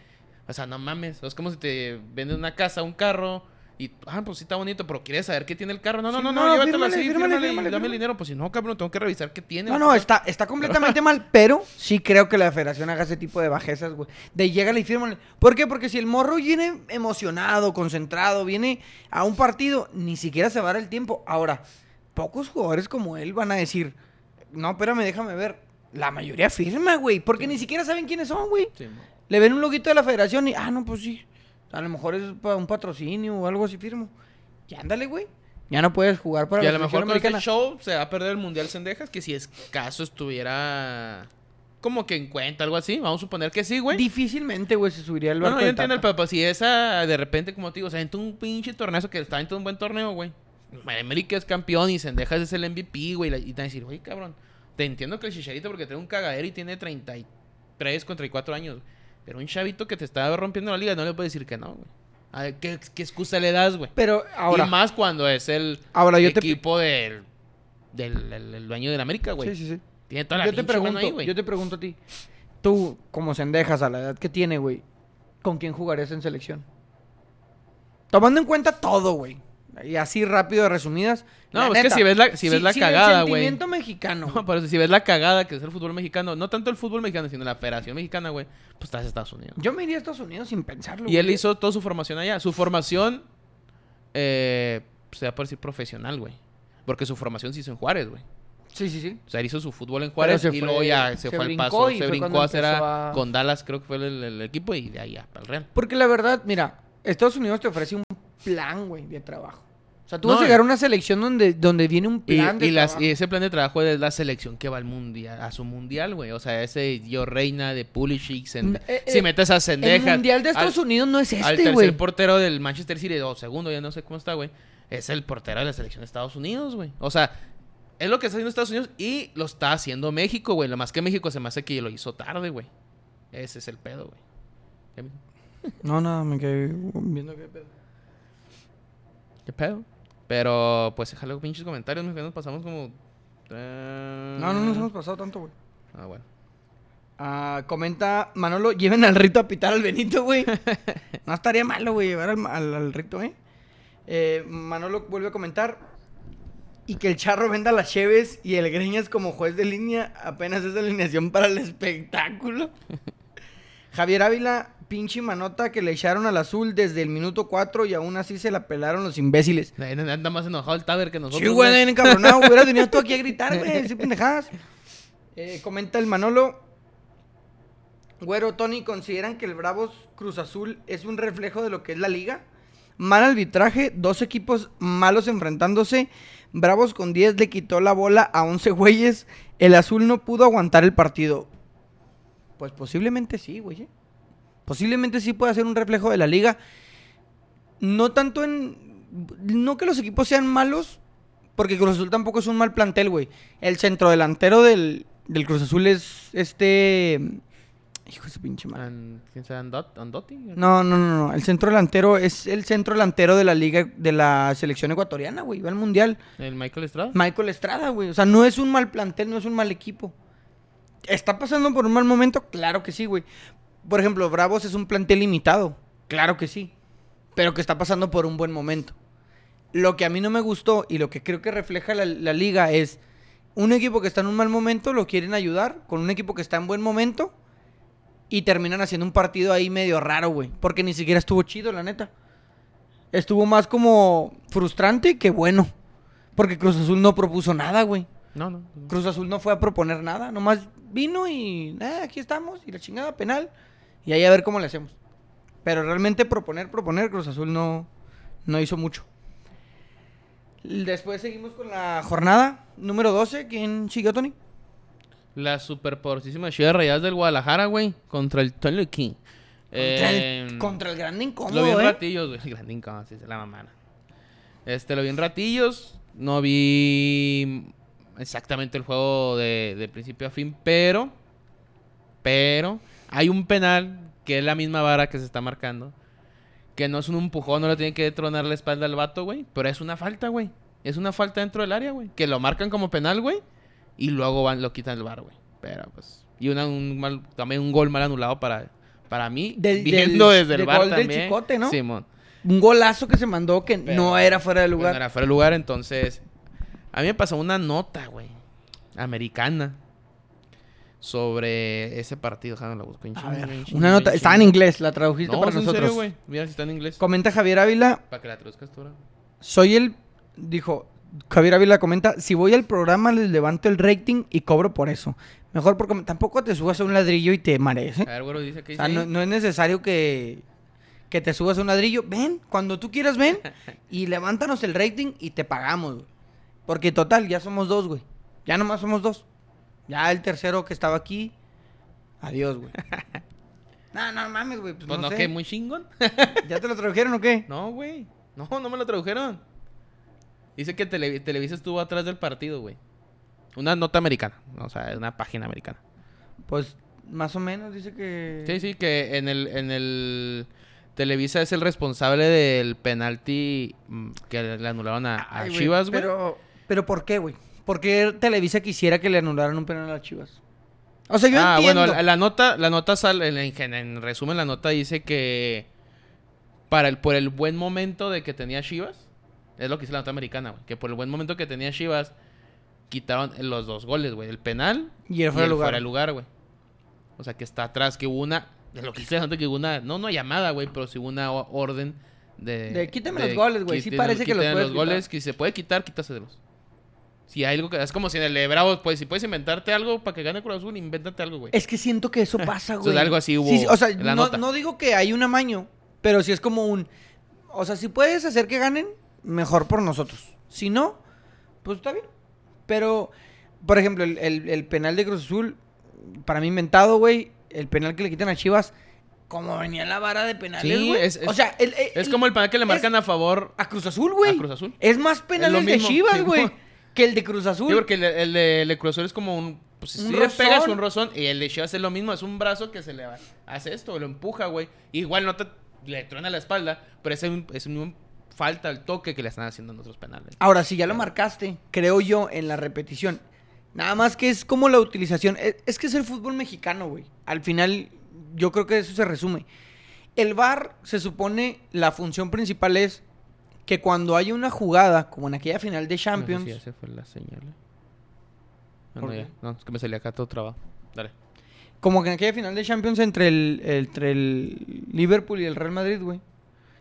Speaker 1: O sea, no mames. Es como si te venden una casa, un carro. Y, ah, pues sí está bonito, pero quieres saber qué tiene el carro. No, no,
Speaker 3: Sí,
Speaker 1: no,
Speaker 3: no,
Speaker 1: no, llévatelo
Speaker 3: fírmale,
Speaker 1: así,
Speaker 3: fírmale,
Speaker 1: fírmale, y
Speaker 3: fírmale,
Speaker 1: dame el
Speaker 3: fírmale.
Speaker 1: dinero. Pues si no, cabrón, tengo que revisar qué tiene.
Speaker 3: No, no, está, está completamente mal, pero sí creo que la federación haga ese tipo de bajezas, güey. De llégale y fírmale. ¿Por qué? Porque si el morro viene emocionado, concentrado, viene a un partido, ni siquiera se va a dar el tiempo. Ahora, pocos jugadores como él van a decir, no, espérame, déjame ver. La mayoría firma, güey, porque ni siquiera saben quiénes son, güey.
Speaker 1: Sí, mo.
Speaker 3: Le ven un loguito de la federación y, ah, no, pues sí. A lo mejor es para un patrocinio o algo así firmo. Y ándale, güey. Ya no puedes jugar para
Speaker 1: Y a
Speaker 3: la
Speaker 1: lo mejor
Speaker 3: selección
Speaker 1: con este
Speaker 3: americana.
Speaker 1: show se va a perder el Mundial Cendejas, que si es caso estuviera como que en cuenta, algo así. Vamos a suponer que sí, güey.
Speaker 3: Difícilmente, güey, se subiría el
Speaker 1: No,
Speaker 3: barco
Speaker 1: no, yo
Speaker 3: de
Speaker 1: entiendo el
Speaker 3: Tata.
Speaker 1: papá. Si esa de repente, como te digo, se aventó un pinche torneo que está aventando un buen torneo, güey. América es campeón y Cendejas es el MVP, güey. la- Y te van a decir, güey, cabrón, te entiendo que el chicharito porque trae un cagadero y tiene 33, 34 años. Pero un chavito que te está rompiendo la liga no le puede decir que no, güey. A ver, ¿qué, qué excusa le das, güey?
Speaker 3: Pero ahora...
Speaker 1: y más cuando es el
Speaker 3: Ahora yo te...
Speaker 1: equipo del, del, del- del dueño del América, güey.
Speaker 3: Sí, sí, sí.
Speaker 1: Tiene toda la
Speaker 3: Yo te,
Speaker 1: pinche mano
Speaker 3: pregunto,
Speaker 1: ahí, güey.
Speaker 3: yo te pregunto a ti. Tú, como cendejas a la edad que tiene, güey, ¿con quién jugarías en selección? Tomando en cuenta todo, güey. Y así rápido de resumidas.
Speaker 1: No,
Speaker 3: la
Speaker 1: es que
Speaker 3: neta,
Speaker 1: si ves la- si ves la cagada,
Speaker 3: el
Speaker 1: güey.
Speaker 3: sentimiento mexicano.
Speaker 1: No, *laughs* por eso, si ves la cagada que es el fútbol mexicano, no tanto el fútbol mexicano, sino la Federación Mexicana, güey, pues estás en Estados Unidos.
Speaker 3: Yo me iría a Estados Unidos sin pensarlo.
Speaker 1: Y él
Speaker 3: güey.
Speaker 1: hizo toda su formación allá. Su formación, eh, se va a decir profesional, güey. Porque su formación se hizo en Juárez, güey.
Speaker 3: Sí, sí, sí.
Speaker 1: O sea, él hizo su fútbol en Juárez
Speaker 3: se
Speaker 1: y
Speaker 3: fue-
Speaker 1: luego ya se,
Speaker 3: se
Speaker 1: fue al
Speaker 3: brincó
Speaker 1: paso.
Speaker 3: y
Speaker 1: Se
Speaker 3: fue
Speaker 1: brincó
Speaker 3: cuando
Speaker 1: a hacer
Speaker 3: empezó
Speaker 1: a-
Speaker 3: a-
Speaker 1: con Dallas, creo que fue el, el equipo, y de ahí ya, para el Real.
Speaker 3: Porque la verdad, mira, Estados Unidos te ofrece un plan, güey, de trabajo. O sea, tú
Speaker 1: No,
Speaker 3: vas a llegar a una selección donde, donde viene un
Speaker 1: Y,
Speaker 3: plan de
Speaker 1: y las-
Speaker 3: trabajo.
Speaker 1: y ese plan de trabajo es la selección que va al mundial, a su mundial, güey. O sea, ese yo reina de Pulisic, Sende-
Speaker 3: Mm, eh,
Speaker 1: si
Speaker 3: eh,
Speaker 1: metes a Sendejas.
Speaker 3: El mundial de Estados Unidos no es
Speaker 1: al
Speaker 3: este,
Speaker 1: tercer
Speaker 3: güey.
Speaker 1: portero del Manchester City, o segundo, ya no sé cómo está, güey. Es el portero de la selección de Estados Unidos, güey. O sea, es lo que está haciendo Estados Unidos y lo está haciendo México, güey. Lo más que México se me hace que lo hizo tarde, güey. Ese es el pedo, güey. ¿Qué-
Speaker 3: No, no, me quedé viendo qué pedo.
Speaker 1: ¿Qué pedo? Pero, pues, déjalo pinches comentarios, mijo, que nos pasamos como...
Speaker 3: No, no nos hemos pasado tanto, güey.
Speaker 1: Ah, bueno.
Speaker 3: Ah, comenta Manolo, lleven al rito a pitar al Benito, güey. No estaría malo, güey, llevar al, al- al rito, ¿eh? Eh, Manolo vuelve a comentar. Y que el charro venda las cheves y el greñas como juez de línea apenas es alineación para el espectáculo. *laughs* Javier Ávila, pinche manota que le echaron al azul desde el minuto 4 y aún así se la pelaron los imbéciles.
Speaker 1: Anda anda más enojado el Taber que nosotros.
Speaker 3: Sí, güey,
Speaker 1: güey.
Speaker 3: bien encabronado. Hubieras venido tú aquí a gritar, güey. Sí, pendejadas. Eh, comenta el Manolo. Güero, Tony, ¿consideran que el Bravos Cruz Azul es un reflejo de lo que es la liga? Mal arbitraje, dos equipos malos enfrentándose. Bravos con 10 le quitó la bola a 11 güeyes. El Azul no pudo aguantar el partido. Pues posiblemente sí, güey. eh. Posiblemente sí pueda ser un reflejo de la liga. No tanto en. No que los equipos sean malos, porque Cruz Azul tampoco es un mal plantel, güey. El centrodelantero del, del Cruz Azul es este. Hijo de su pinche madre.
Speaker 1: An- ¿Quién será? Andot- ¿Andotti?
Speaker 3: No, no, no, no. El centrodelantero es el centrodelantero de la liga de la selección ecuatoriana, güey. Va al mundial.
Speaker 1: ¿El Michael Estrada?
Speaker 3: Michael Estrada, güey. O sea, no es un mal plantel, no es un mal equipo. ¿Está pasando por un mal momento? Claro que sí, güey. Por ejemplo, Bravos es un plantel limitado. Claro que sí. Pero que está pasando por un buen momento. Lo que a mí no me gustó y lo que creo que refleja la, la liga es un equipo que está en un mal momento, lo quieren ayudar, con un equipo que está en buen momento y terminan haciendo un partido ahí medio raro, güey. Porque ni siquiera estuvo chido, la neta. Estuvo más como frustrante que bueno. Porque Cruz Azul no propuso nada, güey.
Speaker 1: No, no. no.
Speaker 3: Cruz Azul no fue a proponer nada. Nomás vino y "Ah, aquí estamos. Y la chingada penal. Y ahí a ver cómo le hacemos. Pero realmente proponer, proponer, Cruz Azul no, no hizo mucho. Después seguimos con la jornada número 12. ¿Quién siguió, Tony?
Speaker 1: La superpoderosísima Chivas Rayadas del Guadalajara, güey. Contra el Toluca.
Speaker 3: Contra,
Speaker 1: Em,
Speaker 3: el, contra el grande incómodo,
Speaker 1: Lo vi en
Speaker 3: ¿eh?
Speaker 1: ratillos, güey. *laughs* Grande incómodo, sí, se la mamana. Este, lo vi en ratillos. No vi exactamente el juego de, de principio a fin, pero. Pero. Hay un penal que es la misma vara que se está marcando. Que no es un empujón, no le tiene que tronar la espalda al vato, güey. Pero es una falta, güey. Es una falta dentro del área, güey. Que lo marcan como penal, güey. Y luego van, lo quitan el bar, güey. Pero pues. Y una, un mal- también un gol mal anulado para, para mí.
Speaker 3: Del-
Speaker 1: viendo
Speaker 3: del-
Speaker 1: desde el
Speaker 3: del
Speaker 1: bar
Speaker 3: gol del
Speaker 1: también.
Speaker 3: Chicote, ¿no?
Speaker 1: Simón.
Speaker 3: Un golazo que se mandó que
Speaker 1: Pero-
Speaker 3: no era fuera de
Speaker 1: Bueno,
Speaker 3: lugar.
Speaker 1: era fuera de lugar, entonces. A mí me pasó una nota, güey. Americana. Sobre ese partido. Déjame la busco. en
Speaker 3: a
Speaker 1: chinga,
Speaker 3: ver,
Speaker 1: en chinga,
Speaker 3: una nota.
Speaker 1: en
Speaker 3: Estaba en
Speaker 1: chinga.
Speaker 3: inglés, la tradujiste
Speaker 1: No,
Speaker 3: para
Speaker 1: es en
Speaker 3: nosotros.
Speaker 1: serio, güey. Mira si está en inglés.
Speaker 3: Comenta Javier Ávila,
Speaker 1: Para que la traduzcas tú ahora.
Speaker 3: Soy el. Dijo. Javier Ávila comenta: Si voy al programa, les levanto el rating y cobro por eso. Mejor porque tampoco te subas a un ladrillo y te marees. ¿eh?
Speaker 1: A ver, güey, dice que dice.
Speaker 3: O sea, no,
Speaker 1: Ah, ahí.
Speaker 3: no es necesario que, que te subas a un ladrillo. Ven, cuando tú
Speaker 1: *laughs*
Speaker 3: quieras, ven y levántanos el rating y te pagamos. güey. Porque total, ya somos dos, güey. Ya nomás somos dos. Ya el tercero que estaba aquí,
Speaker 1: *laughs*
Speaker 3: adiós, güey. No, no mames, güey. Pues,
Speaker 1: Pues
Speaker 3: no,
Speaker 1: no,
Speaker 3: sé.
Speaker 1: que muy chingón. *laughs*
Speaker 3: ¿Ya te lo tradujeron o qué?
Speaker 1: No, güey. No, no me lo tradujeron. Dice que Tele- Televisa estuvo atrás del partido, güey. Una nota americana. O sea, es una página americana.
Speaker 3: Pues más o menos dice que.
Speaker 1: Sí, sí, que en el, en el Televisa es el responsable del penalti mm, que le le anularon a, a
Speaker 3: Ay, güey,
Speaker 1: Chivas, güey.
Speaker 3: Pero, pero ¿por qué, güey? ¿Por qué Televisa quisiera que le anularan un penal a Chivas? O sea, yo
Speaker 1: ah,
Speaker 3: entiendo.
Speaker 1: bueno, la, la nota, la nota sale, en, en- en resumen, la nota dice que para el, por el buen momento de que tenía Chivas, Es lo que hizo la nota americana, güey. Que por el buen momento que tenía Chivas, quitaron los dos goles, güey. El penal
Speaker 3: Y el fuera de lugar.
Speaker 1: fuera de lugar, güey. O sea, que está atrás, que hubo una... De lo que hice tanto que hubo una... No, no llamada, güey, pero sí hubo una o- orden de...
Speaker 3: De quítame los goles, güey. Sí
Speaker 1: quiten-
Speaker 3: parece que los
Speaker 1: quiten
Speaker 3: puedes
Speaker 1: los goles, que si se puede quitar, quítaselos. Si hay algo que... Es como si en el de Bravos, pues, si puedes inventarte algo para que gane Cruz Azul, invéntate algo, güey.
Speaker 3: Es que siento que eso pasa,
Speaker 1: Entonces,
Speaker 3: güey.
Speaker 1: algo así hubo
Speaker 3: Sí, sí, o sea,
Speaker 1: en la
Speaker 3: no,
Speaker 1: nota.
Speaker 3: no digo que hay un amaño, pero sí es como un. O sea, si puedes hacer que ganen, mejor por nosotros. Si no, pues está bien. Pero, por ejemplo, el, el- el penal de Cruz Azul, para mí inventado, güey. El penal que le quitan a Chivas, como venía la vara de penales,
Speaker 1: Sí,
Speaker 3: güey.
Speaker 1: es- es-
Speaker 3: o sea, el- el-
Speaker 1: Es como el penal que le
Speaker 3: es-
Speaker 1: marcan a favor...
Speaker 3: a Cruz Azul, güey.
Speaker 1: a Cruz Azul.
Speaker 3: Es más penal
Speaker 1: lo
Speaker 3: el de
Speaker 1: mismo,
Speaker 3: Chivas,
Speaker 1: sí,
Speaker 3: güey,
Speaker 1: mo-
Speaker 3: que el de Cruz Azul.
Speaker 1: Sí, porque el, de- el de, el de Cruz Azul es como un... Pues, si
Speaker 3: Un
Speaker 1: le pegas
Speaker 3: rozón.
Speaker 1: un rozón y el de Chivas es lo mismo. Es un brazo que se le va- hace esto, lo empuja, güey. Igual no te... Le truena la espalda, pero es un, es un- falta al toque que le están haciendo en otros penales.
Speaker 3: Ahora, si ya lo marcaste, creo yo, en la repetición. Nada más que es como la utilización. Es, es que es el fútbol mexicano, güey. Al final, yo creo que eso se resume. El VAR se supone la función principal es que cuando hay una jugada, como en aquella final de
Speaker 1: No
Speaker 3: Champions,
Speaker 1: sé si ya se fue la señal. ¿eh? No, no,
Speaker 3: ¿Por qué?
Speaker 1: ya. No, es que me salía acá todo trabajo. Dale.
Speaker 3: como que en aquella final de Champions entre el, entre el Liverpool y el Real Madrid, güey,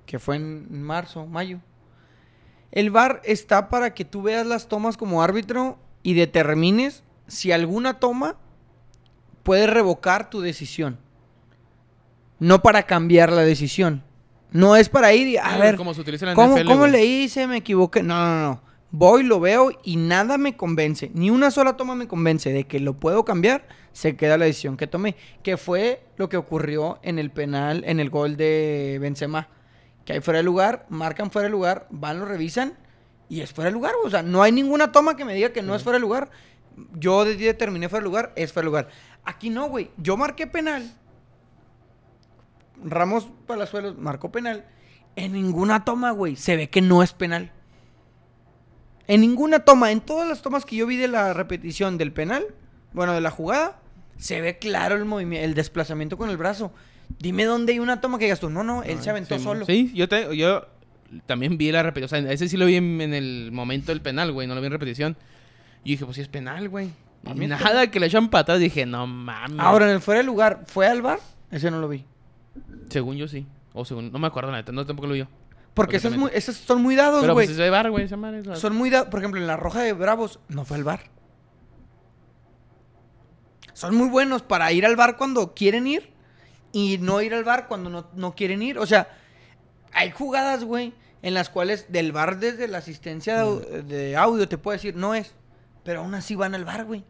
Speaker 3: que fue en marzo, mayo. El VAR está para que tú veas las tomas como árbitro y determines si alguna toma puede revocar tu decisión. No para cambiar la decisión. No es para ir y a
Speaker 1: Sí,
Speaker 3: ver
Speaker 1: Como se utiliza en la
Speaker 3: ¿Cómo,
Speaker 1: NFL,
Speaker 3: cómo
Speaker 1: güey.
Speaker 3: le hice? Me equivoqué. No, no, no. Voy, lo veo y nada me convence. Ni una sola toma me convence de que lo puedo cambiar. Se queda la decisión que tomé. Que fue lo que ocurrió en el penal, en el gol de Benzema. Que hay fuera de lugar, marcan fuera de lugar, van, lo revisan y es fuera de lugar. O sea, no hay ninguna toma que me diga que no es fuera de lugar. Yo de- determiné fuera de lugar, es fuera de lugar. Aquí no, güey. Yo marqué penal. Ramos Palazuelos marcó penal. En ninguna toma, güey, se ve que no es penal. En ninguna toma, en todas las tomas que yo vi de la repetición del penal, bueno, de la jugada, se ve claro el movimiento, el desplazamiento con el brazo. Dime dónde hay una toma que digas tú, no, no, él se aventó
Speaker 1: Sí,
Speaker 3: solo.
Speaker 1: Sí, yo, te- yo también vi la repetición. O sea, ese sí lo vi en, en el momento del penal, güey. No lo vi en repetición. Y dije, pues sí es penal, güey.
Speaker 3: A
Speaker 1: Y
Speaker 3: mí es
Speaker 1: nada que le echan patadas. Dije, no mames.
Speaker 3: Ahora, en el fuera de lugar, ¿fue al bar? Ese no lo vi.
Speaker 1: Según yo sí. O según. No me acuerdo, la neta. No, tampoco lo vi yo.
Speaker 3: Porque esos,
Speaker 1: Perfectamente.
Speaker 3: muy- esos son muy dados,
Speaker 1: Pero
Speaker 3: güey.
Speaker 1: pues es de bar, güey. Esa madre. la-
Speaker 3: Son muy dados. Por ejemplo, en la roja de Bravos no fue al bar. Son muy buenos para ir al bar cuando quieren ir y no ir al bar cuando no, no quieren ir. O sea, hay jugadas, güey, en las cuales del bar desde la asistencia de, au- de audio te puede decir no es. Pero aún así van al bar, güey.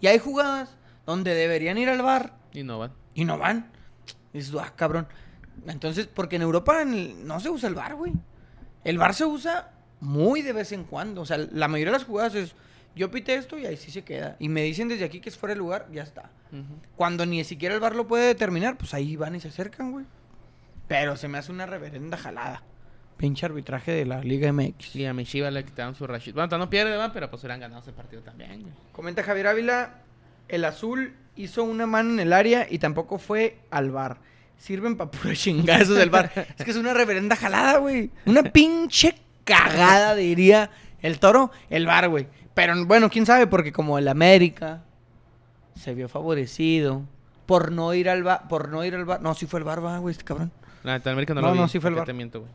Speaker 3: Y hay jugadas donde deberían ir al bar
Speaker 1: Y no van.
Speaker 3: y no van. Dices, ah, cabrón. Entonces, porque en Europa en el- no se usa el bar, güey. El bar se usa muy de vez en cuando. O sea, la mayoría de las jugadas es, yo pité esto y ahí sí se queda. Y me dicen desde aquí que es fuera de lugar, ya está. Cuando ni siquiera el bar lo puede determinar, pues ahí van y se acercan, güey. Pero se me hace una reverenda jalada. Pinche arbitraje de la Liga MX.
Speaker 1: Y a mi Chiva le quitaron su rachita. Bueno, no pierde, va, pero pues hubieran ganado ese partido también, güey.
Speaker 3: Comenta Javier Ávila, el azul hizo una mano en el área y tampoco fue al bar. Sirven para puros *laughs* chingazos del bar. es que es una reverenda jalada, güey. Una pinche cagada, diría el toro, el bar, güey. Pero bueno, quién sabe, porque como el América se vio favorecido por no ir al bar, por no ir al bar. No, sí fue el bar, va, güey, este cabrón.
Speaker 1: La neta, en América no,
Speaker 3: No,
Speaker 1: lo vi.
Speaker 3: no, sí fue el
Speaker 1: ¿para
Speaker 3: VAR.
Speaker 1: qué te miento, güey.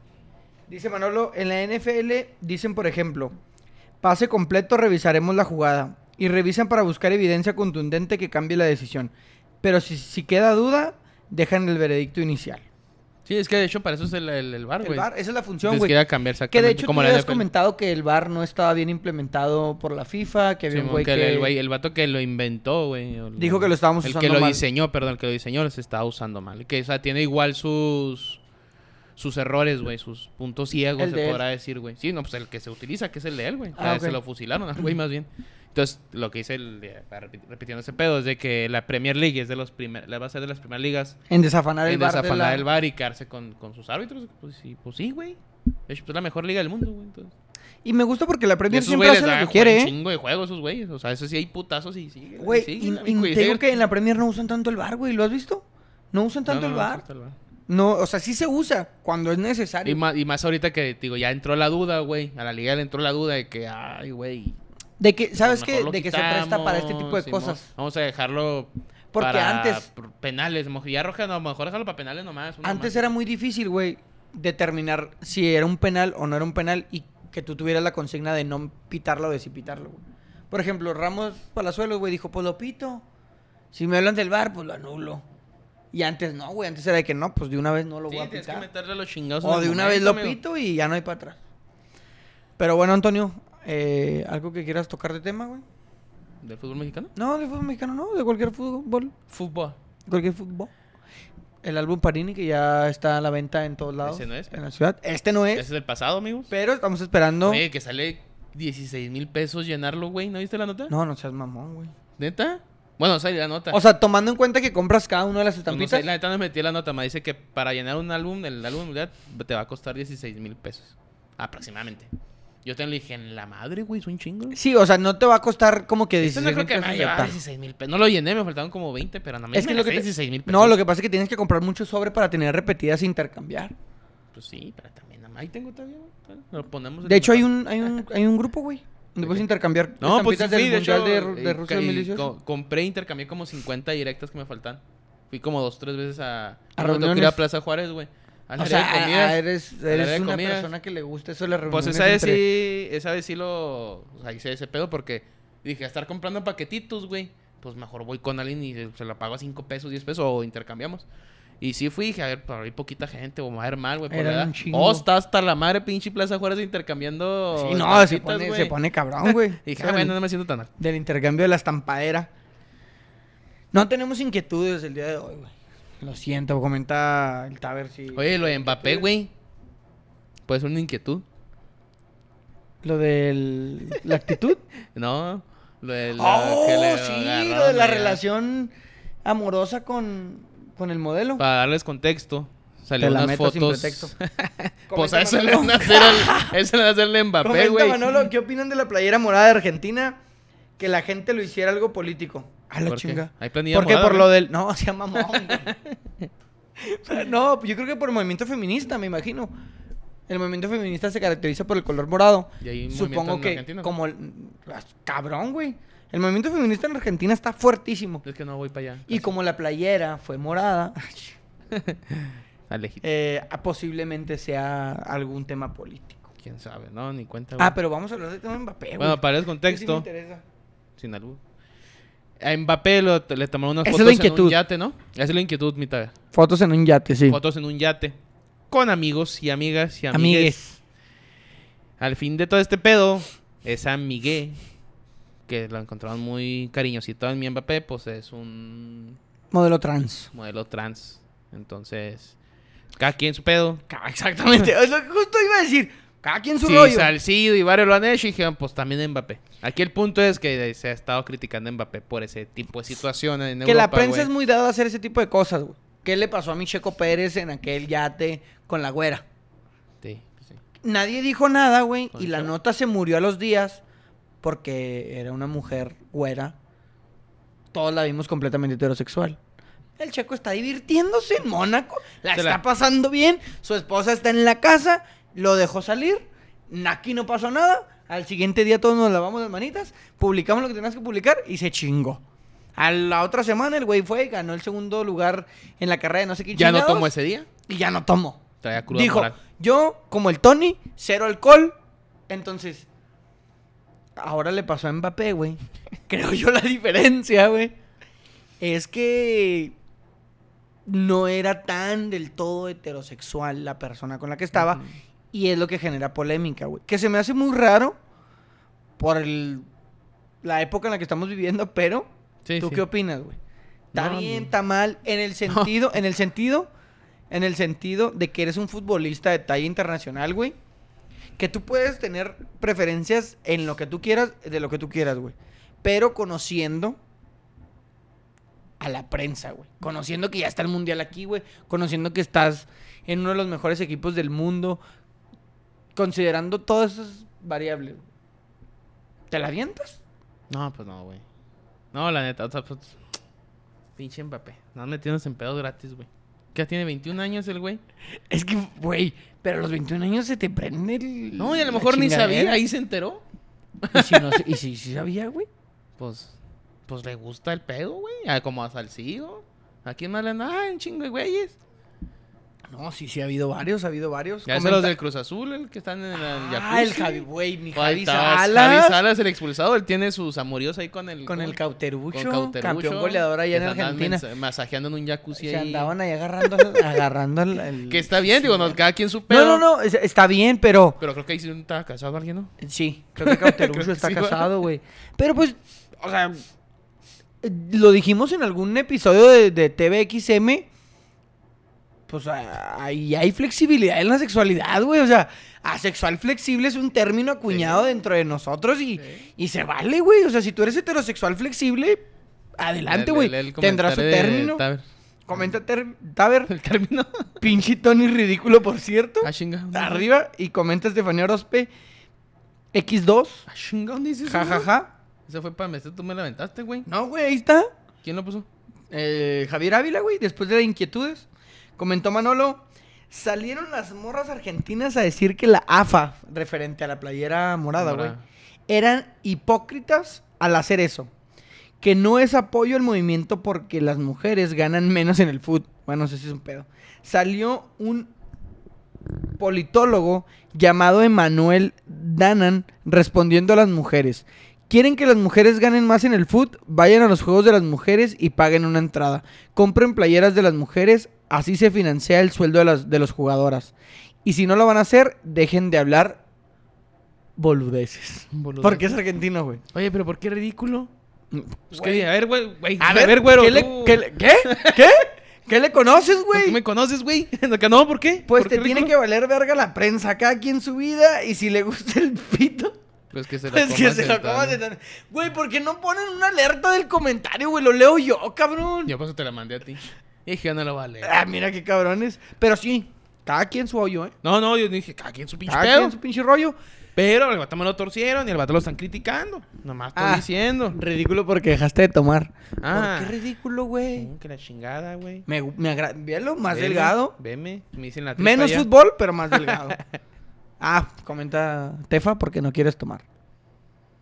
Speaker 3: Dice Manolo, en la NFL dicen, por ejemplo, pase completo, revisaremos la jugada. Y revisan para buscar evidencia contundente que cambie la decisión. Pero si, si queda duda, dejan el veredicto inicial.
Speaker 1: Sí, es que de hecho para eso es el, el, el bar,
Speaker 3: El
Speaker 1: güey.
Speaker 3: VAR, esa es la función,
Speaker 1: Entonces
Speaker 3: güey.
Speaker 1: quería cambiar
Speaker 3: Que de
Speaker 1: exactamente
Speaker 3: hecho tú
Speaker 1: como la
Speaker 3: habías
Speaker 1: NFL.
Speaker 3: comentado que el VAR no estaba bien implementado por la FIFA, que había un
Speaker 1: Simón,
Speaker 3: güey
Speaker 1: que el-
Speaker 3: que...
Speaker 1: El, güey- el vato que lo inventó, güey. o
Speaker 3: Dijo que lo estábamos
Speaker 1: el
Speaker 3: usando
Speaker 1: que lo
Speaker 3: mal.
Speaker 1: diseñó, perdón, el que lo diseñó se estaba usando mal. Que, o sea, tiene igual sus sus errores, güey, sus puntos ciegos,
Speaker 3: El de
Speaker 1: se
Speaker 3: él.
Speaker 1: podrá decir, güey. Sí, no, pues el que se utiliza, que es el de él, güey. O
Speaker 3: Ah,
Speaker 1: sea,
Speaker 3: ok.
Speaker 1: se lo fusilaron al güey más bien. Entonces, lo que dice el, de- para repi- repitiendo ese pedo es de que la Premier League es de los primer, la va a ser de las primeras ligas
Speaker 3: En desafanar el
Speaker 1: en
Speaker 3: VAR. Ah, de
Speaker 1: desafanar
Speaker 3: la-
Speaker 1: el bar y quedarse con, con sus árbitros. Pues sí, pues sí, güey. De hecho, pues, es la mejor liga del mundo, güey. Entonces,
Speaker 3: Y me gusta porque la
Speaker 1: y
Speaker 3: Premier
Speaker 1: esos
Speaker 3: siempre
Speaker 1: güeyes ah,
Speaker 3: hace lo
Speaker 1: les
Speaker 3: que
Speaker 1: da
Speaker 3: quiere,
Speaker 1: un
Speaker 3: ¿eh?
Speaker 1: chingo de juegos esos güeyes. O sea, eso sí hay putazos y sigue.
Speaker 3: Güey,
Speaker 1: sigue,
Speaker 3: y-
Speaker 1: güey,
Speaker 3: y
Speaker 1: güey,
Speaker 3: te digo
Speaker 1: sigue.
Speaker 3: que en la Premier no usan tanto el VAR, güey. ¿Lo has visto? No usan
Speaker 1: No,
Speaker 3: tanto
Speaker 1: no,
Speaker 3: el
Speaker 1: no,
Speaker 3: VAR.
Speaker 1: tanto el VAR.
Speaker 3: No, o sea, sí se usa cuando es necesario.
Speaker 1: Y más, y más ahorita que, digo, ya entró la duda, güey. A la liga le entró la duda de que, ay, güey.
Speaker 3: de que, ¿sabes
Speaker 1: pues mejor
Speaker 3: qué?
Speaker 1: lo
Speaker 3: De que se presta para este tipo de
Speaker 1: quitamos,
Speaker 3: cosas.
Speaker 1: Simón. Vamos a dejarlo
Speaker 3: Porque
Speaker 1: para pues,
Speaker 3: antes-
Speaker 1: pr- penales. mo- Ya Roja, no, mejor dejarlo para penales nomás. uno
Speaker 3: Antes
Speaker 1: más.
Speaker 3: era muy difícil, güey, determinar si era un penal o no era un penal y que tú tuvieras la consigna de no pitarlo o de sí pitarlo, güey. Por ejemplo, Ramos Palazuelos, güey, dijo, pues lo pito. Si me hablan del bar, pues lo anulo. Y antes no, güey, antes era de que no, pues de una vez no lo
Speaker 1: Sí,
Speaker 3: voy a
Speaker 1: tienes que
Speaker 3: pitar.
Speaker 1: meterle a los chingados. en
Speaker 3: O
Speaker 1: el
Speaker 3: de una
Speaker 1: momento,
Speaker 3: vez lo
Speaker 1: amigo.
Speaker 3: pito y ya no hay para atrás. Pero bueno, Antonio, eh, ¿algo que quieras tocar de tema, güey?
Speaker 1: ¿Del fútbol mexicano?
Speaker 3: No, de fútbol mexicano no, de cualquier fútbol.
Speaker 1: Fútbol.
Speaker 3: Cualquier fútbol. El álbum Parini que ya está a la venta en todos lados.
Speaker 1: Ese no es,
Speaker 3: En la ciudad. Este no
Speaker 1: Ese
Speaker 3: es.
Speaker 1: es del pasado, amigos.
Speaker 3: Pero estamos esperando.
Speaker 1: Oye, que sale 16 mil pesos llenarlo, güey. ¿No viste la nota?
Speaker 3: No, no seas mamón, güey.
Speaker 1: ¿Neta? Bueno, sale la nota.
Speaker 3: O sea, tomando en cuenta que compras cada una de las
Speaker 1: Pues no sé,
Speaker 3: estampitas.
Speaker 1: la neta no me metí la nota. Me dice que para llenar un álbum, el álbum de Navidad, te va a costar 16 mil pesos. Aproximadamente. Yo te lo dije, en la madre, güey, es un chingo.
Speaker 3: Sí, o sea, no te va a costar como que
Speaker 1: Esto
Speaker 3: 16
Speaker 1: no creo que me haya llevado
Speaker 3: aceptar.
Speaker 1: 16 mil pesos. No lo llené, me faltaban como 20, pero nada más.
Speaker 3: Es que lo que te-
Speaker 1: 16 mil pesos.
Speaker 3: No, lo que pasa es que tienes que comprar mucho sobre para tener repetidas e intercambiar.
Speaker 1: Pues sí, pero también nada más. Ahí tengo todavía, güey. Lo ponemos. en
Speaker 3: De hecho,
Speaker 1: la-
Speaker 3: hay un, hay un, hay un grupo, güey. Donde
Speaker 1: ¿De
Speaker 3: puedes
Speaker 1: qué?
Speaker 3: intercambiar
Speaker 1: No, pues sí,
Speaker 3: estampitas del
Speaker 1: de hecho.
Speaker 3: Mundial de Ru- de,
Speaker 1: eh,
Speaker 3: Rusia
Speaker 1: ca- y
Speaker 3: 2018.
Speaker 1: co- compré, intercambié como 50 directas que me faltan. Fui como dos, tres veces a.
Speaker 3: A
Speaker 1: me tocó ir a
Speaker 3: reuniones.
Speaker 1: Plaza Juárez, güey. Al
Speaker 3: O
Speaker 1: área de
Speaker 3: sea,
Speaker 1: comidas.
Speaker 3: a- a- eres,
Speaker 1: al área
Speaker 3: eres
Speaker 1: de
Speaker 3: una
Speaker 1: comidas.
Speaker 3: persona que le gusta eso de las reuniones.
Speaker 1: Pues esa vez
Speaker 3: entre-
Speaker 1: sí, esa vez sí lo. O sea, hice ese pedo porque dije, estar comprando paquetitos, güey. Pues mejor voy con alguien y se- se la pago a 5 pesos, 10 pesos o intercambiamos. Y sí fui, dije, a ver, pero hay poquita gente, o me va a ver mal, güey. por la
Speaker 3: Eran
Speaker 1: edad.
Speaker 3: un chingo.
Speaker 1: Oh, está hasta la madre, pinche Plaza Juárez intercambiando.
Speaker 3: Sí, no, se
Speaker 1: estampitas,
Speaker 3: pone,
Speaker 1: güey.
Speaker 3: se pone cabrón, güey. *laughs*
Speaker 1: Y dije,
Speaker 3: O sea,
Speaker 1: ah, bueno,
Speaker 3: del-
Speaker 1: no me siento tan mal.
Speaker 3: Del intercambio de la estampadera. No tenemos inquietudes el día de hoy, güey. Lo siento, comenta el Taber si...
Speaker 1: Oye, lo de Mbappé, güey. Puede ser una inquietud.
Speaker 3: Lo de la *laughs* actitud.
Speaker 1: No, lo de la.
Speaker 3: oh,
Speaker 1: que le
Speaker 3: sí,
Speaker 1: agarraron
Speaker 3: lo de la
Speaker 1: allá.
Speaker 3: relación amorosa con, con el modelo.
Speaker 1: Para darles contexto,
Speaker 3: Te
Speaker 1: salieron
Speaker 3: la
Speaker 1: unas
Speaker 3: meto sin
Speaker 1: fotos.
Speaker 3: pretexto.
Speaker 1: Pues
Speaker 3: Comenta
Speaker 1: a eso le
Speaker 3: Manolo.
Speaker 1: van a hacer
Speaker 3: *laughs*
Speaker 1: al, eso le van a hacer al Mbappé,
Speaker 3: Comenta,
Speaker 1: güey.
Speaker 3: Manolo, ¿qué opinan de la playera morada de Argentina? Que la gente lo hiciera algo político. A la
Speaker 1: ¿Por qué?
Speaker 3: chinga.
Speaker 1: Hay planilla
Speaker 3: Porque
Speaker 1: morada,
Speaker 3: por
Speaker 1: ¿no?
Speaker 3: lo del. No, *laughs* sea mamón. güey. *laughs* no, yo creo que por el movimiento feminista, me imagino. El movimiento feminista se caracteriza por el color morado.
Speaker 1: Y hay un movimiento
Speaker 3: Supongo
Speaker 1: en
Speaker 3: que
Speaker 1: Argentina, ¿no?
Speaker 3: como el- ah, cabrón, güey. El movimiento feminista en Argentina está fuertísimo.
Speaker 1: Es que no voy para allá.
Speaker 3: Y como la playera fue morada, *laughs*
Speaker 1: Alejito.
Speaker 3: eh, posiblemente sea algún tema político.
Speaker 1: Quién sabe, no, ni cuenta. güey.
Speaker 3: Ah, pero vamos a hablar del tema de Mbappé, güey.
Speaker 1: bueno, para el
Speaker 3: Ese sí me
Speaker 1: contexto,
Speaker 3: interesa.
Speaker 1: sin albur. A Mbappé lo- le tomaron unas
Speaker 3: Esa es
Speaker 1: fotos
Speaker 3: la
Speaker 1: en un
Speaker 3: inquietud.
Speaker 1: yate, ¿no? Esa es la inquietud, mitad.
Speaker 3: Fotos en un yate, sí.
Speaker 1: Fotos en un yate. Con amigos y amigas y amigues.
Speaker 3: Amigues.
Speaker 1: Al fin de todo este pedo, esa Miguel, que la encontraron muy cariñosita en mi Mbappé, pues es un
Speaker 3: Modelo trans.
Speaker 1: modelo trans. Entonces, cada quien su pedo.
Speaker 3: Exactamente. Es lo que justo iba a decir. Cada quien su
Speaker 1: Sí,
Speaker 3: rollo.
Speaker 1: Salcido y varios lo han hecho y dijeron, pues también Mbappé. Aquí el punto es que se ha estado criticando a Mbappé por ese tipo de situaciones en
Speaker 3: que la
Speaker 1: Europa,
Speaker 3: prensa
Speaker 1: güey.
Speaker 3: es muy dada a hacer ese tipo de cosas, güey. ¿Qué le pasó a mi Checo Pérez en aquel yate con la güera?
Speaker 1: Sí, sí.
Speaker 3: Nadie dijo nada, güey.
Speaker 1: ¿Con
Speaker 3: Y
Speaker 1: el
Speaker 3: la
Speaker 1: chavo?
Speaker 3: nota se murió a los días porque era una mujer güera. Todos la vimos completamente heterosexual. El Checo está divirtiéndose en Mónaco. La
Speaker 1: Se la-
Speaker 3: está pasando bien. Su esposa está en la casa. Lo dejó salir. Aquí no pasó nada. Al siguiente día todos nos lavamos las manitas. Publicamos lo que teníamos que publicar y se chingó. A la otra semana el güey fue y ganó el segundo lugar en la carrera de no sé qué
Speaker 1: Ya no
Speaker 3: chingados,
Speaker 1: tomo ese día.
Speaker 3: Y ya no tomó.
Speaker 1: Traía cruda
Speaker 3: Dijo,
Speaker 1: moral.
Speaker 3: yo, como el Tony, cero alcohol. Entonces, ahora le pasó a Mbappé, güey. *laughs* Creo yo la diferencia, güey. Es que no era tan del todo heterosexual la persona con la que estaba.
Speaker 1: Ujú.
Speaker 3: Y es lo que genera polémica, güey. Que se me hace muy raro por el- la época en la que estamos viviendo, pero
Speaker 1: Sí,
Speaker 3: ¿Tú
Speaker 1: sí.
Speaker 3: qué opinas, güey? ¿Está
Speaker 1: No, *laughs*
Speaker 3: bien,
Speaker 1: no.
Speaker 3: está mal? En el sentido, en el sentido, en el sentido de que eres un futbolista de talla internacional, güey. Que tú puedes tener preferencias en lo que tú quieras, de lo que tú quieras, güey. Pero conociendo a la prensa, güey. Conociendo que ya está el mundial aquí, güey. Conociendo que estás en uno de los mejores equipos del mundo. Considerando todas esas variables. güey. ¿Te la avientas?
Speaker 1: No, pues no, güey. No, la neta, o sea, pues, pinche Mbappé. No metiéndose en pedos gratis, güey. Ya tiene 21 años el güey.
Speaker 3: Es que, güey, pero a los 21 años se te prende el.
Speaker 1: No, y a lo
Speaker 3: la
Speaker 1: mejor ni sabía,
Speaker 3: chingadera.
Speaker 1: ahí se enteró.
Speaker 3: Y si, no, y si, si sabía, güey.
Speaker 1: Pues, pues le gusta el pedo, güey. A- Como a Salcido. ¿A quién más le anda? Ah, un chingo de güeyes.
Speaker 3: Pues No, sí, sí, ha habido varios, ha habido varios.
Speaker 1: Ya es
Speaker 3: Comenta-
Speaker 1: los del Cruz Azul, el que están en la en
Speaker 3: Ah, el
Speaker 1: jacuzzi.
Speaker 3: Javi, güey, mi
Speaker 1: Ahí
Speaker 3: Javi
Speaker 1: está,
Speaker 3: Salas.
Speaker 1: Javi Salas, el expulsado. Él tiene sus amoríos ahí con el...
Speaker 3: Con el
Speaker 1: ¿cómo?
Speaker 3: cauterucho,
Speaker 1: con Cauterucho,
Speaker 3: campeón goleador allá
Speaker 1: que
Speaker 3: en
Speaker 1: se andaban
Speaker 3: Argentina.
Speaker 1: mensa- Masajeando en un jacuzzi
Speaker 3: Se
Speaker 1: ahí.
Speaker 3: andaban ahí agarrando, agarrando al, *laughs* al-
Speaker 1: Que está bien, digo, no, cada quien su pedo.
Speaker 3: No, no, no, es- está bien, pero...
Speaker 1: Pero creo que ahí sí estaba casado alguien, ¿no?
Speaker 3: Sí, creo que Cauterucho
Speaker 1: *laughs* Creo que
Speaker 3: está
Speaker 1: sí, ¿verdad?
Speaker 3: casado, güey. Pero pues, o sea, eh, lo dijimos en algún episodio de, de TVXM. Pues ah, ahí hay flexibilidad en la sexualidad, güey. O sea, asexual flexible es un término acuñado dentro de nosotros y,
Speaker 1: Sí.
Speaker 3: y se vale, güey. O sea, si tú eres heterosexual flexible, adelante,
Speaker 1: Le-
Speaker 3: güey.
Speaker 1: le- le- el
Speaker 3: Tendrá su
Speaker 1: comentario de
Speaker 3: término. *laughs*
Speaker 1: Taver.
Speaker 3: Comenta, ter- Taber,
Speaker 1: El término.
Speaker 3: pinche Tony ridículo, por cierto.
Speaker 1: Ah, chinga. ¿dónde-
Speaker 3: Arriba y comenta Estefanía Orozpe, X2.
Speaker 1: Ah, chinga, ¿dónde dices?
Speaker 3: Ja, ja, ja.
Speaker 1: Ese fue para meter, tú me la aventaste, güey.
Speaker 3: No, güey, ahí está.
Speaker 1: ¿Quién lo puso?
Speaker 3: Eh, Javier Ávila, güey, después de inquietudes, comentó Manolo. Salieron las morras argentinas a decir que la AFA, referente a la playera morada, güey,
Speaker 1: Morada.
Speaker 3: eran hipócritas al hacer eso. Que no es apoyo al movimiento porque las mujeres ganan menos en el fútbol. Bueno, no sé si es un pedo. Salió un politólogo llamado Emanuel Danan respondiendo a las mujeres. ¿Quieren que las mujeres ganen más en el foot? Vayan a los juegos de las mujeres y paguen una entrada. Compren playeras de las mujeres, así se financia el sueldo de las de los jugadoras. Y si no lo van a hacer, dejen de hablar boludeces. Porque es argentino, güey.
Speaker 1: Oye, pero ¿por qué ridículo? Pues
Speaker 3: Mm, Güey.
Speaker 1: que, a ver, güey, güey.
Speaker 3: A ver,
Speaker 1: güero.
Speaker 3: ¿qué, le,
Speaker 1: tú-
Speaker 3: qué le- ¿Qué? ¿Qué? ¿Qué le conoces,
Speaker 1: pues,
Speaker 3: güey?
Speaker 1: ¿Tú me conoces, güey? *laughs* Acá No, ¿por qué?
Speaker 3: Pues
Speaker 1: ¿Por
Speaker 3: te
Speaker 1: qué
Speaker 3: tiene que
Speaker 1: ridículo?
Speaker 3: valer verga la prensa, cada quien su vida, y si le gusta el pito,
Speaker 1: Pues
Speaker 3: *laughs*
Speaker 1: que *laughs* se la
Speaker 3: pues que
Speaker 1: comas
Speaker 3: se
Speaker 1: el
Speaker 3: lo coman
Speaker 1: tal.
Speaker 3: sentado. Güey, ¿por qué no ponen una alerta del comentario, güey? Lo leo yo, cabrón.
Speaker 1: Yo por eso te la mandé a ti. *laughs* Y dije, no lo vale.
Speaker 3: Ah, mira qué cabrones. Pero sí, cada quien su hoyo, ¿eh?
Speaker 1: No, no, yo dije, cada quien su pinche
Speaker 3: Cada
Speaker 1: pedo.
Speaker 3: quien su pinche rollo.
Speaker 1: Pero el vato me lo torcieron y el vato lo están criticando. Nomás estoy
Speaker 3: Ah.
Speaker 1: diciendo.
Speaker 3: Ridículo porque dejaste de tomar.
Speaker 1: Ah.
Speaker 3: ¿Por qué ridículo, güey?
Speaker 1: Mm, Que la chingada, güey.
Speaker 3: Me, me agra- velo, más
Speaker 1: Veme,
Speaker 3: delgado.
Speaker 1: Veme. Me dicen la tripa
Speaker 3: Menos
Speaker 1: ya.
Speaker 3: fútbol, pero
Speaker 1: *laughs*
Speaker 3: más delgado. ah, comenta Tefa, porque no quieres tomar.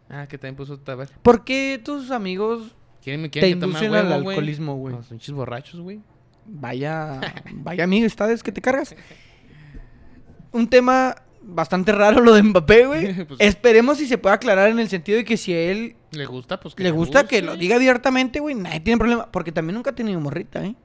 Speaker 1: Ah, que también puso tabaco.
Speaker 3: ¿Por qué tus amigos
Speaker 1: ¿Quieren, me
Speaker 3: te
Speaker 1: quieren que tome
Speaker 3: inducen
Speaker 1: huevo,
Speaker 3: al
Speaker 1: güey?
Speaker 3: alcoholismo, güey?
Speaker 1: Los pinches borrachos, güey. *laughs*
Speaker 3: Vaya, vaya amigo, ¿sabes que te cargas? Un tema bastante raro lo de Mbappé,
Speaker 1: *laughs*
Speaker 3: güey.
Speaker 1: Pues-
Speaker 3: Esperemos si se puede aclarar en el sentido de que si a él
Speaker 1: ¿Le gusta? Pues que
Speaker 3: le gusta que lo
Speaker 1: guste.
Speaker 3: diga abiertamente, güey, nadie tiene problema. Porque también nunca ha tenido morrita, ¿eh?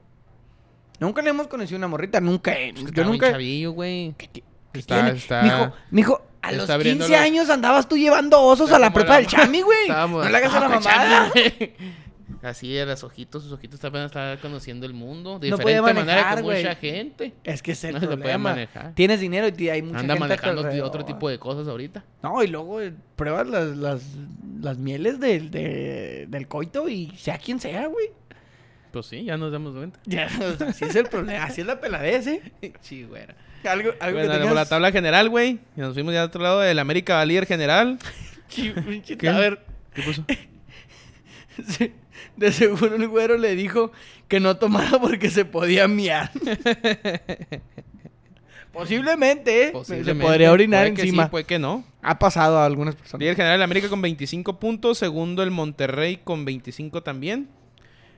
Speaker 3: Nunca le hemos conocido una morrita, nunca. eh,
Speaker 1: Pues que
Speaker 3: yo
Speaker 1: estaba bien
Speaker 3: nunca.
Speaker 1: chavillo, güey.
Speaker 3: ¿Qué
Speaker 1: Está-
Speaker 3: tiene?
Speaker 1: está-
Speaker 3: Mijo, mijo, a
Speaker 1: está
Speaker 3: los
Speaker 1: abriendo
Speaker 3: 15
Speaker 1: los-
Speaker 3: años andabas tú llevando osos
Speaker 1: Está
Speaker 3: a la
Speaker 1: como la
Speaker 3: prepa del
Speaker 1: ma-
Speaker 3: Chami, güey.
Speaker 1: Estábamos-
Speaker 3: No
Speaker 1: *laughs*
Speaker 3: le hagas a la
Speaker 1: estábamos
Speaker 3: mamada.
Speaker 1: chami, güey. Así de los ojitos, sus ojitos apenas está conociendo el mundo. De
Speaker 3: No
Speaker 1: diferente
Speaker 3: podía
Speaker 1: manera
Speaker 3: manejar,
Speaker 1: que mucha
Speaker 3: güey.
Speaker 1: gente.
Speaker 3: Es que es el
Speaker 1: No se lo puede
Speaker 3: problema.
Speaker 1: manejar.
Speaker 3: Tienes dinero y t- hay mucha
Speaker 1: Anda
Speaker 3: gente a tu
Speaker 1: manejando t-
Speaker 3: alrededor.
Speaker 1: otro tipo de cosas ahorita.
Speaker 3: No, y luego eh, pruebas las, las, las mieles del, de- del coito y sea quien sea, güey.
Speaker 1: Pues sí, ya nos damos
Speaker 3: *laughs*
Speaker 1: cuenta.
Speaker 3: Ya, o sea, así es el problema, así es la peladez, ¿eh?
Speaker 1: Sí, güera.
Speaker 3: Algo, algo
Speaker 1: Bueno,
Speaker 3: que
Speaker 1: por la
Speaker 3: tengas... *laughs*
Speaker 1: tabla general, güey. Y nos fuimos ya al otro lado del América va líder
Speaker 3: *laughs*
Speaker 1: general.
Speaker 3: Sí, pinche
Speaker 1: ¿Qué?
Speaker 3: Taber.
Speaker 1: ¿Qué
Speaker 3: *laughs*
Speaker 1: puso?
Speaker 3: Sí, De seguro el güero le dijo que no tomara porque se
Speaker 1: *laughs*
Speaker 3: podía miar. Posiblemente, ¿eh? Se podría orinar
Speaker 1: Puede que sí,
Speaker 3: encima.
Speaker 1: puede que no.
Speaker 3: Ha pasado a algunas personas.
Speaker 1: Líder general el América con 25 puntos. Segundo el Monterrey con 25 también.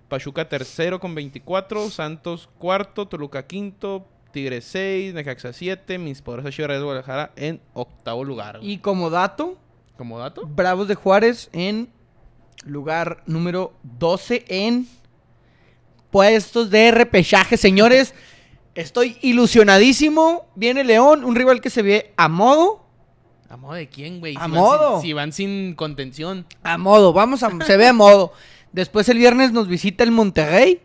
Speaker 1: Pachuca tercero con 24. Santos cuarto. Toluca quinto. Tigre 6, Necaxa 7, mis poderosas Chivas Rayadas de Guadalajara en octavo lugar. güey.
Speaker 3: Y como dato,
Speaker 1: como dato,
Speaker 3: Bravos de Juárez en lugar número 12 en puestos de repechaje, señores. Estoy ilusionadísimo. Viene León, un rival que se ve a modo.
Speaker 1: ¿a modo de quién, güey?
Speaker 3: A
Speaker 1: van
Speaker 3: modo.
Speaker 1: sin- si van sin contención.
Speaker 3: A modo, vamos a, se ve a *laughs* modo. Después el viernes nos visita el Monterrey.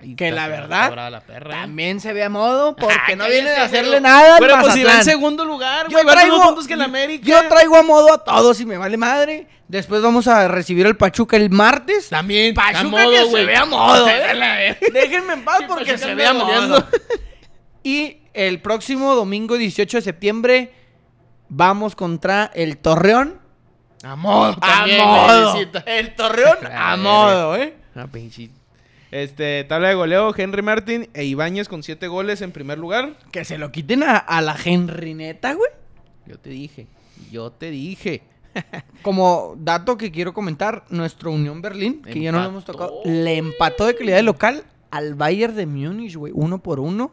Speaker 1: Ay,
Speaker 3: Que
Speaker 1: está
Speaker 3: la
Speaker 1: brava,
Speaker 3: verdad,
Speaker 1: brava la perra, ¿eh?
Speaker 3: También se ve a modo porque
Speaker 1: Ah,
Speaker 3: no
Speaker 1: cállate,
Speaker 3: viene a
Speaker 1: güey.
Speaker 3: hacerle nada al
Speaker 1: Pero pues si va en
Speaker 3: Mazatlán.
Speaker 1: segundo lugar,
Speaker 3: Yo
Speaker 1: güey. Va a
Speaker 3: traigo-
Speaker 1: menos puntos que el
Speaker 3: yo-
Speaker 1: América.
Speaker 3: Yo traigo a modo a todos y me vale madre. Después vamos a recibir al Pachuca
Speaker 1: *laughs*
Speaker 3: el martes.
Speaker 1: También.
Speaker 3: Pachuca
Speaker 1: a
Speaker 3: que se
Speaker 1: güey.
Speaker 3: ve a
Speaker 1: *laughs*
Speaker 3: modo,
Speaker 1: Se
Speaker 3: ¿eh?
Speaker 1: ve la verga.
Speaker 3: Déjenme en paz
Speaker 1: Sí,
Speaker 3: porque
Speaker 1: Pachuca
Speaker 3: se
Speaker 1: anda
Speaker 3: vea modo.
Speaker 1: goleando.
Speaker 3: Y el próximo domingo 18 de septiembre vamos contra el Torreón.
Speaker 1: A modo.
Speaker 3: A
Speaker 1: también,
Speaker 3: modo.
Speaker 1: güeycita.
Speaker 3: El Torreón
Speaker 1: La verga.
Speaker 3: a modo, ¿eh?
Speaker 1: Ah, pinche. Este, tabla de goleo, Henry Martin e Ibáñez con 7 goles en primer lugar.
Speaker 3: Que se lo quiten a, a la Henrineta, güey.
Speaker 1: Yo te dije, yo te dije.
Speaker 3: Como dato que quiero comentar, nuestro Unión Berlín, que ya no lo hemos
Speaker 1: Empató.
Speaker 3: tocado, le empató de calidad de local al Bayern de Múnich, güey, uno por uno.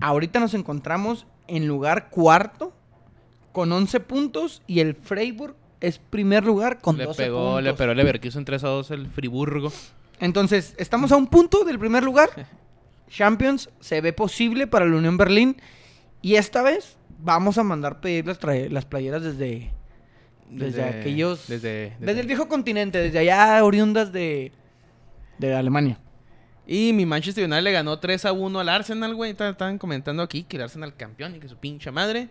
Speaker 3: Ahorita nos encontramos en lugar cuarto con 11 puntos y el Freiburg es primer lugar con
Speaker 1: le
Speaker 3: 12
Speaker 1: pegó,
Speaker 3: puntos.
Speaker 1: le pegó el Leverkusen 3 a 2 el Friburgo.
Speaker 3: Entonces, estamos a un punto del primer
Speaker 1: *laughs*
Speaker 3: lugar. Champions se ve posible para la Unión Berlín. Y esta vez vamos a mandar pedir las, trae- las playeras desde, desde, aquellos.
Speaker 1: Desde,
Speaker 3: desde el viejo continente, desde allá oriundas de, de Alemania.
Speaker 1: Y mi Manchester United le ganó 3 a 1 al Arsenal, güey. Estaban- Estaban comentando aquí que el Arsenal campeón y que su pinche madre.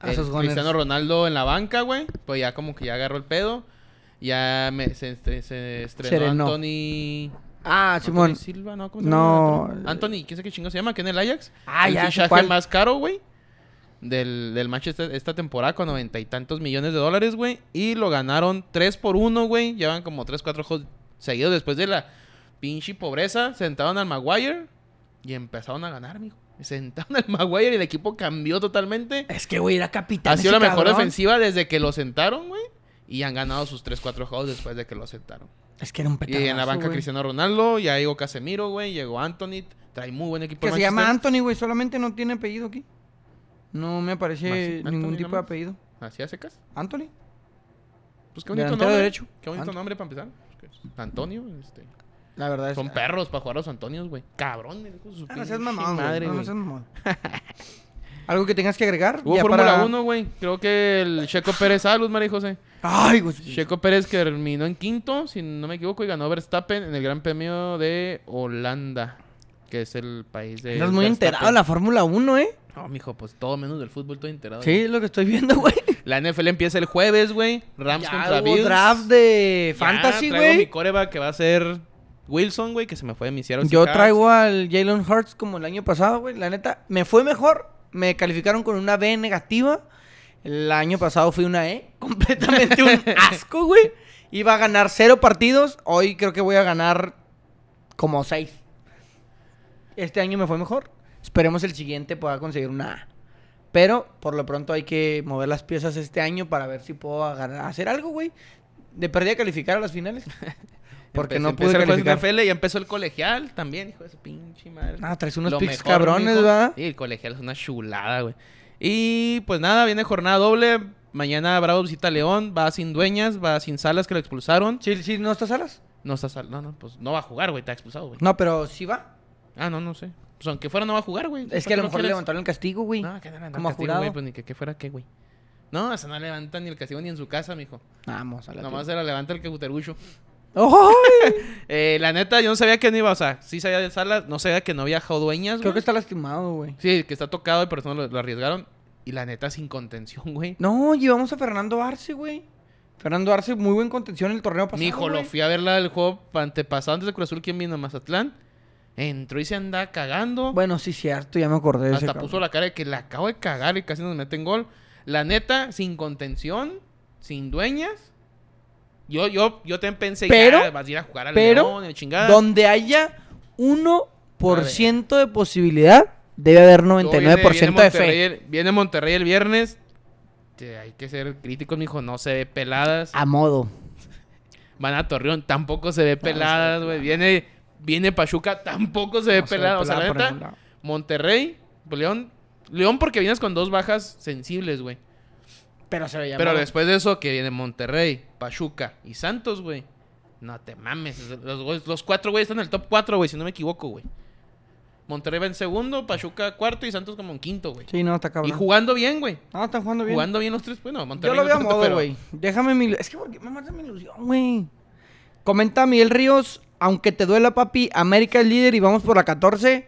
Speaker 3: A
Speaker 1: El
Speaker 3: Ah, esos goners.
Speaker 1: Cristiano Ronaldo en la banca, güey. Pues ya como que ya agarró el pedo. Ya me- se, estre- se estrenó
Speaker 3: Serenó.
Speaker 1: Anthony.
Speaker 3: Ah,
Speaker 1: Anthony
Speaker 3: Simón.
Speaker 1: Silva, ¿no? ¿Cómo se
Speaker 3: No.
Speaker 1: llama? Anthony, quién sé qué chingo se llama, que en el Ajax.
Speaker 3: Ah,
Speaker 1: el
Speaker 3: ya sé
Speaker 1: fichaje
Speaker 3: cuál.
Speaker 1: más caro, güey. Del, del Manchester esta temporada con noventa y tantos millones de dólares, güey. Y lo ganaron 3 por 1, güey. Llevan como 3, 4 juegos seguidos después de la pinche pobreza. Sentaron al Maguire y empezaron a ganar, mijo. Sentaron al Maguire y el equipo cambió totalmente.
Speaker 3: Es que, güey, era capitán.
Speaker 1: Ha sido la
Speaker 3: ese
Speaker 1: mejor
Speaker 3: cabrón.
Speaker 1: ofensiva desde que lo sentaron, güey. Y han ganado sus 3, 4 juegos después de que lo sentaron.
Speaker 3: Es que era un petardazo,
Speaker 1: Y en la banca
Speaker 3: Pues güey.
Speaker 1: Cristiano Ronaldo, ya llegó Casemiro, güey, llegó Anthony, trae muy buen equipo.
Speaker 3: Que
Speaker 1: el
Speaker 3: se llama
Speaker 1: Manchester.
Speaker 3: Anthony, güey. Solamente no tiene apellido aquí. No me aparece
Speaker 1: Maxi-
Speaker 3: ningún
Speaker 1: Anthony
Speaker 3: tipo de
Speaker 1: nomás.
Speaker 3: apellido.
Speaker 1: ¿Así hace cas?
Speaker 3: ¿Anthony?
Speaker 1: Pues qué bonito
Speaker 3: Delantero
Speaker 1: nombre.
Speaker 3: derecho.
Speaker 1: Qué bonito
Speaker 3: Ant-
Speaker 1: nombre para empezar. Antonio, este.
Speaker 3: La verdad es
Speaker 1: Son perros para jugar a los Antonios, güey. Cabrón, el hijo de su
Speaker 3: Ah, no
Speaker 1: pinche
Speaker 3: seas mamón, güey.
Speaker 1: madre,
Speaker 3: No, no
Speaker 1: güey. *laughs*
Speaker 3: seas mamón. ¿Algo que tengas que agregar?
Speaker 1: Hubo
Speaker 3: Ya
Speaker 1: Fórmula
Speaker 3: para-
Speaker 1: 1, güey. Creo que el Checo Pérez, salud, María José.
Speaker 3: Ay, güey.
Speaker 1: Checo Pérez que terminó en quinto, si no me equivoco, y ganó Verstappen en el Gran Premio de Holanda, que es el país de.
Speaker 3: Estás muy enterado de la Fórmula 1, ¿eh?
Speaker 1: No, mijo, pues todo menos del fútbol, todo enterado.
Speaker 3: Sí, es lo que estoy viendo, güey.
Speaker 1: La NFL empieza el jueves, güey. Rams
Speaker 3: Ya
Speaker 1: contra
Speaker 3: hubo
Speaker 1: Bills.
Speaker 3: draft de
Speaker 1: Ya
Speaker 3: Fantasy,
Speaker 1: traigo mi
Speaker 3: güey.
Speaker 1: coreba que va a ser Wilson, güey, que se me fue de mi Seattle
Speaker 3: Yo
Speaker 1: Seahawks.
Speaker 3: traigo al Jalen Hurts como el año pasado, güey. La neta, me fue mejor. Me calificaron con una B negativa. El año pasado fui una E. *laughs* Completamente un asco, güey. Iba a ganar cero partidos. Hoy creo que voy a ganar como seis. Este año me fue mejor. Esperemos el siguiente pueda conseguir una A. Pero por lo pronto hay que mover las piezas este año para ver si puedo agarrar- hacer algo, güey. De perdida calificar a las finales. Porque
Speaker 1: Empecé-
Speaker 3: no
Speaker 1: empecé
Speaker 3: pude
Speaker 1: el jueves
Speaker 3: calificar.
Speaker 1: en NFL y empezó el colegial también, hijo de su pinche madre.
Speaker 3: Ah, traes unos
Speaker 1: Lo
Speaker 3: picks
Speaker 1: mejor,
Speaker 3: cabrones,
Speaker 1: mijo.
Speaker 3: ¿verdad?
Speaker 1: Sí, el colegial es una chulada, güey. Y pues nada, viene jornada doble. Mañana Bravo visita a León, va sin dueñas, va sin salas que lo expulsaron.
Speaker 3: ¿Sí, sí, no está Salas?
Speaker 1: No está Sal- no, no, pues no va a jugar, güey, está expulsado, güey.
Speaker 3: No, pero sí va.
Speaker 1: Ah, no, no sé. Pues aunque fuera no va a jugar, güey.
Speaker 3: Es
Speaker 1: ¿Para
Speaker 3: que a
Speaker 1: qué
Speaker 3: lo mejor le
Speaker 1: quieres?
Speaker 3: levantaron el castigo, güey.
Speaker 1: No, que no levantan
Speaker 3: Como
Speaker 1: castigo,
Speaker 3: jurado.
Speaker 1: güey, pues ni que, que fuera qué, güey. No, esa no levanta ni el castigo ni en su casa, mijo.
Speaker 3: Vamos, a la
Speaker 1: Nomás
Speaker 3: tía.
Speaker 1: se la levanta el cauterucho.
Speaker 3: ¡Ay!
Speaker 1: Eh, la neta, yo no sabía que no iba, o sea, sí sabía de Salas, no sabía que no había dueñas,
Speaker 3: Creo que
Speaker 1: güey.
Speaker 3: está lastimado, güey.
Speaker 1: Sí, que está tocado y por eso no lo, lo arriesgaron. Y la neta, sin contención, güey.
Speaker 3: No, llevamos a Fernando Arce, güey. Fernando Arce, muy buen contención en el torneo pasado.
Speaker 1: Mijo, lo
Speaker 3: güey.
Speaker 1: fui a verla del juego antepasado antes de Cruz Azul, ¿quién vino? Mazatlán. Entró y se anda cagando.
Speaker 3: Bueno, sí, cierto, ya me acordé de ese.
Speaker 1: Hasta
Speaker 3: cabrón.
Speaker 1: puso la cara de que la acabo de cagar y casi nos meten gol. La neta, sin contención, sin dueñas. Yo, yo, yo te pensé
Speaker 3: Pero-
Speaker 1: "Ah, vas a ir a jugar al
Speaker 3: pero,
Speaker 1: León, la chingada.
Speaker 3: Donde haya 1% de posibilidad, debe haber
Speaker 1: Luego
Speaker 3: 99% de
Speaker 1: Monterrey
Speaker 3: fe.
Speaker 1: el- viene Monterrey el viernes. Te- hay que ser críticos, mijo. No se ve peladas.
Speaker 3: A modo.
Speaker 1: Van a Torreón, tampoco se ve
Speaker 3: se ve
Speaker 1: peladas, güey. Viene, viene Pachuca, tampoco se ve
Speaker 3: No se ve
Speaker 1: pelada. O sea,
Speaker 3: pelada
Speaker 1: la
Speaker 3: por
Speaker 1: neta,
Speaker 3: ningún lado.
Speaker 1: Monterrey, León. León porque vienes con dos bajas sensibles, güey.
Speaker 3: Pero se veía
Speaker 1: Pero
Speaker 3: modo.
Speaker 1: después de eso, que viene Monterrey, Pachuca y Santos, güey. No te mames. Los, güeyes- los cuatro, güey, están en el top cuatro, güey, si no me equivoco, güey. Monterrey va en segundo, Pachuca cuarto y Santos como en quinto, güey.
Speaker 3: Sí, no, está
Speaker 1: y
Speaker 3: cabrón.
Speaker 1: jugando bien, güey.
Speaker 3: Ah, están jugando bien.
Speaker 1: Jugando bien los tres, bueno,
Speaker 3: Yo
Speaker 1: Monterrey.
Speaker 3: lo
Speaker 1: no
Speaker 3: veo a
Speaker 1: tanto,
Speaker 3: modo,
Speaker 1: pero-
Speaker 3: güey. Déjame mi... ilu- Es que porque me mata mi ilusión, güey. Comenta Miguel Ríos. Aunque te duela, papi, América es líder y vamos por la 14.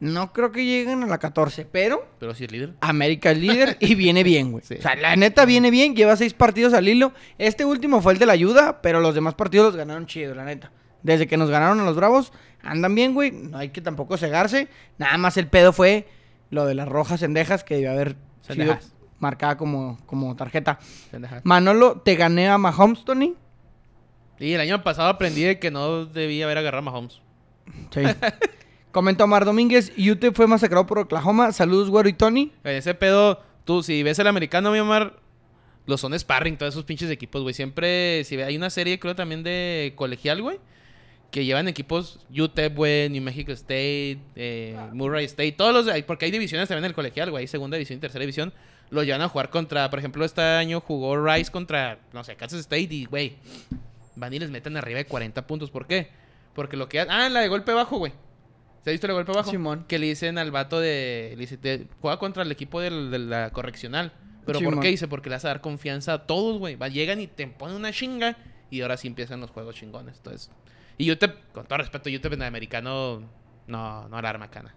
Speaker 3: No creo que lleguen a la 14, pero
Speaker 1: Pero sí es líder.
Speaker 3: América es líder y viene bien, güey.
Speaker 1: Sí.
Speaker 3: O sea, la neta viene bien. Lleva seis partidos al hilo. Este último fue el de la ayuda, pero los demás partidos los ganaron chido, la neta. Desde que nos ganaron a los Bravos, andan bien, güey. No hay que tampoco cegarse. Nada más el pedo fue lo de las rojas cendejas que debió haber sido
Speaker 1: Cendejas.
Speaker 3: marcada como, como tarjeta.
Speaker 1: Pendeja.
Speaker 3: Manolo, te gané a Mahomes, Tony.
Speaker 1: Y el año pasado aprendí de que no debía haber agarrado a Mahomes.
Speaker 3: Sí. Comentó Omar Domínguez, UTEP fue masacrado por Oklahoma. Saludos, güero y Tony.
Speaker 1: En ese pedo, tú, si ves el americano, mi Omar, los son sparring, todos esos pinches equipos, güey. Siempre, si ve- hay una serie, creo también de colegial, güey, que llevan equipos UTEP, güey, New Mexico State, eh, Murray State, todos los, de- porque hay divisiones también en el colegial, güey, hay segunda división y tercera división. Lo llevan a jugar contra, por ejemplo, este año jugó Rice contra, no sé, Kansas State y, güey, van y les meten arriba de 40 puntos. ¿Por qué? Porque lo que... ha- Ah, la de golpe bajo, güey. ¿Se ha visto la de golpe bajo?
Speaker 3: Simón.
Speaker 1: Que le dicen al vato de... le dice, "Te- juega contra el equipo del- de la correccional. ¿Pero por
Speaker 3: Simón.
Speaker 1: qué? Dice, porque le vas a dar confianza a todos, güey. Va, llegan y te ponen una chinga. Y ahora sí empiezan los juegos chingones. Entonces... Y yo te... Con todo respeto, yo te en el americano... No, no alarma, cana.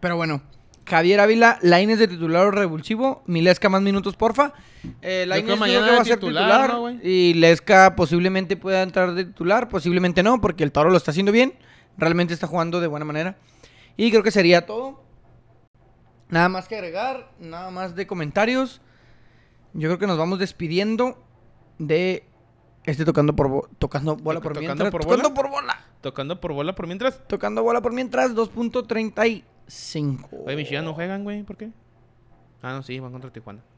Speaker 3: Pero bueno, Javier Ávila, Lainez de titular o revulsivo. Milesca más minutos, porfa. Eh,
Speaker 1: creo
Speaker 3: Lainez yo creo
Speaker 1: mañana
Speaker 3: que va a
Speaker 1: de
Speaker 3: ser
Speaker 1: titular,
Speaker 3: titular.
Speaker 1: ¿no, güey?
Speaker 3: y Lesca posiblemente pueda entrar de titular, posiblemente no, porque el Toro lo está haciendo bien. Realmente está jugando de buena manera. Y creo que sería todo. Nada más que agregar, nada más de comentarios. Yo creo que nos vamos despidiendo de este tocando por bo- tocando bola por
Speaker 1: ¿Tocando
Speaker 3: mientras.
Speaker 1: por
Speaker 3: tocando
Speaker 1: bola?
Speaker 3: por bola.
Speaker 1: Tocando por bola por mientras.
Speaker 3: Tocando bola por mientras 2.35.
Speaker 1: Oye, mis Chivas no juegan, güey. ¿Por qué? Ah, no, sí, van contra Tijuana.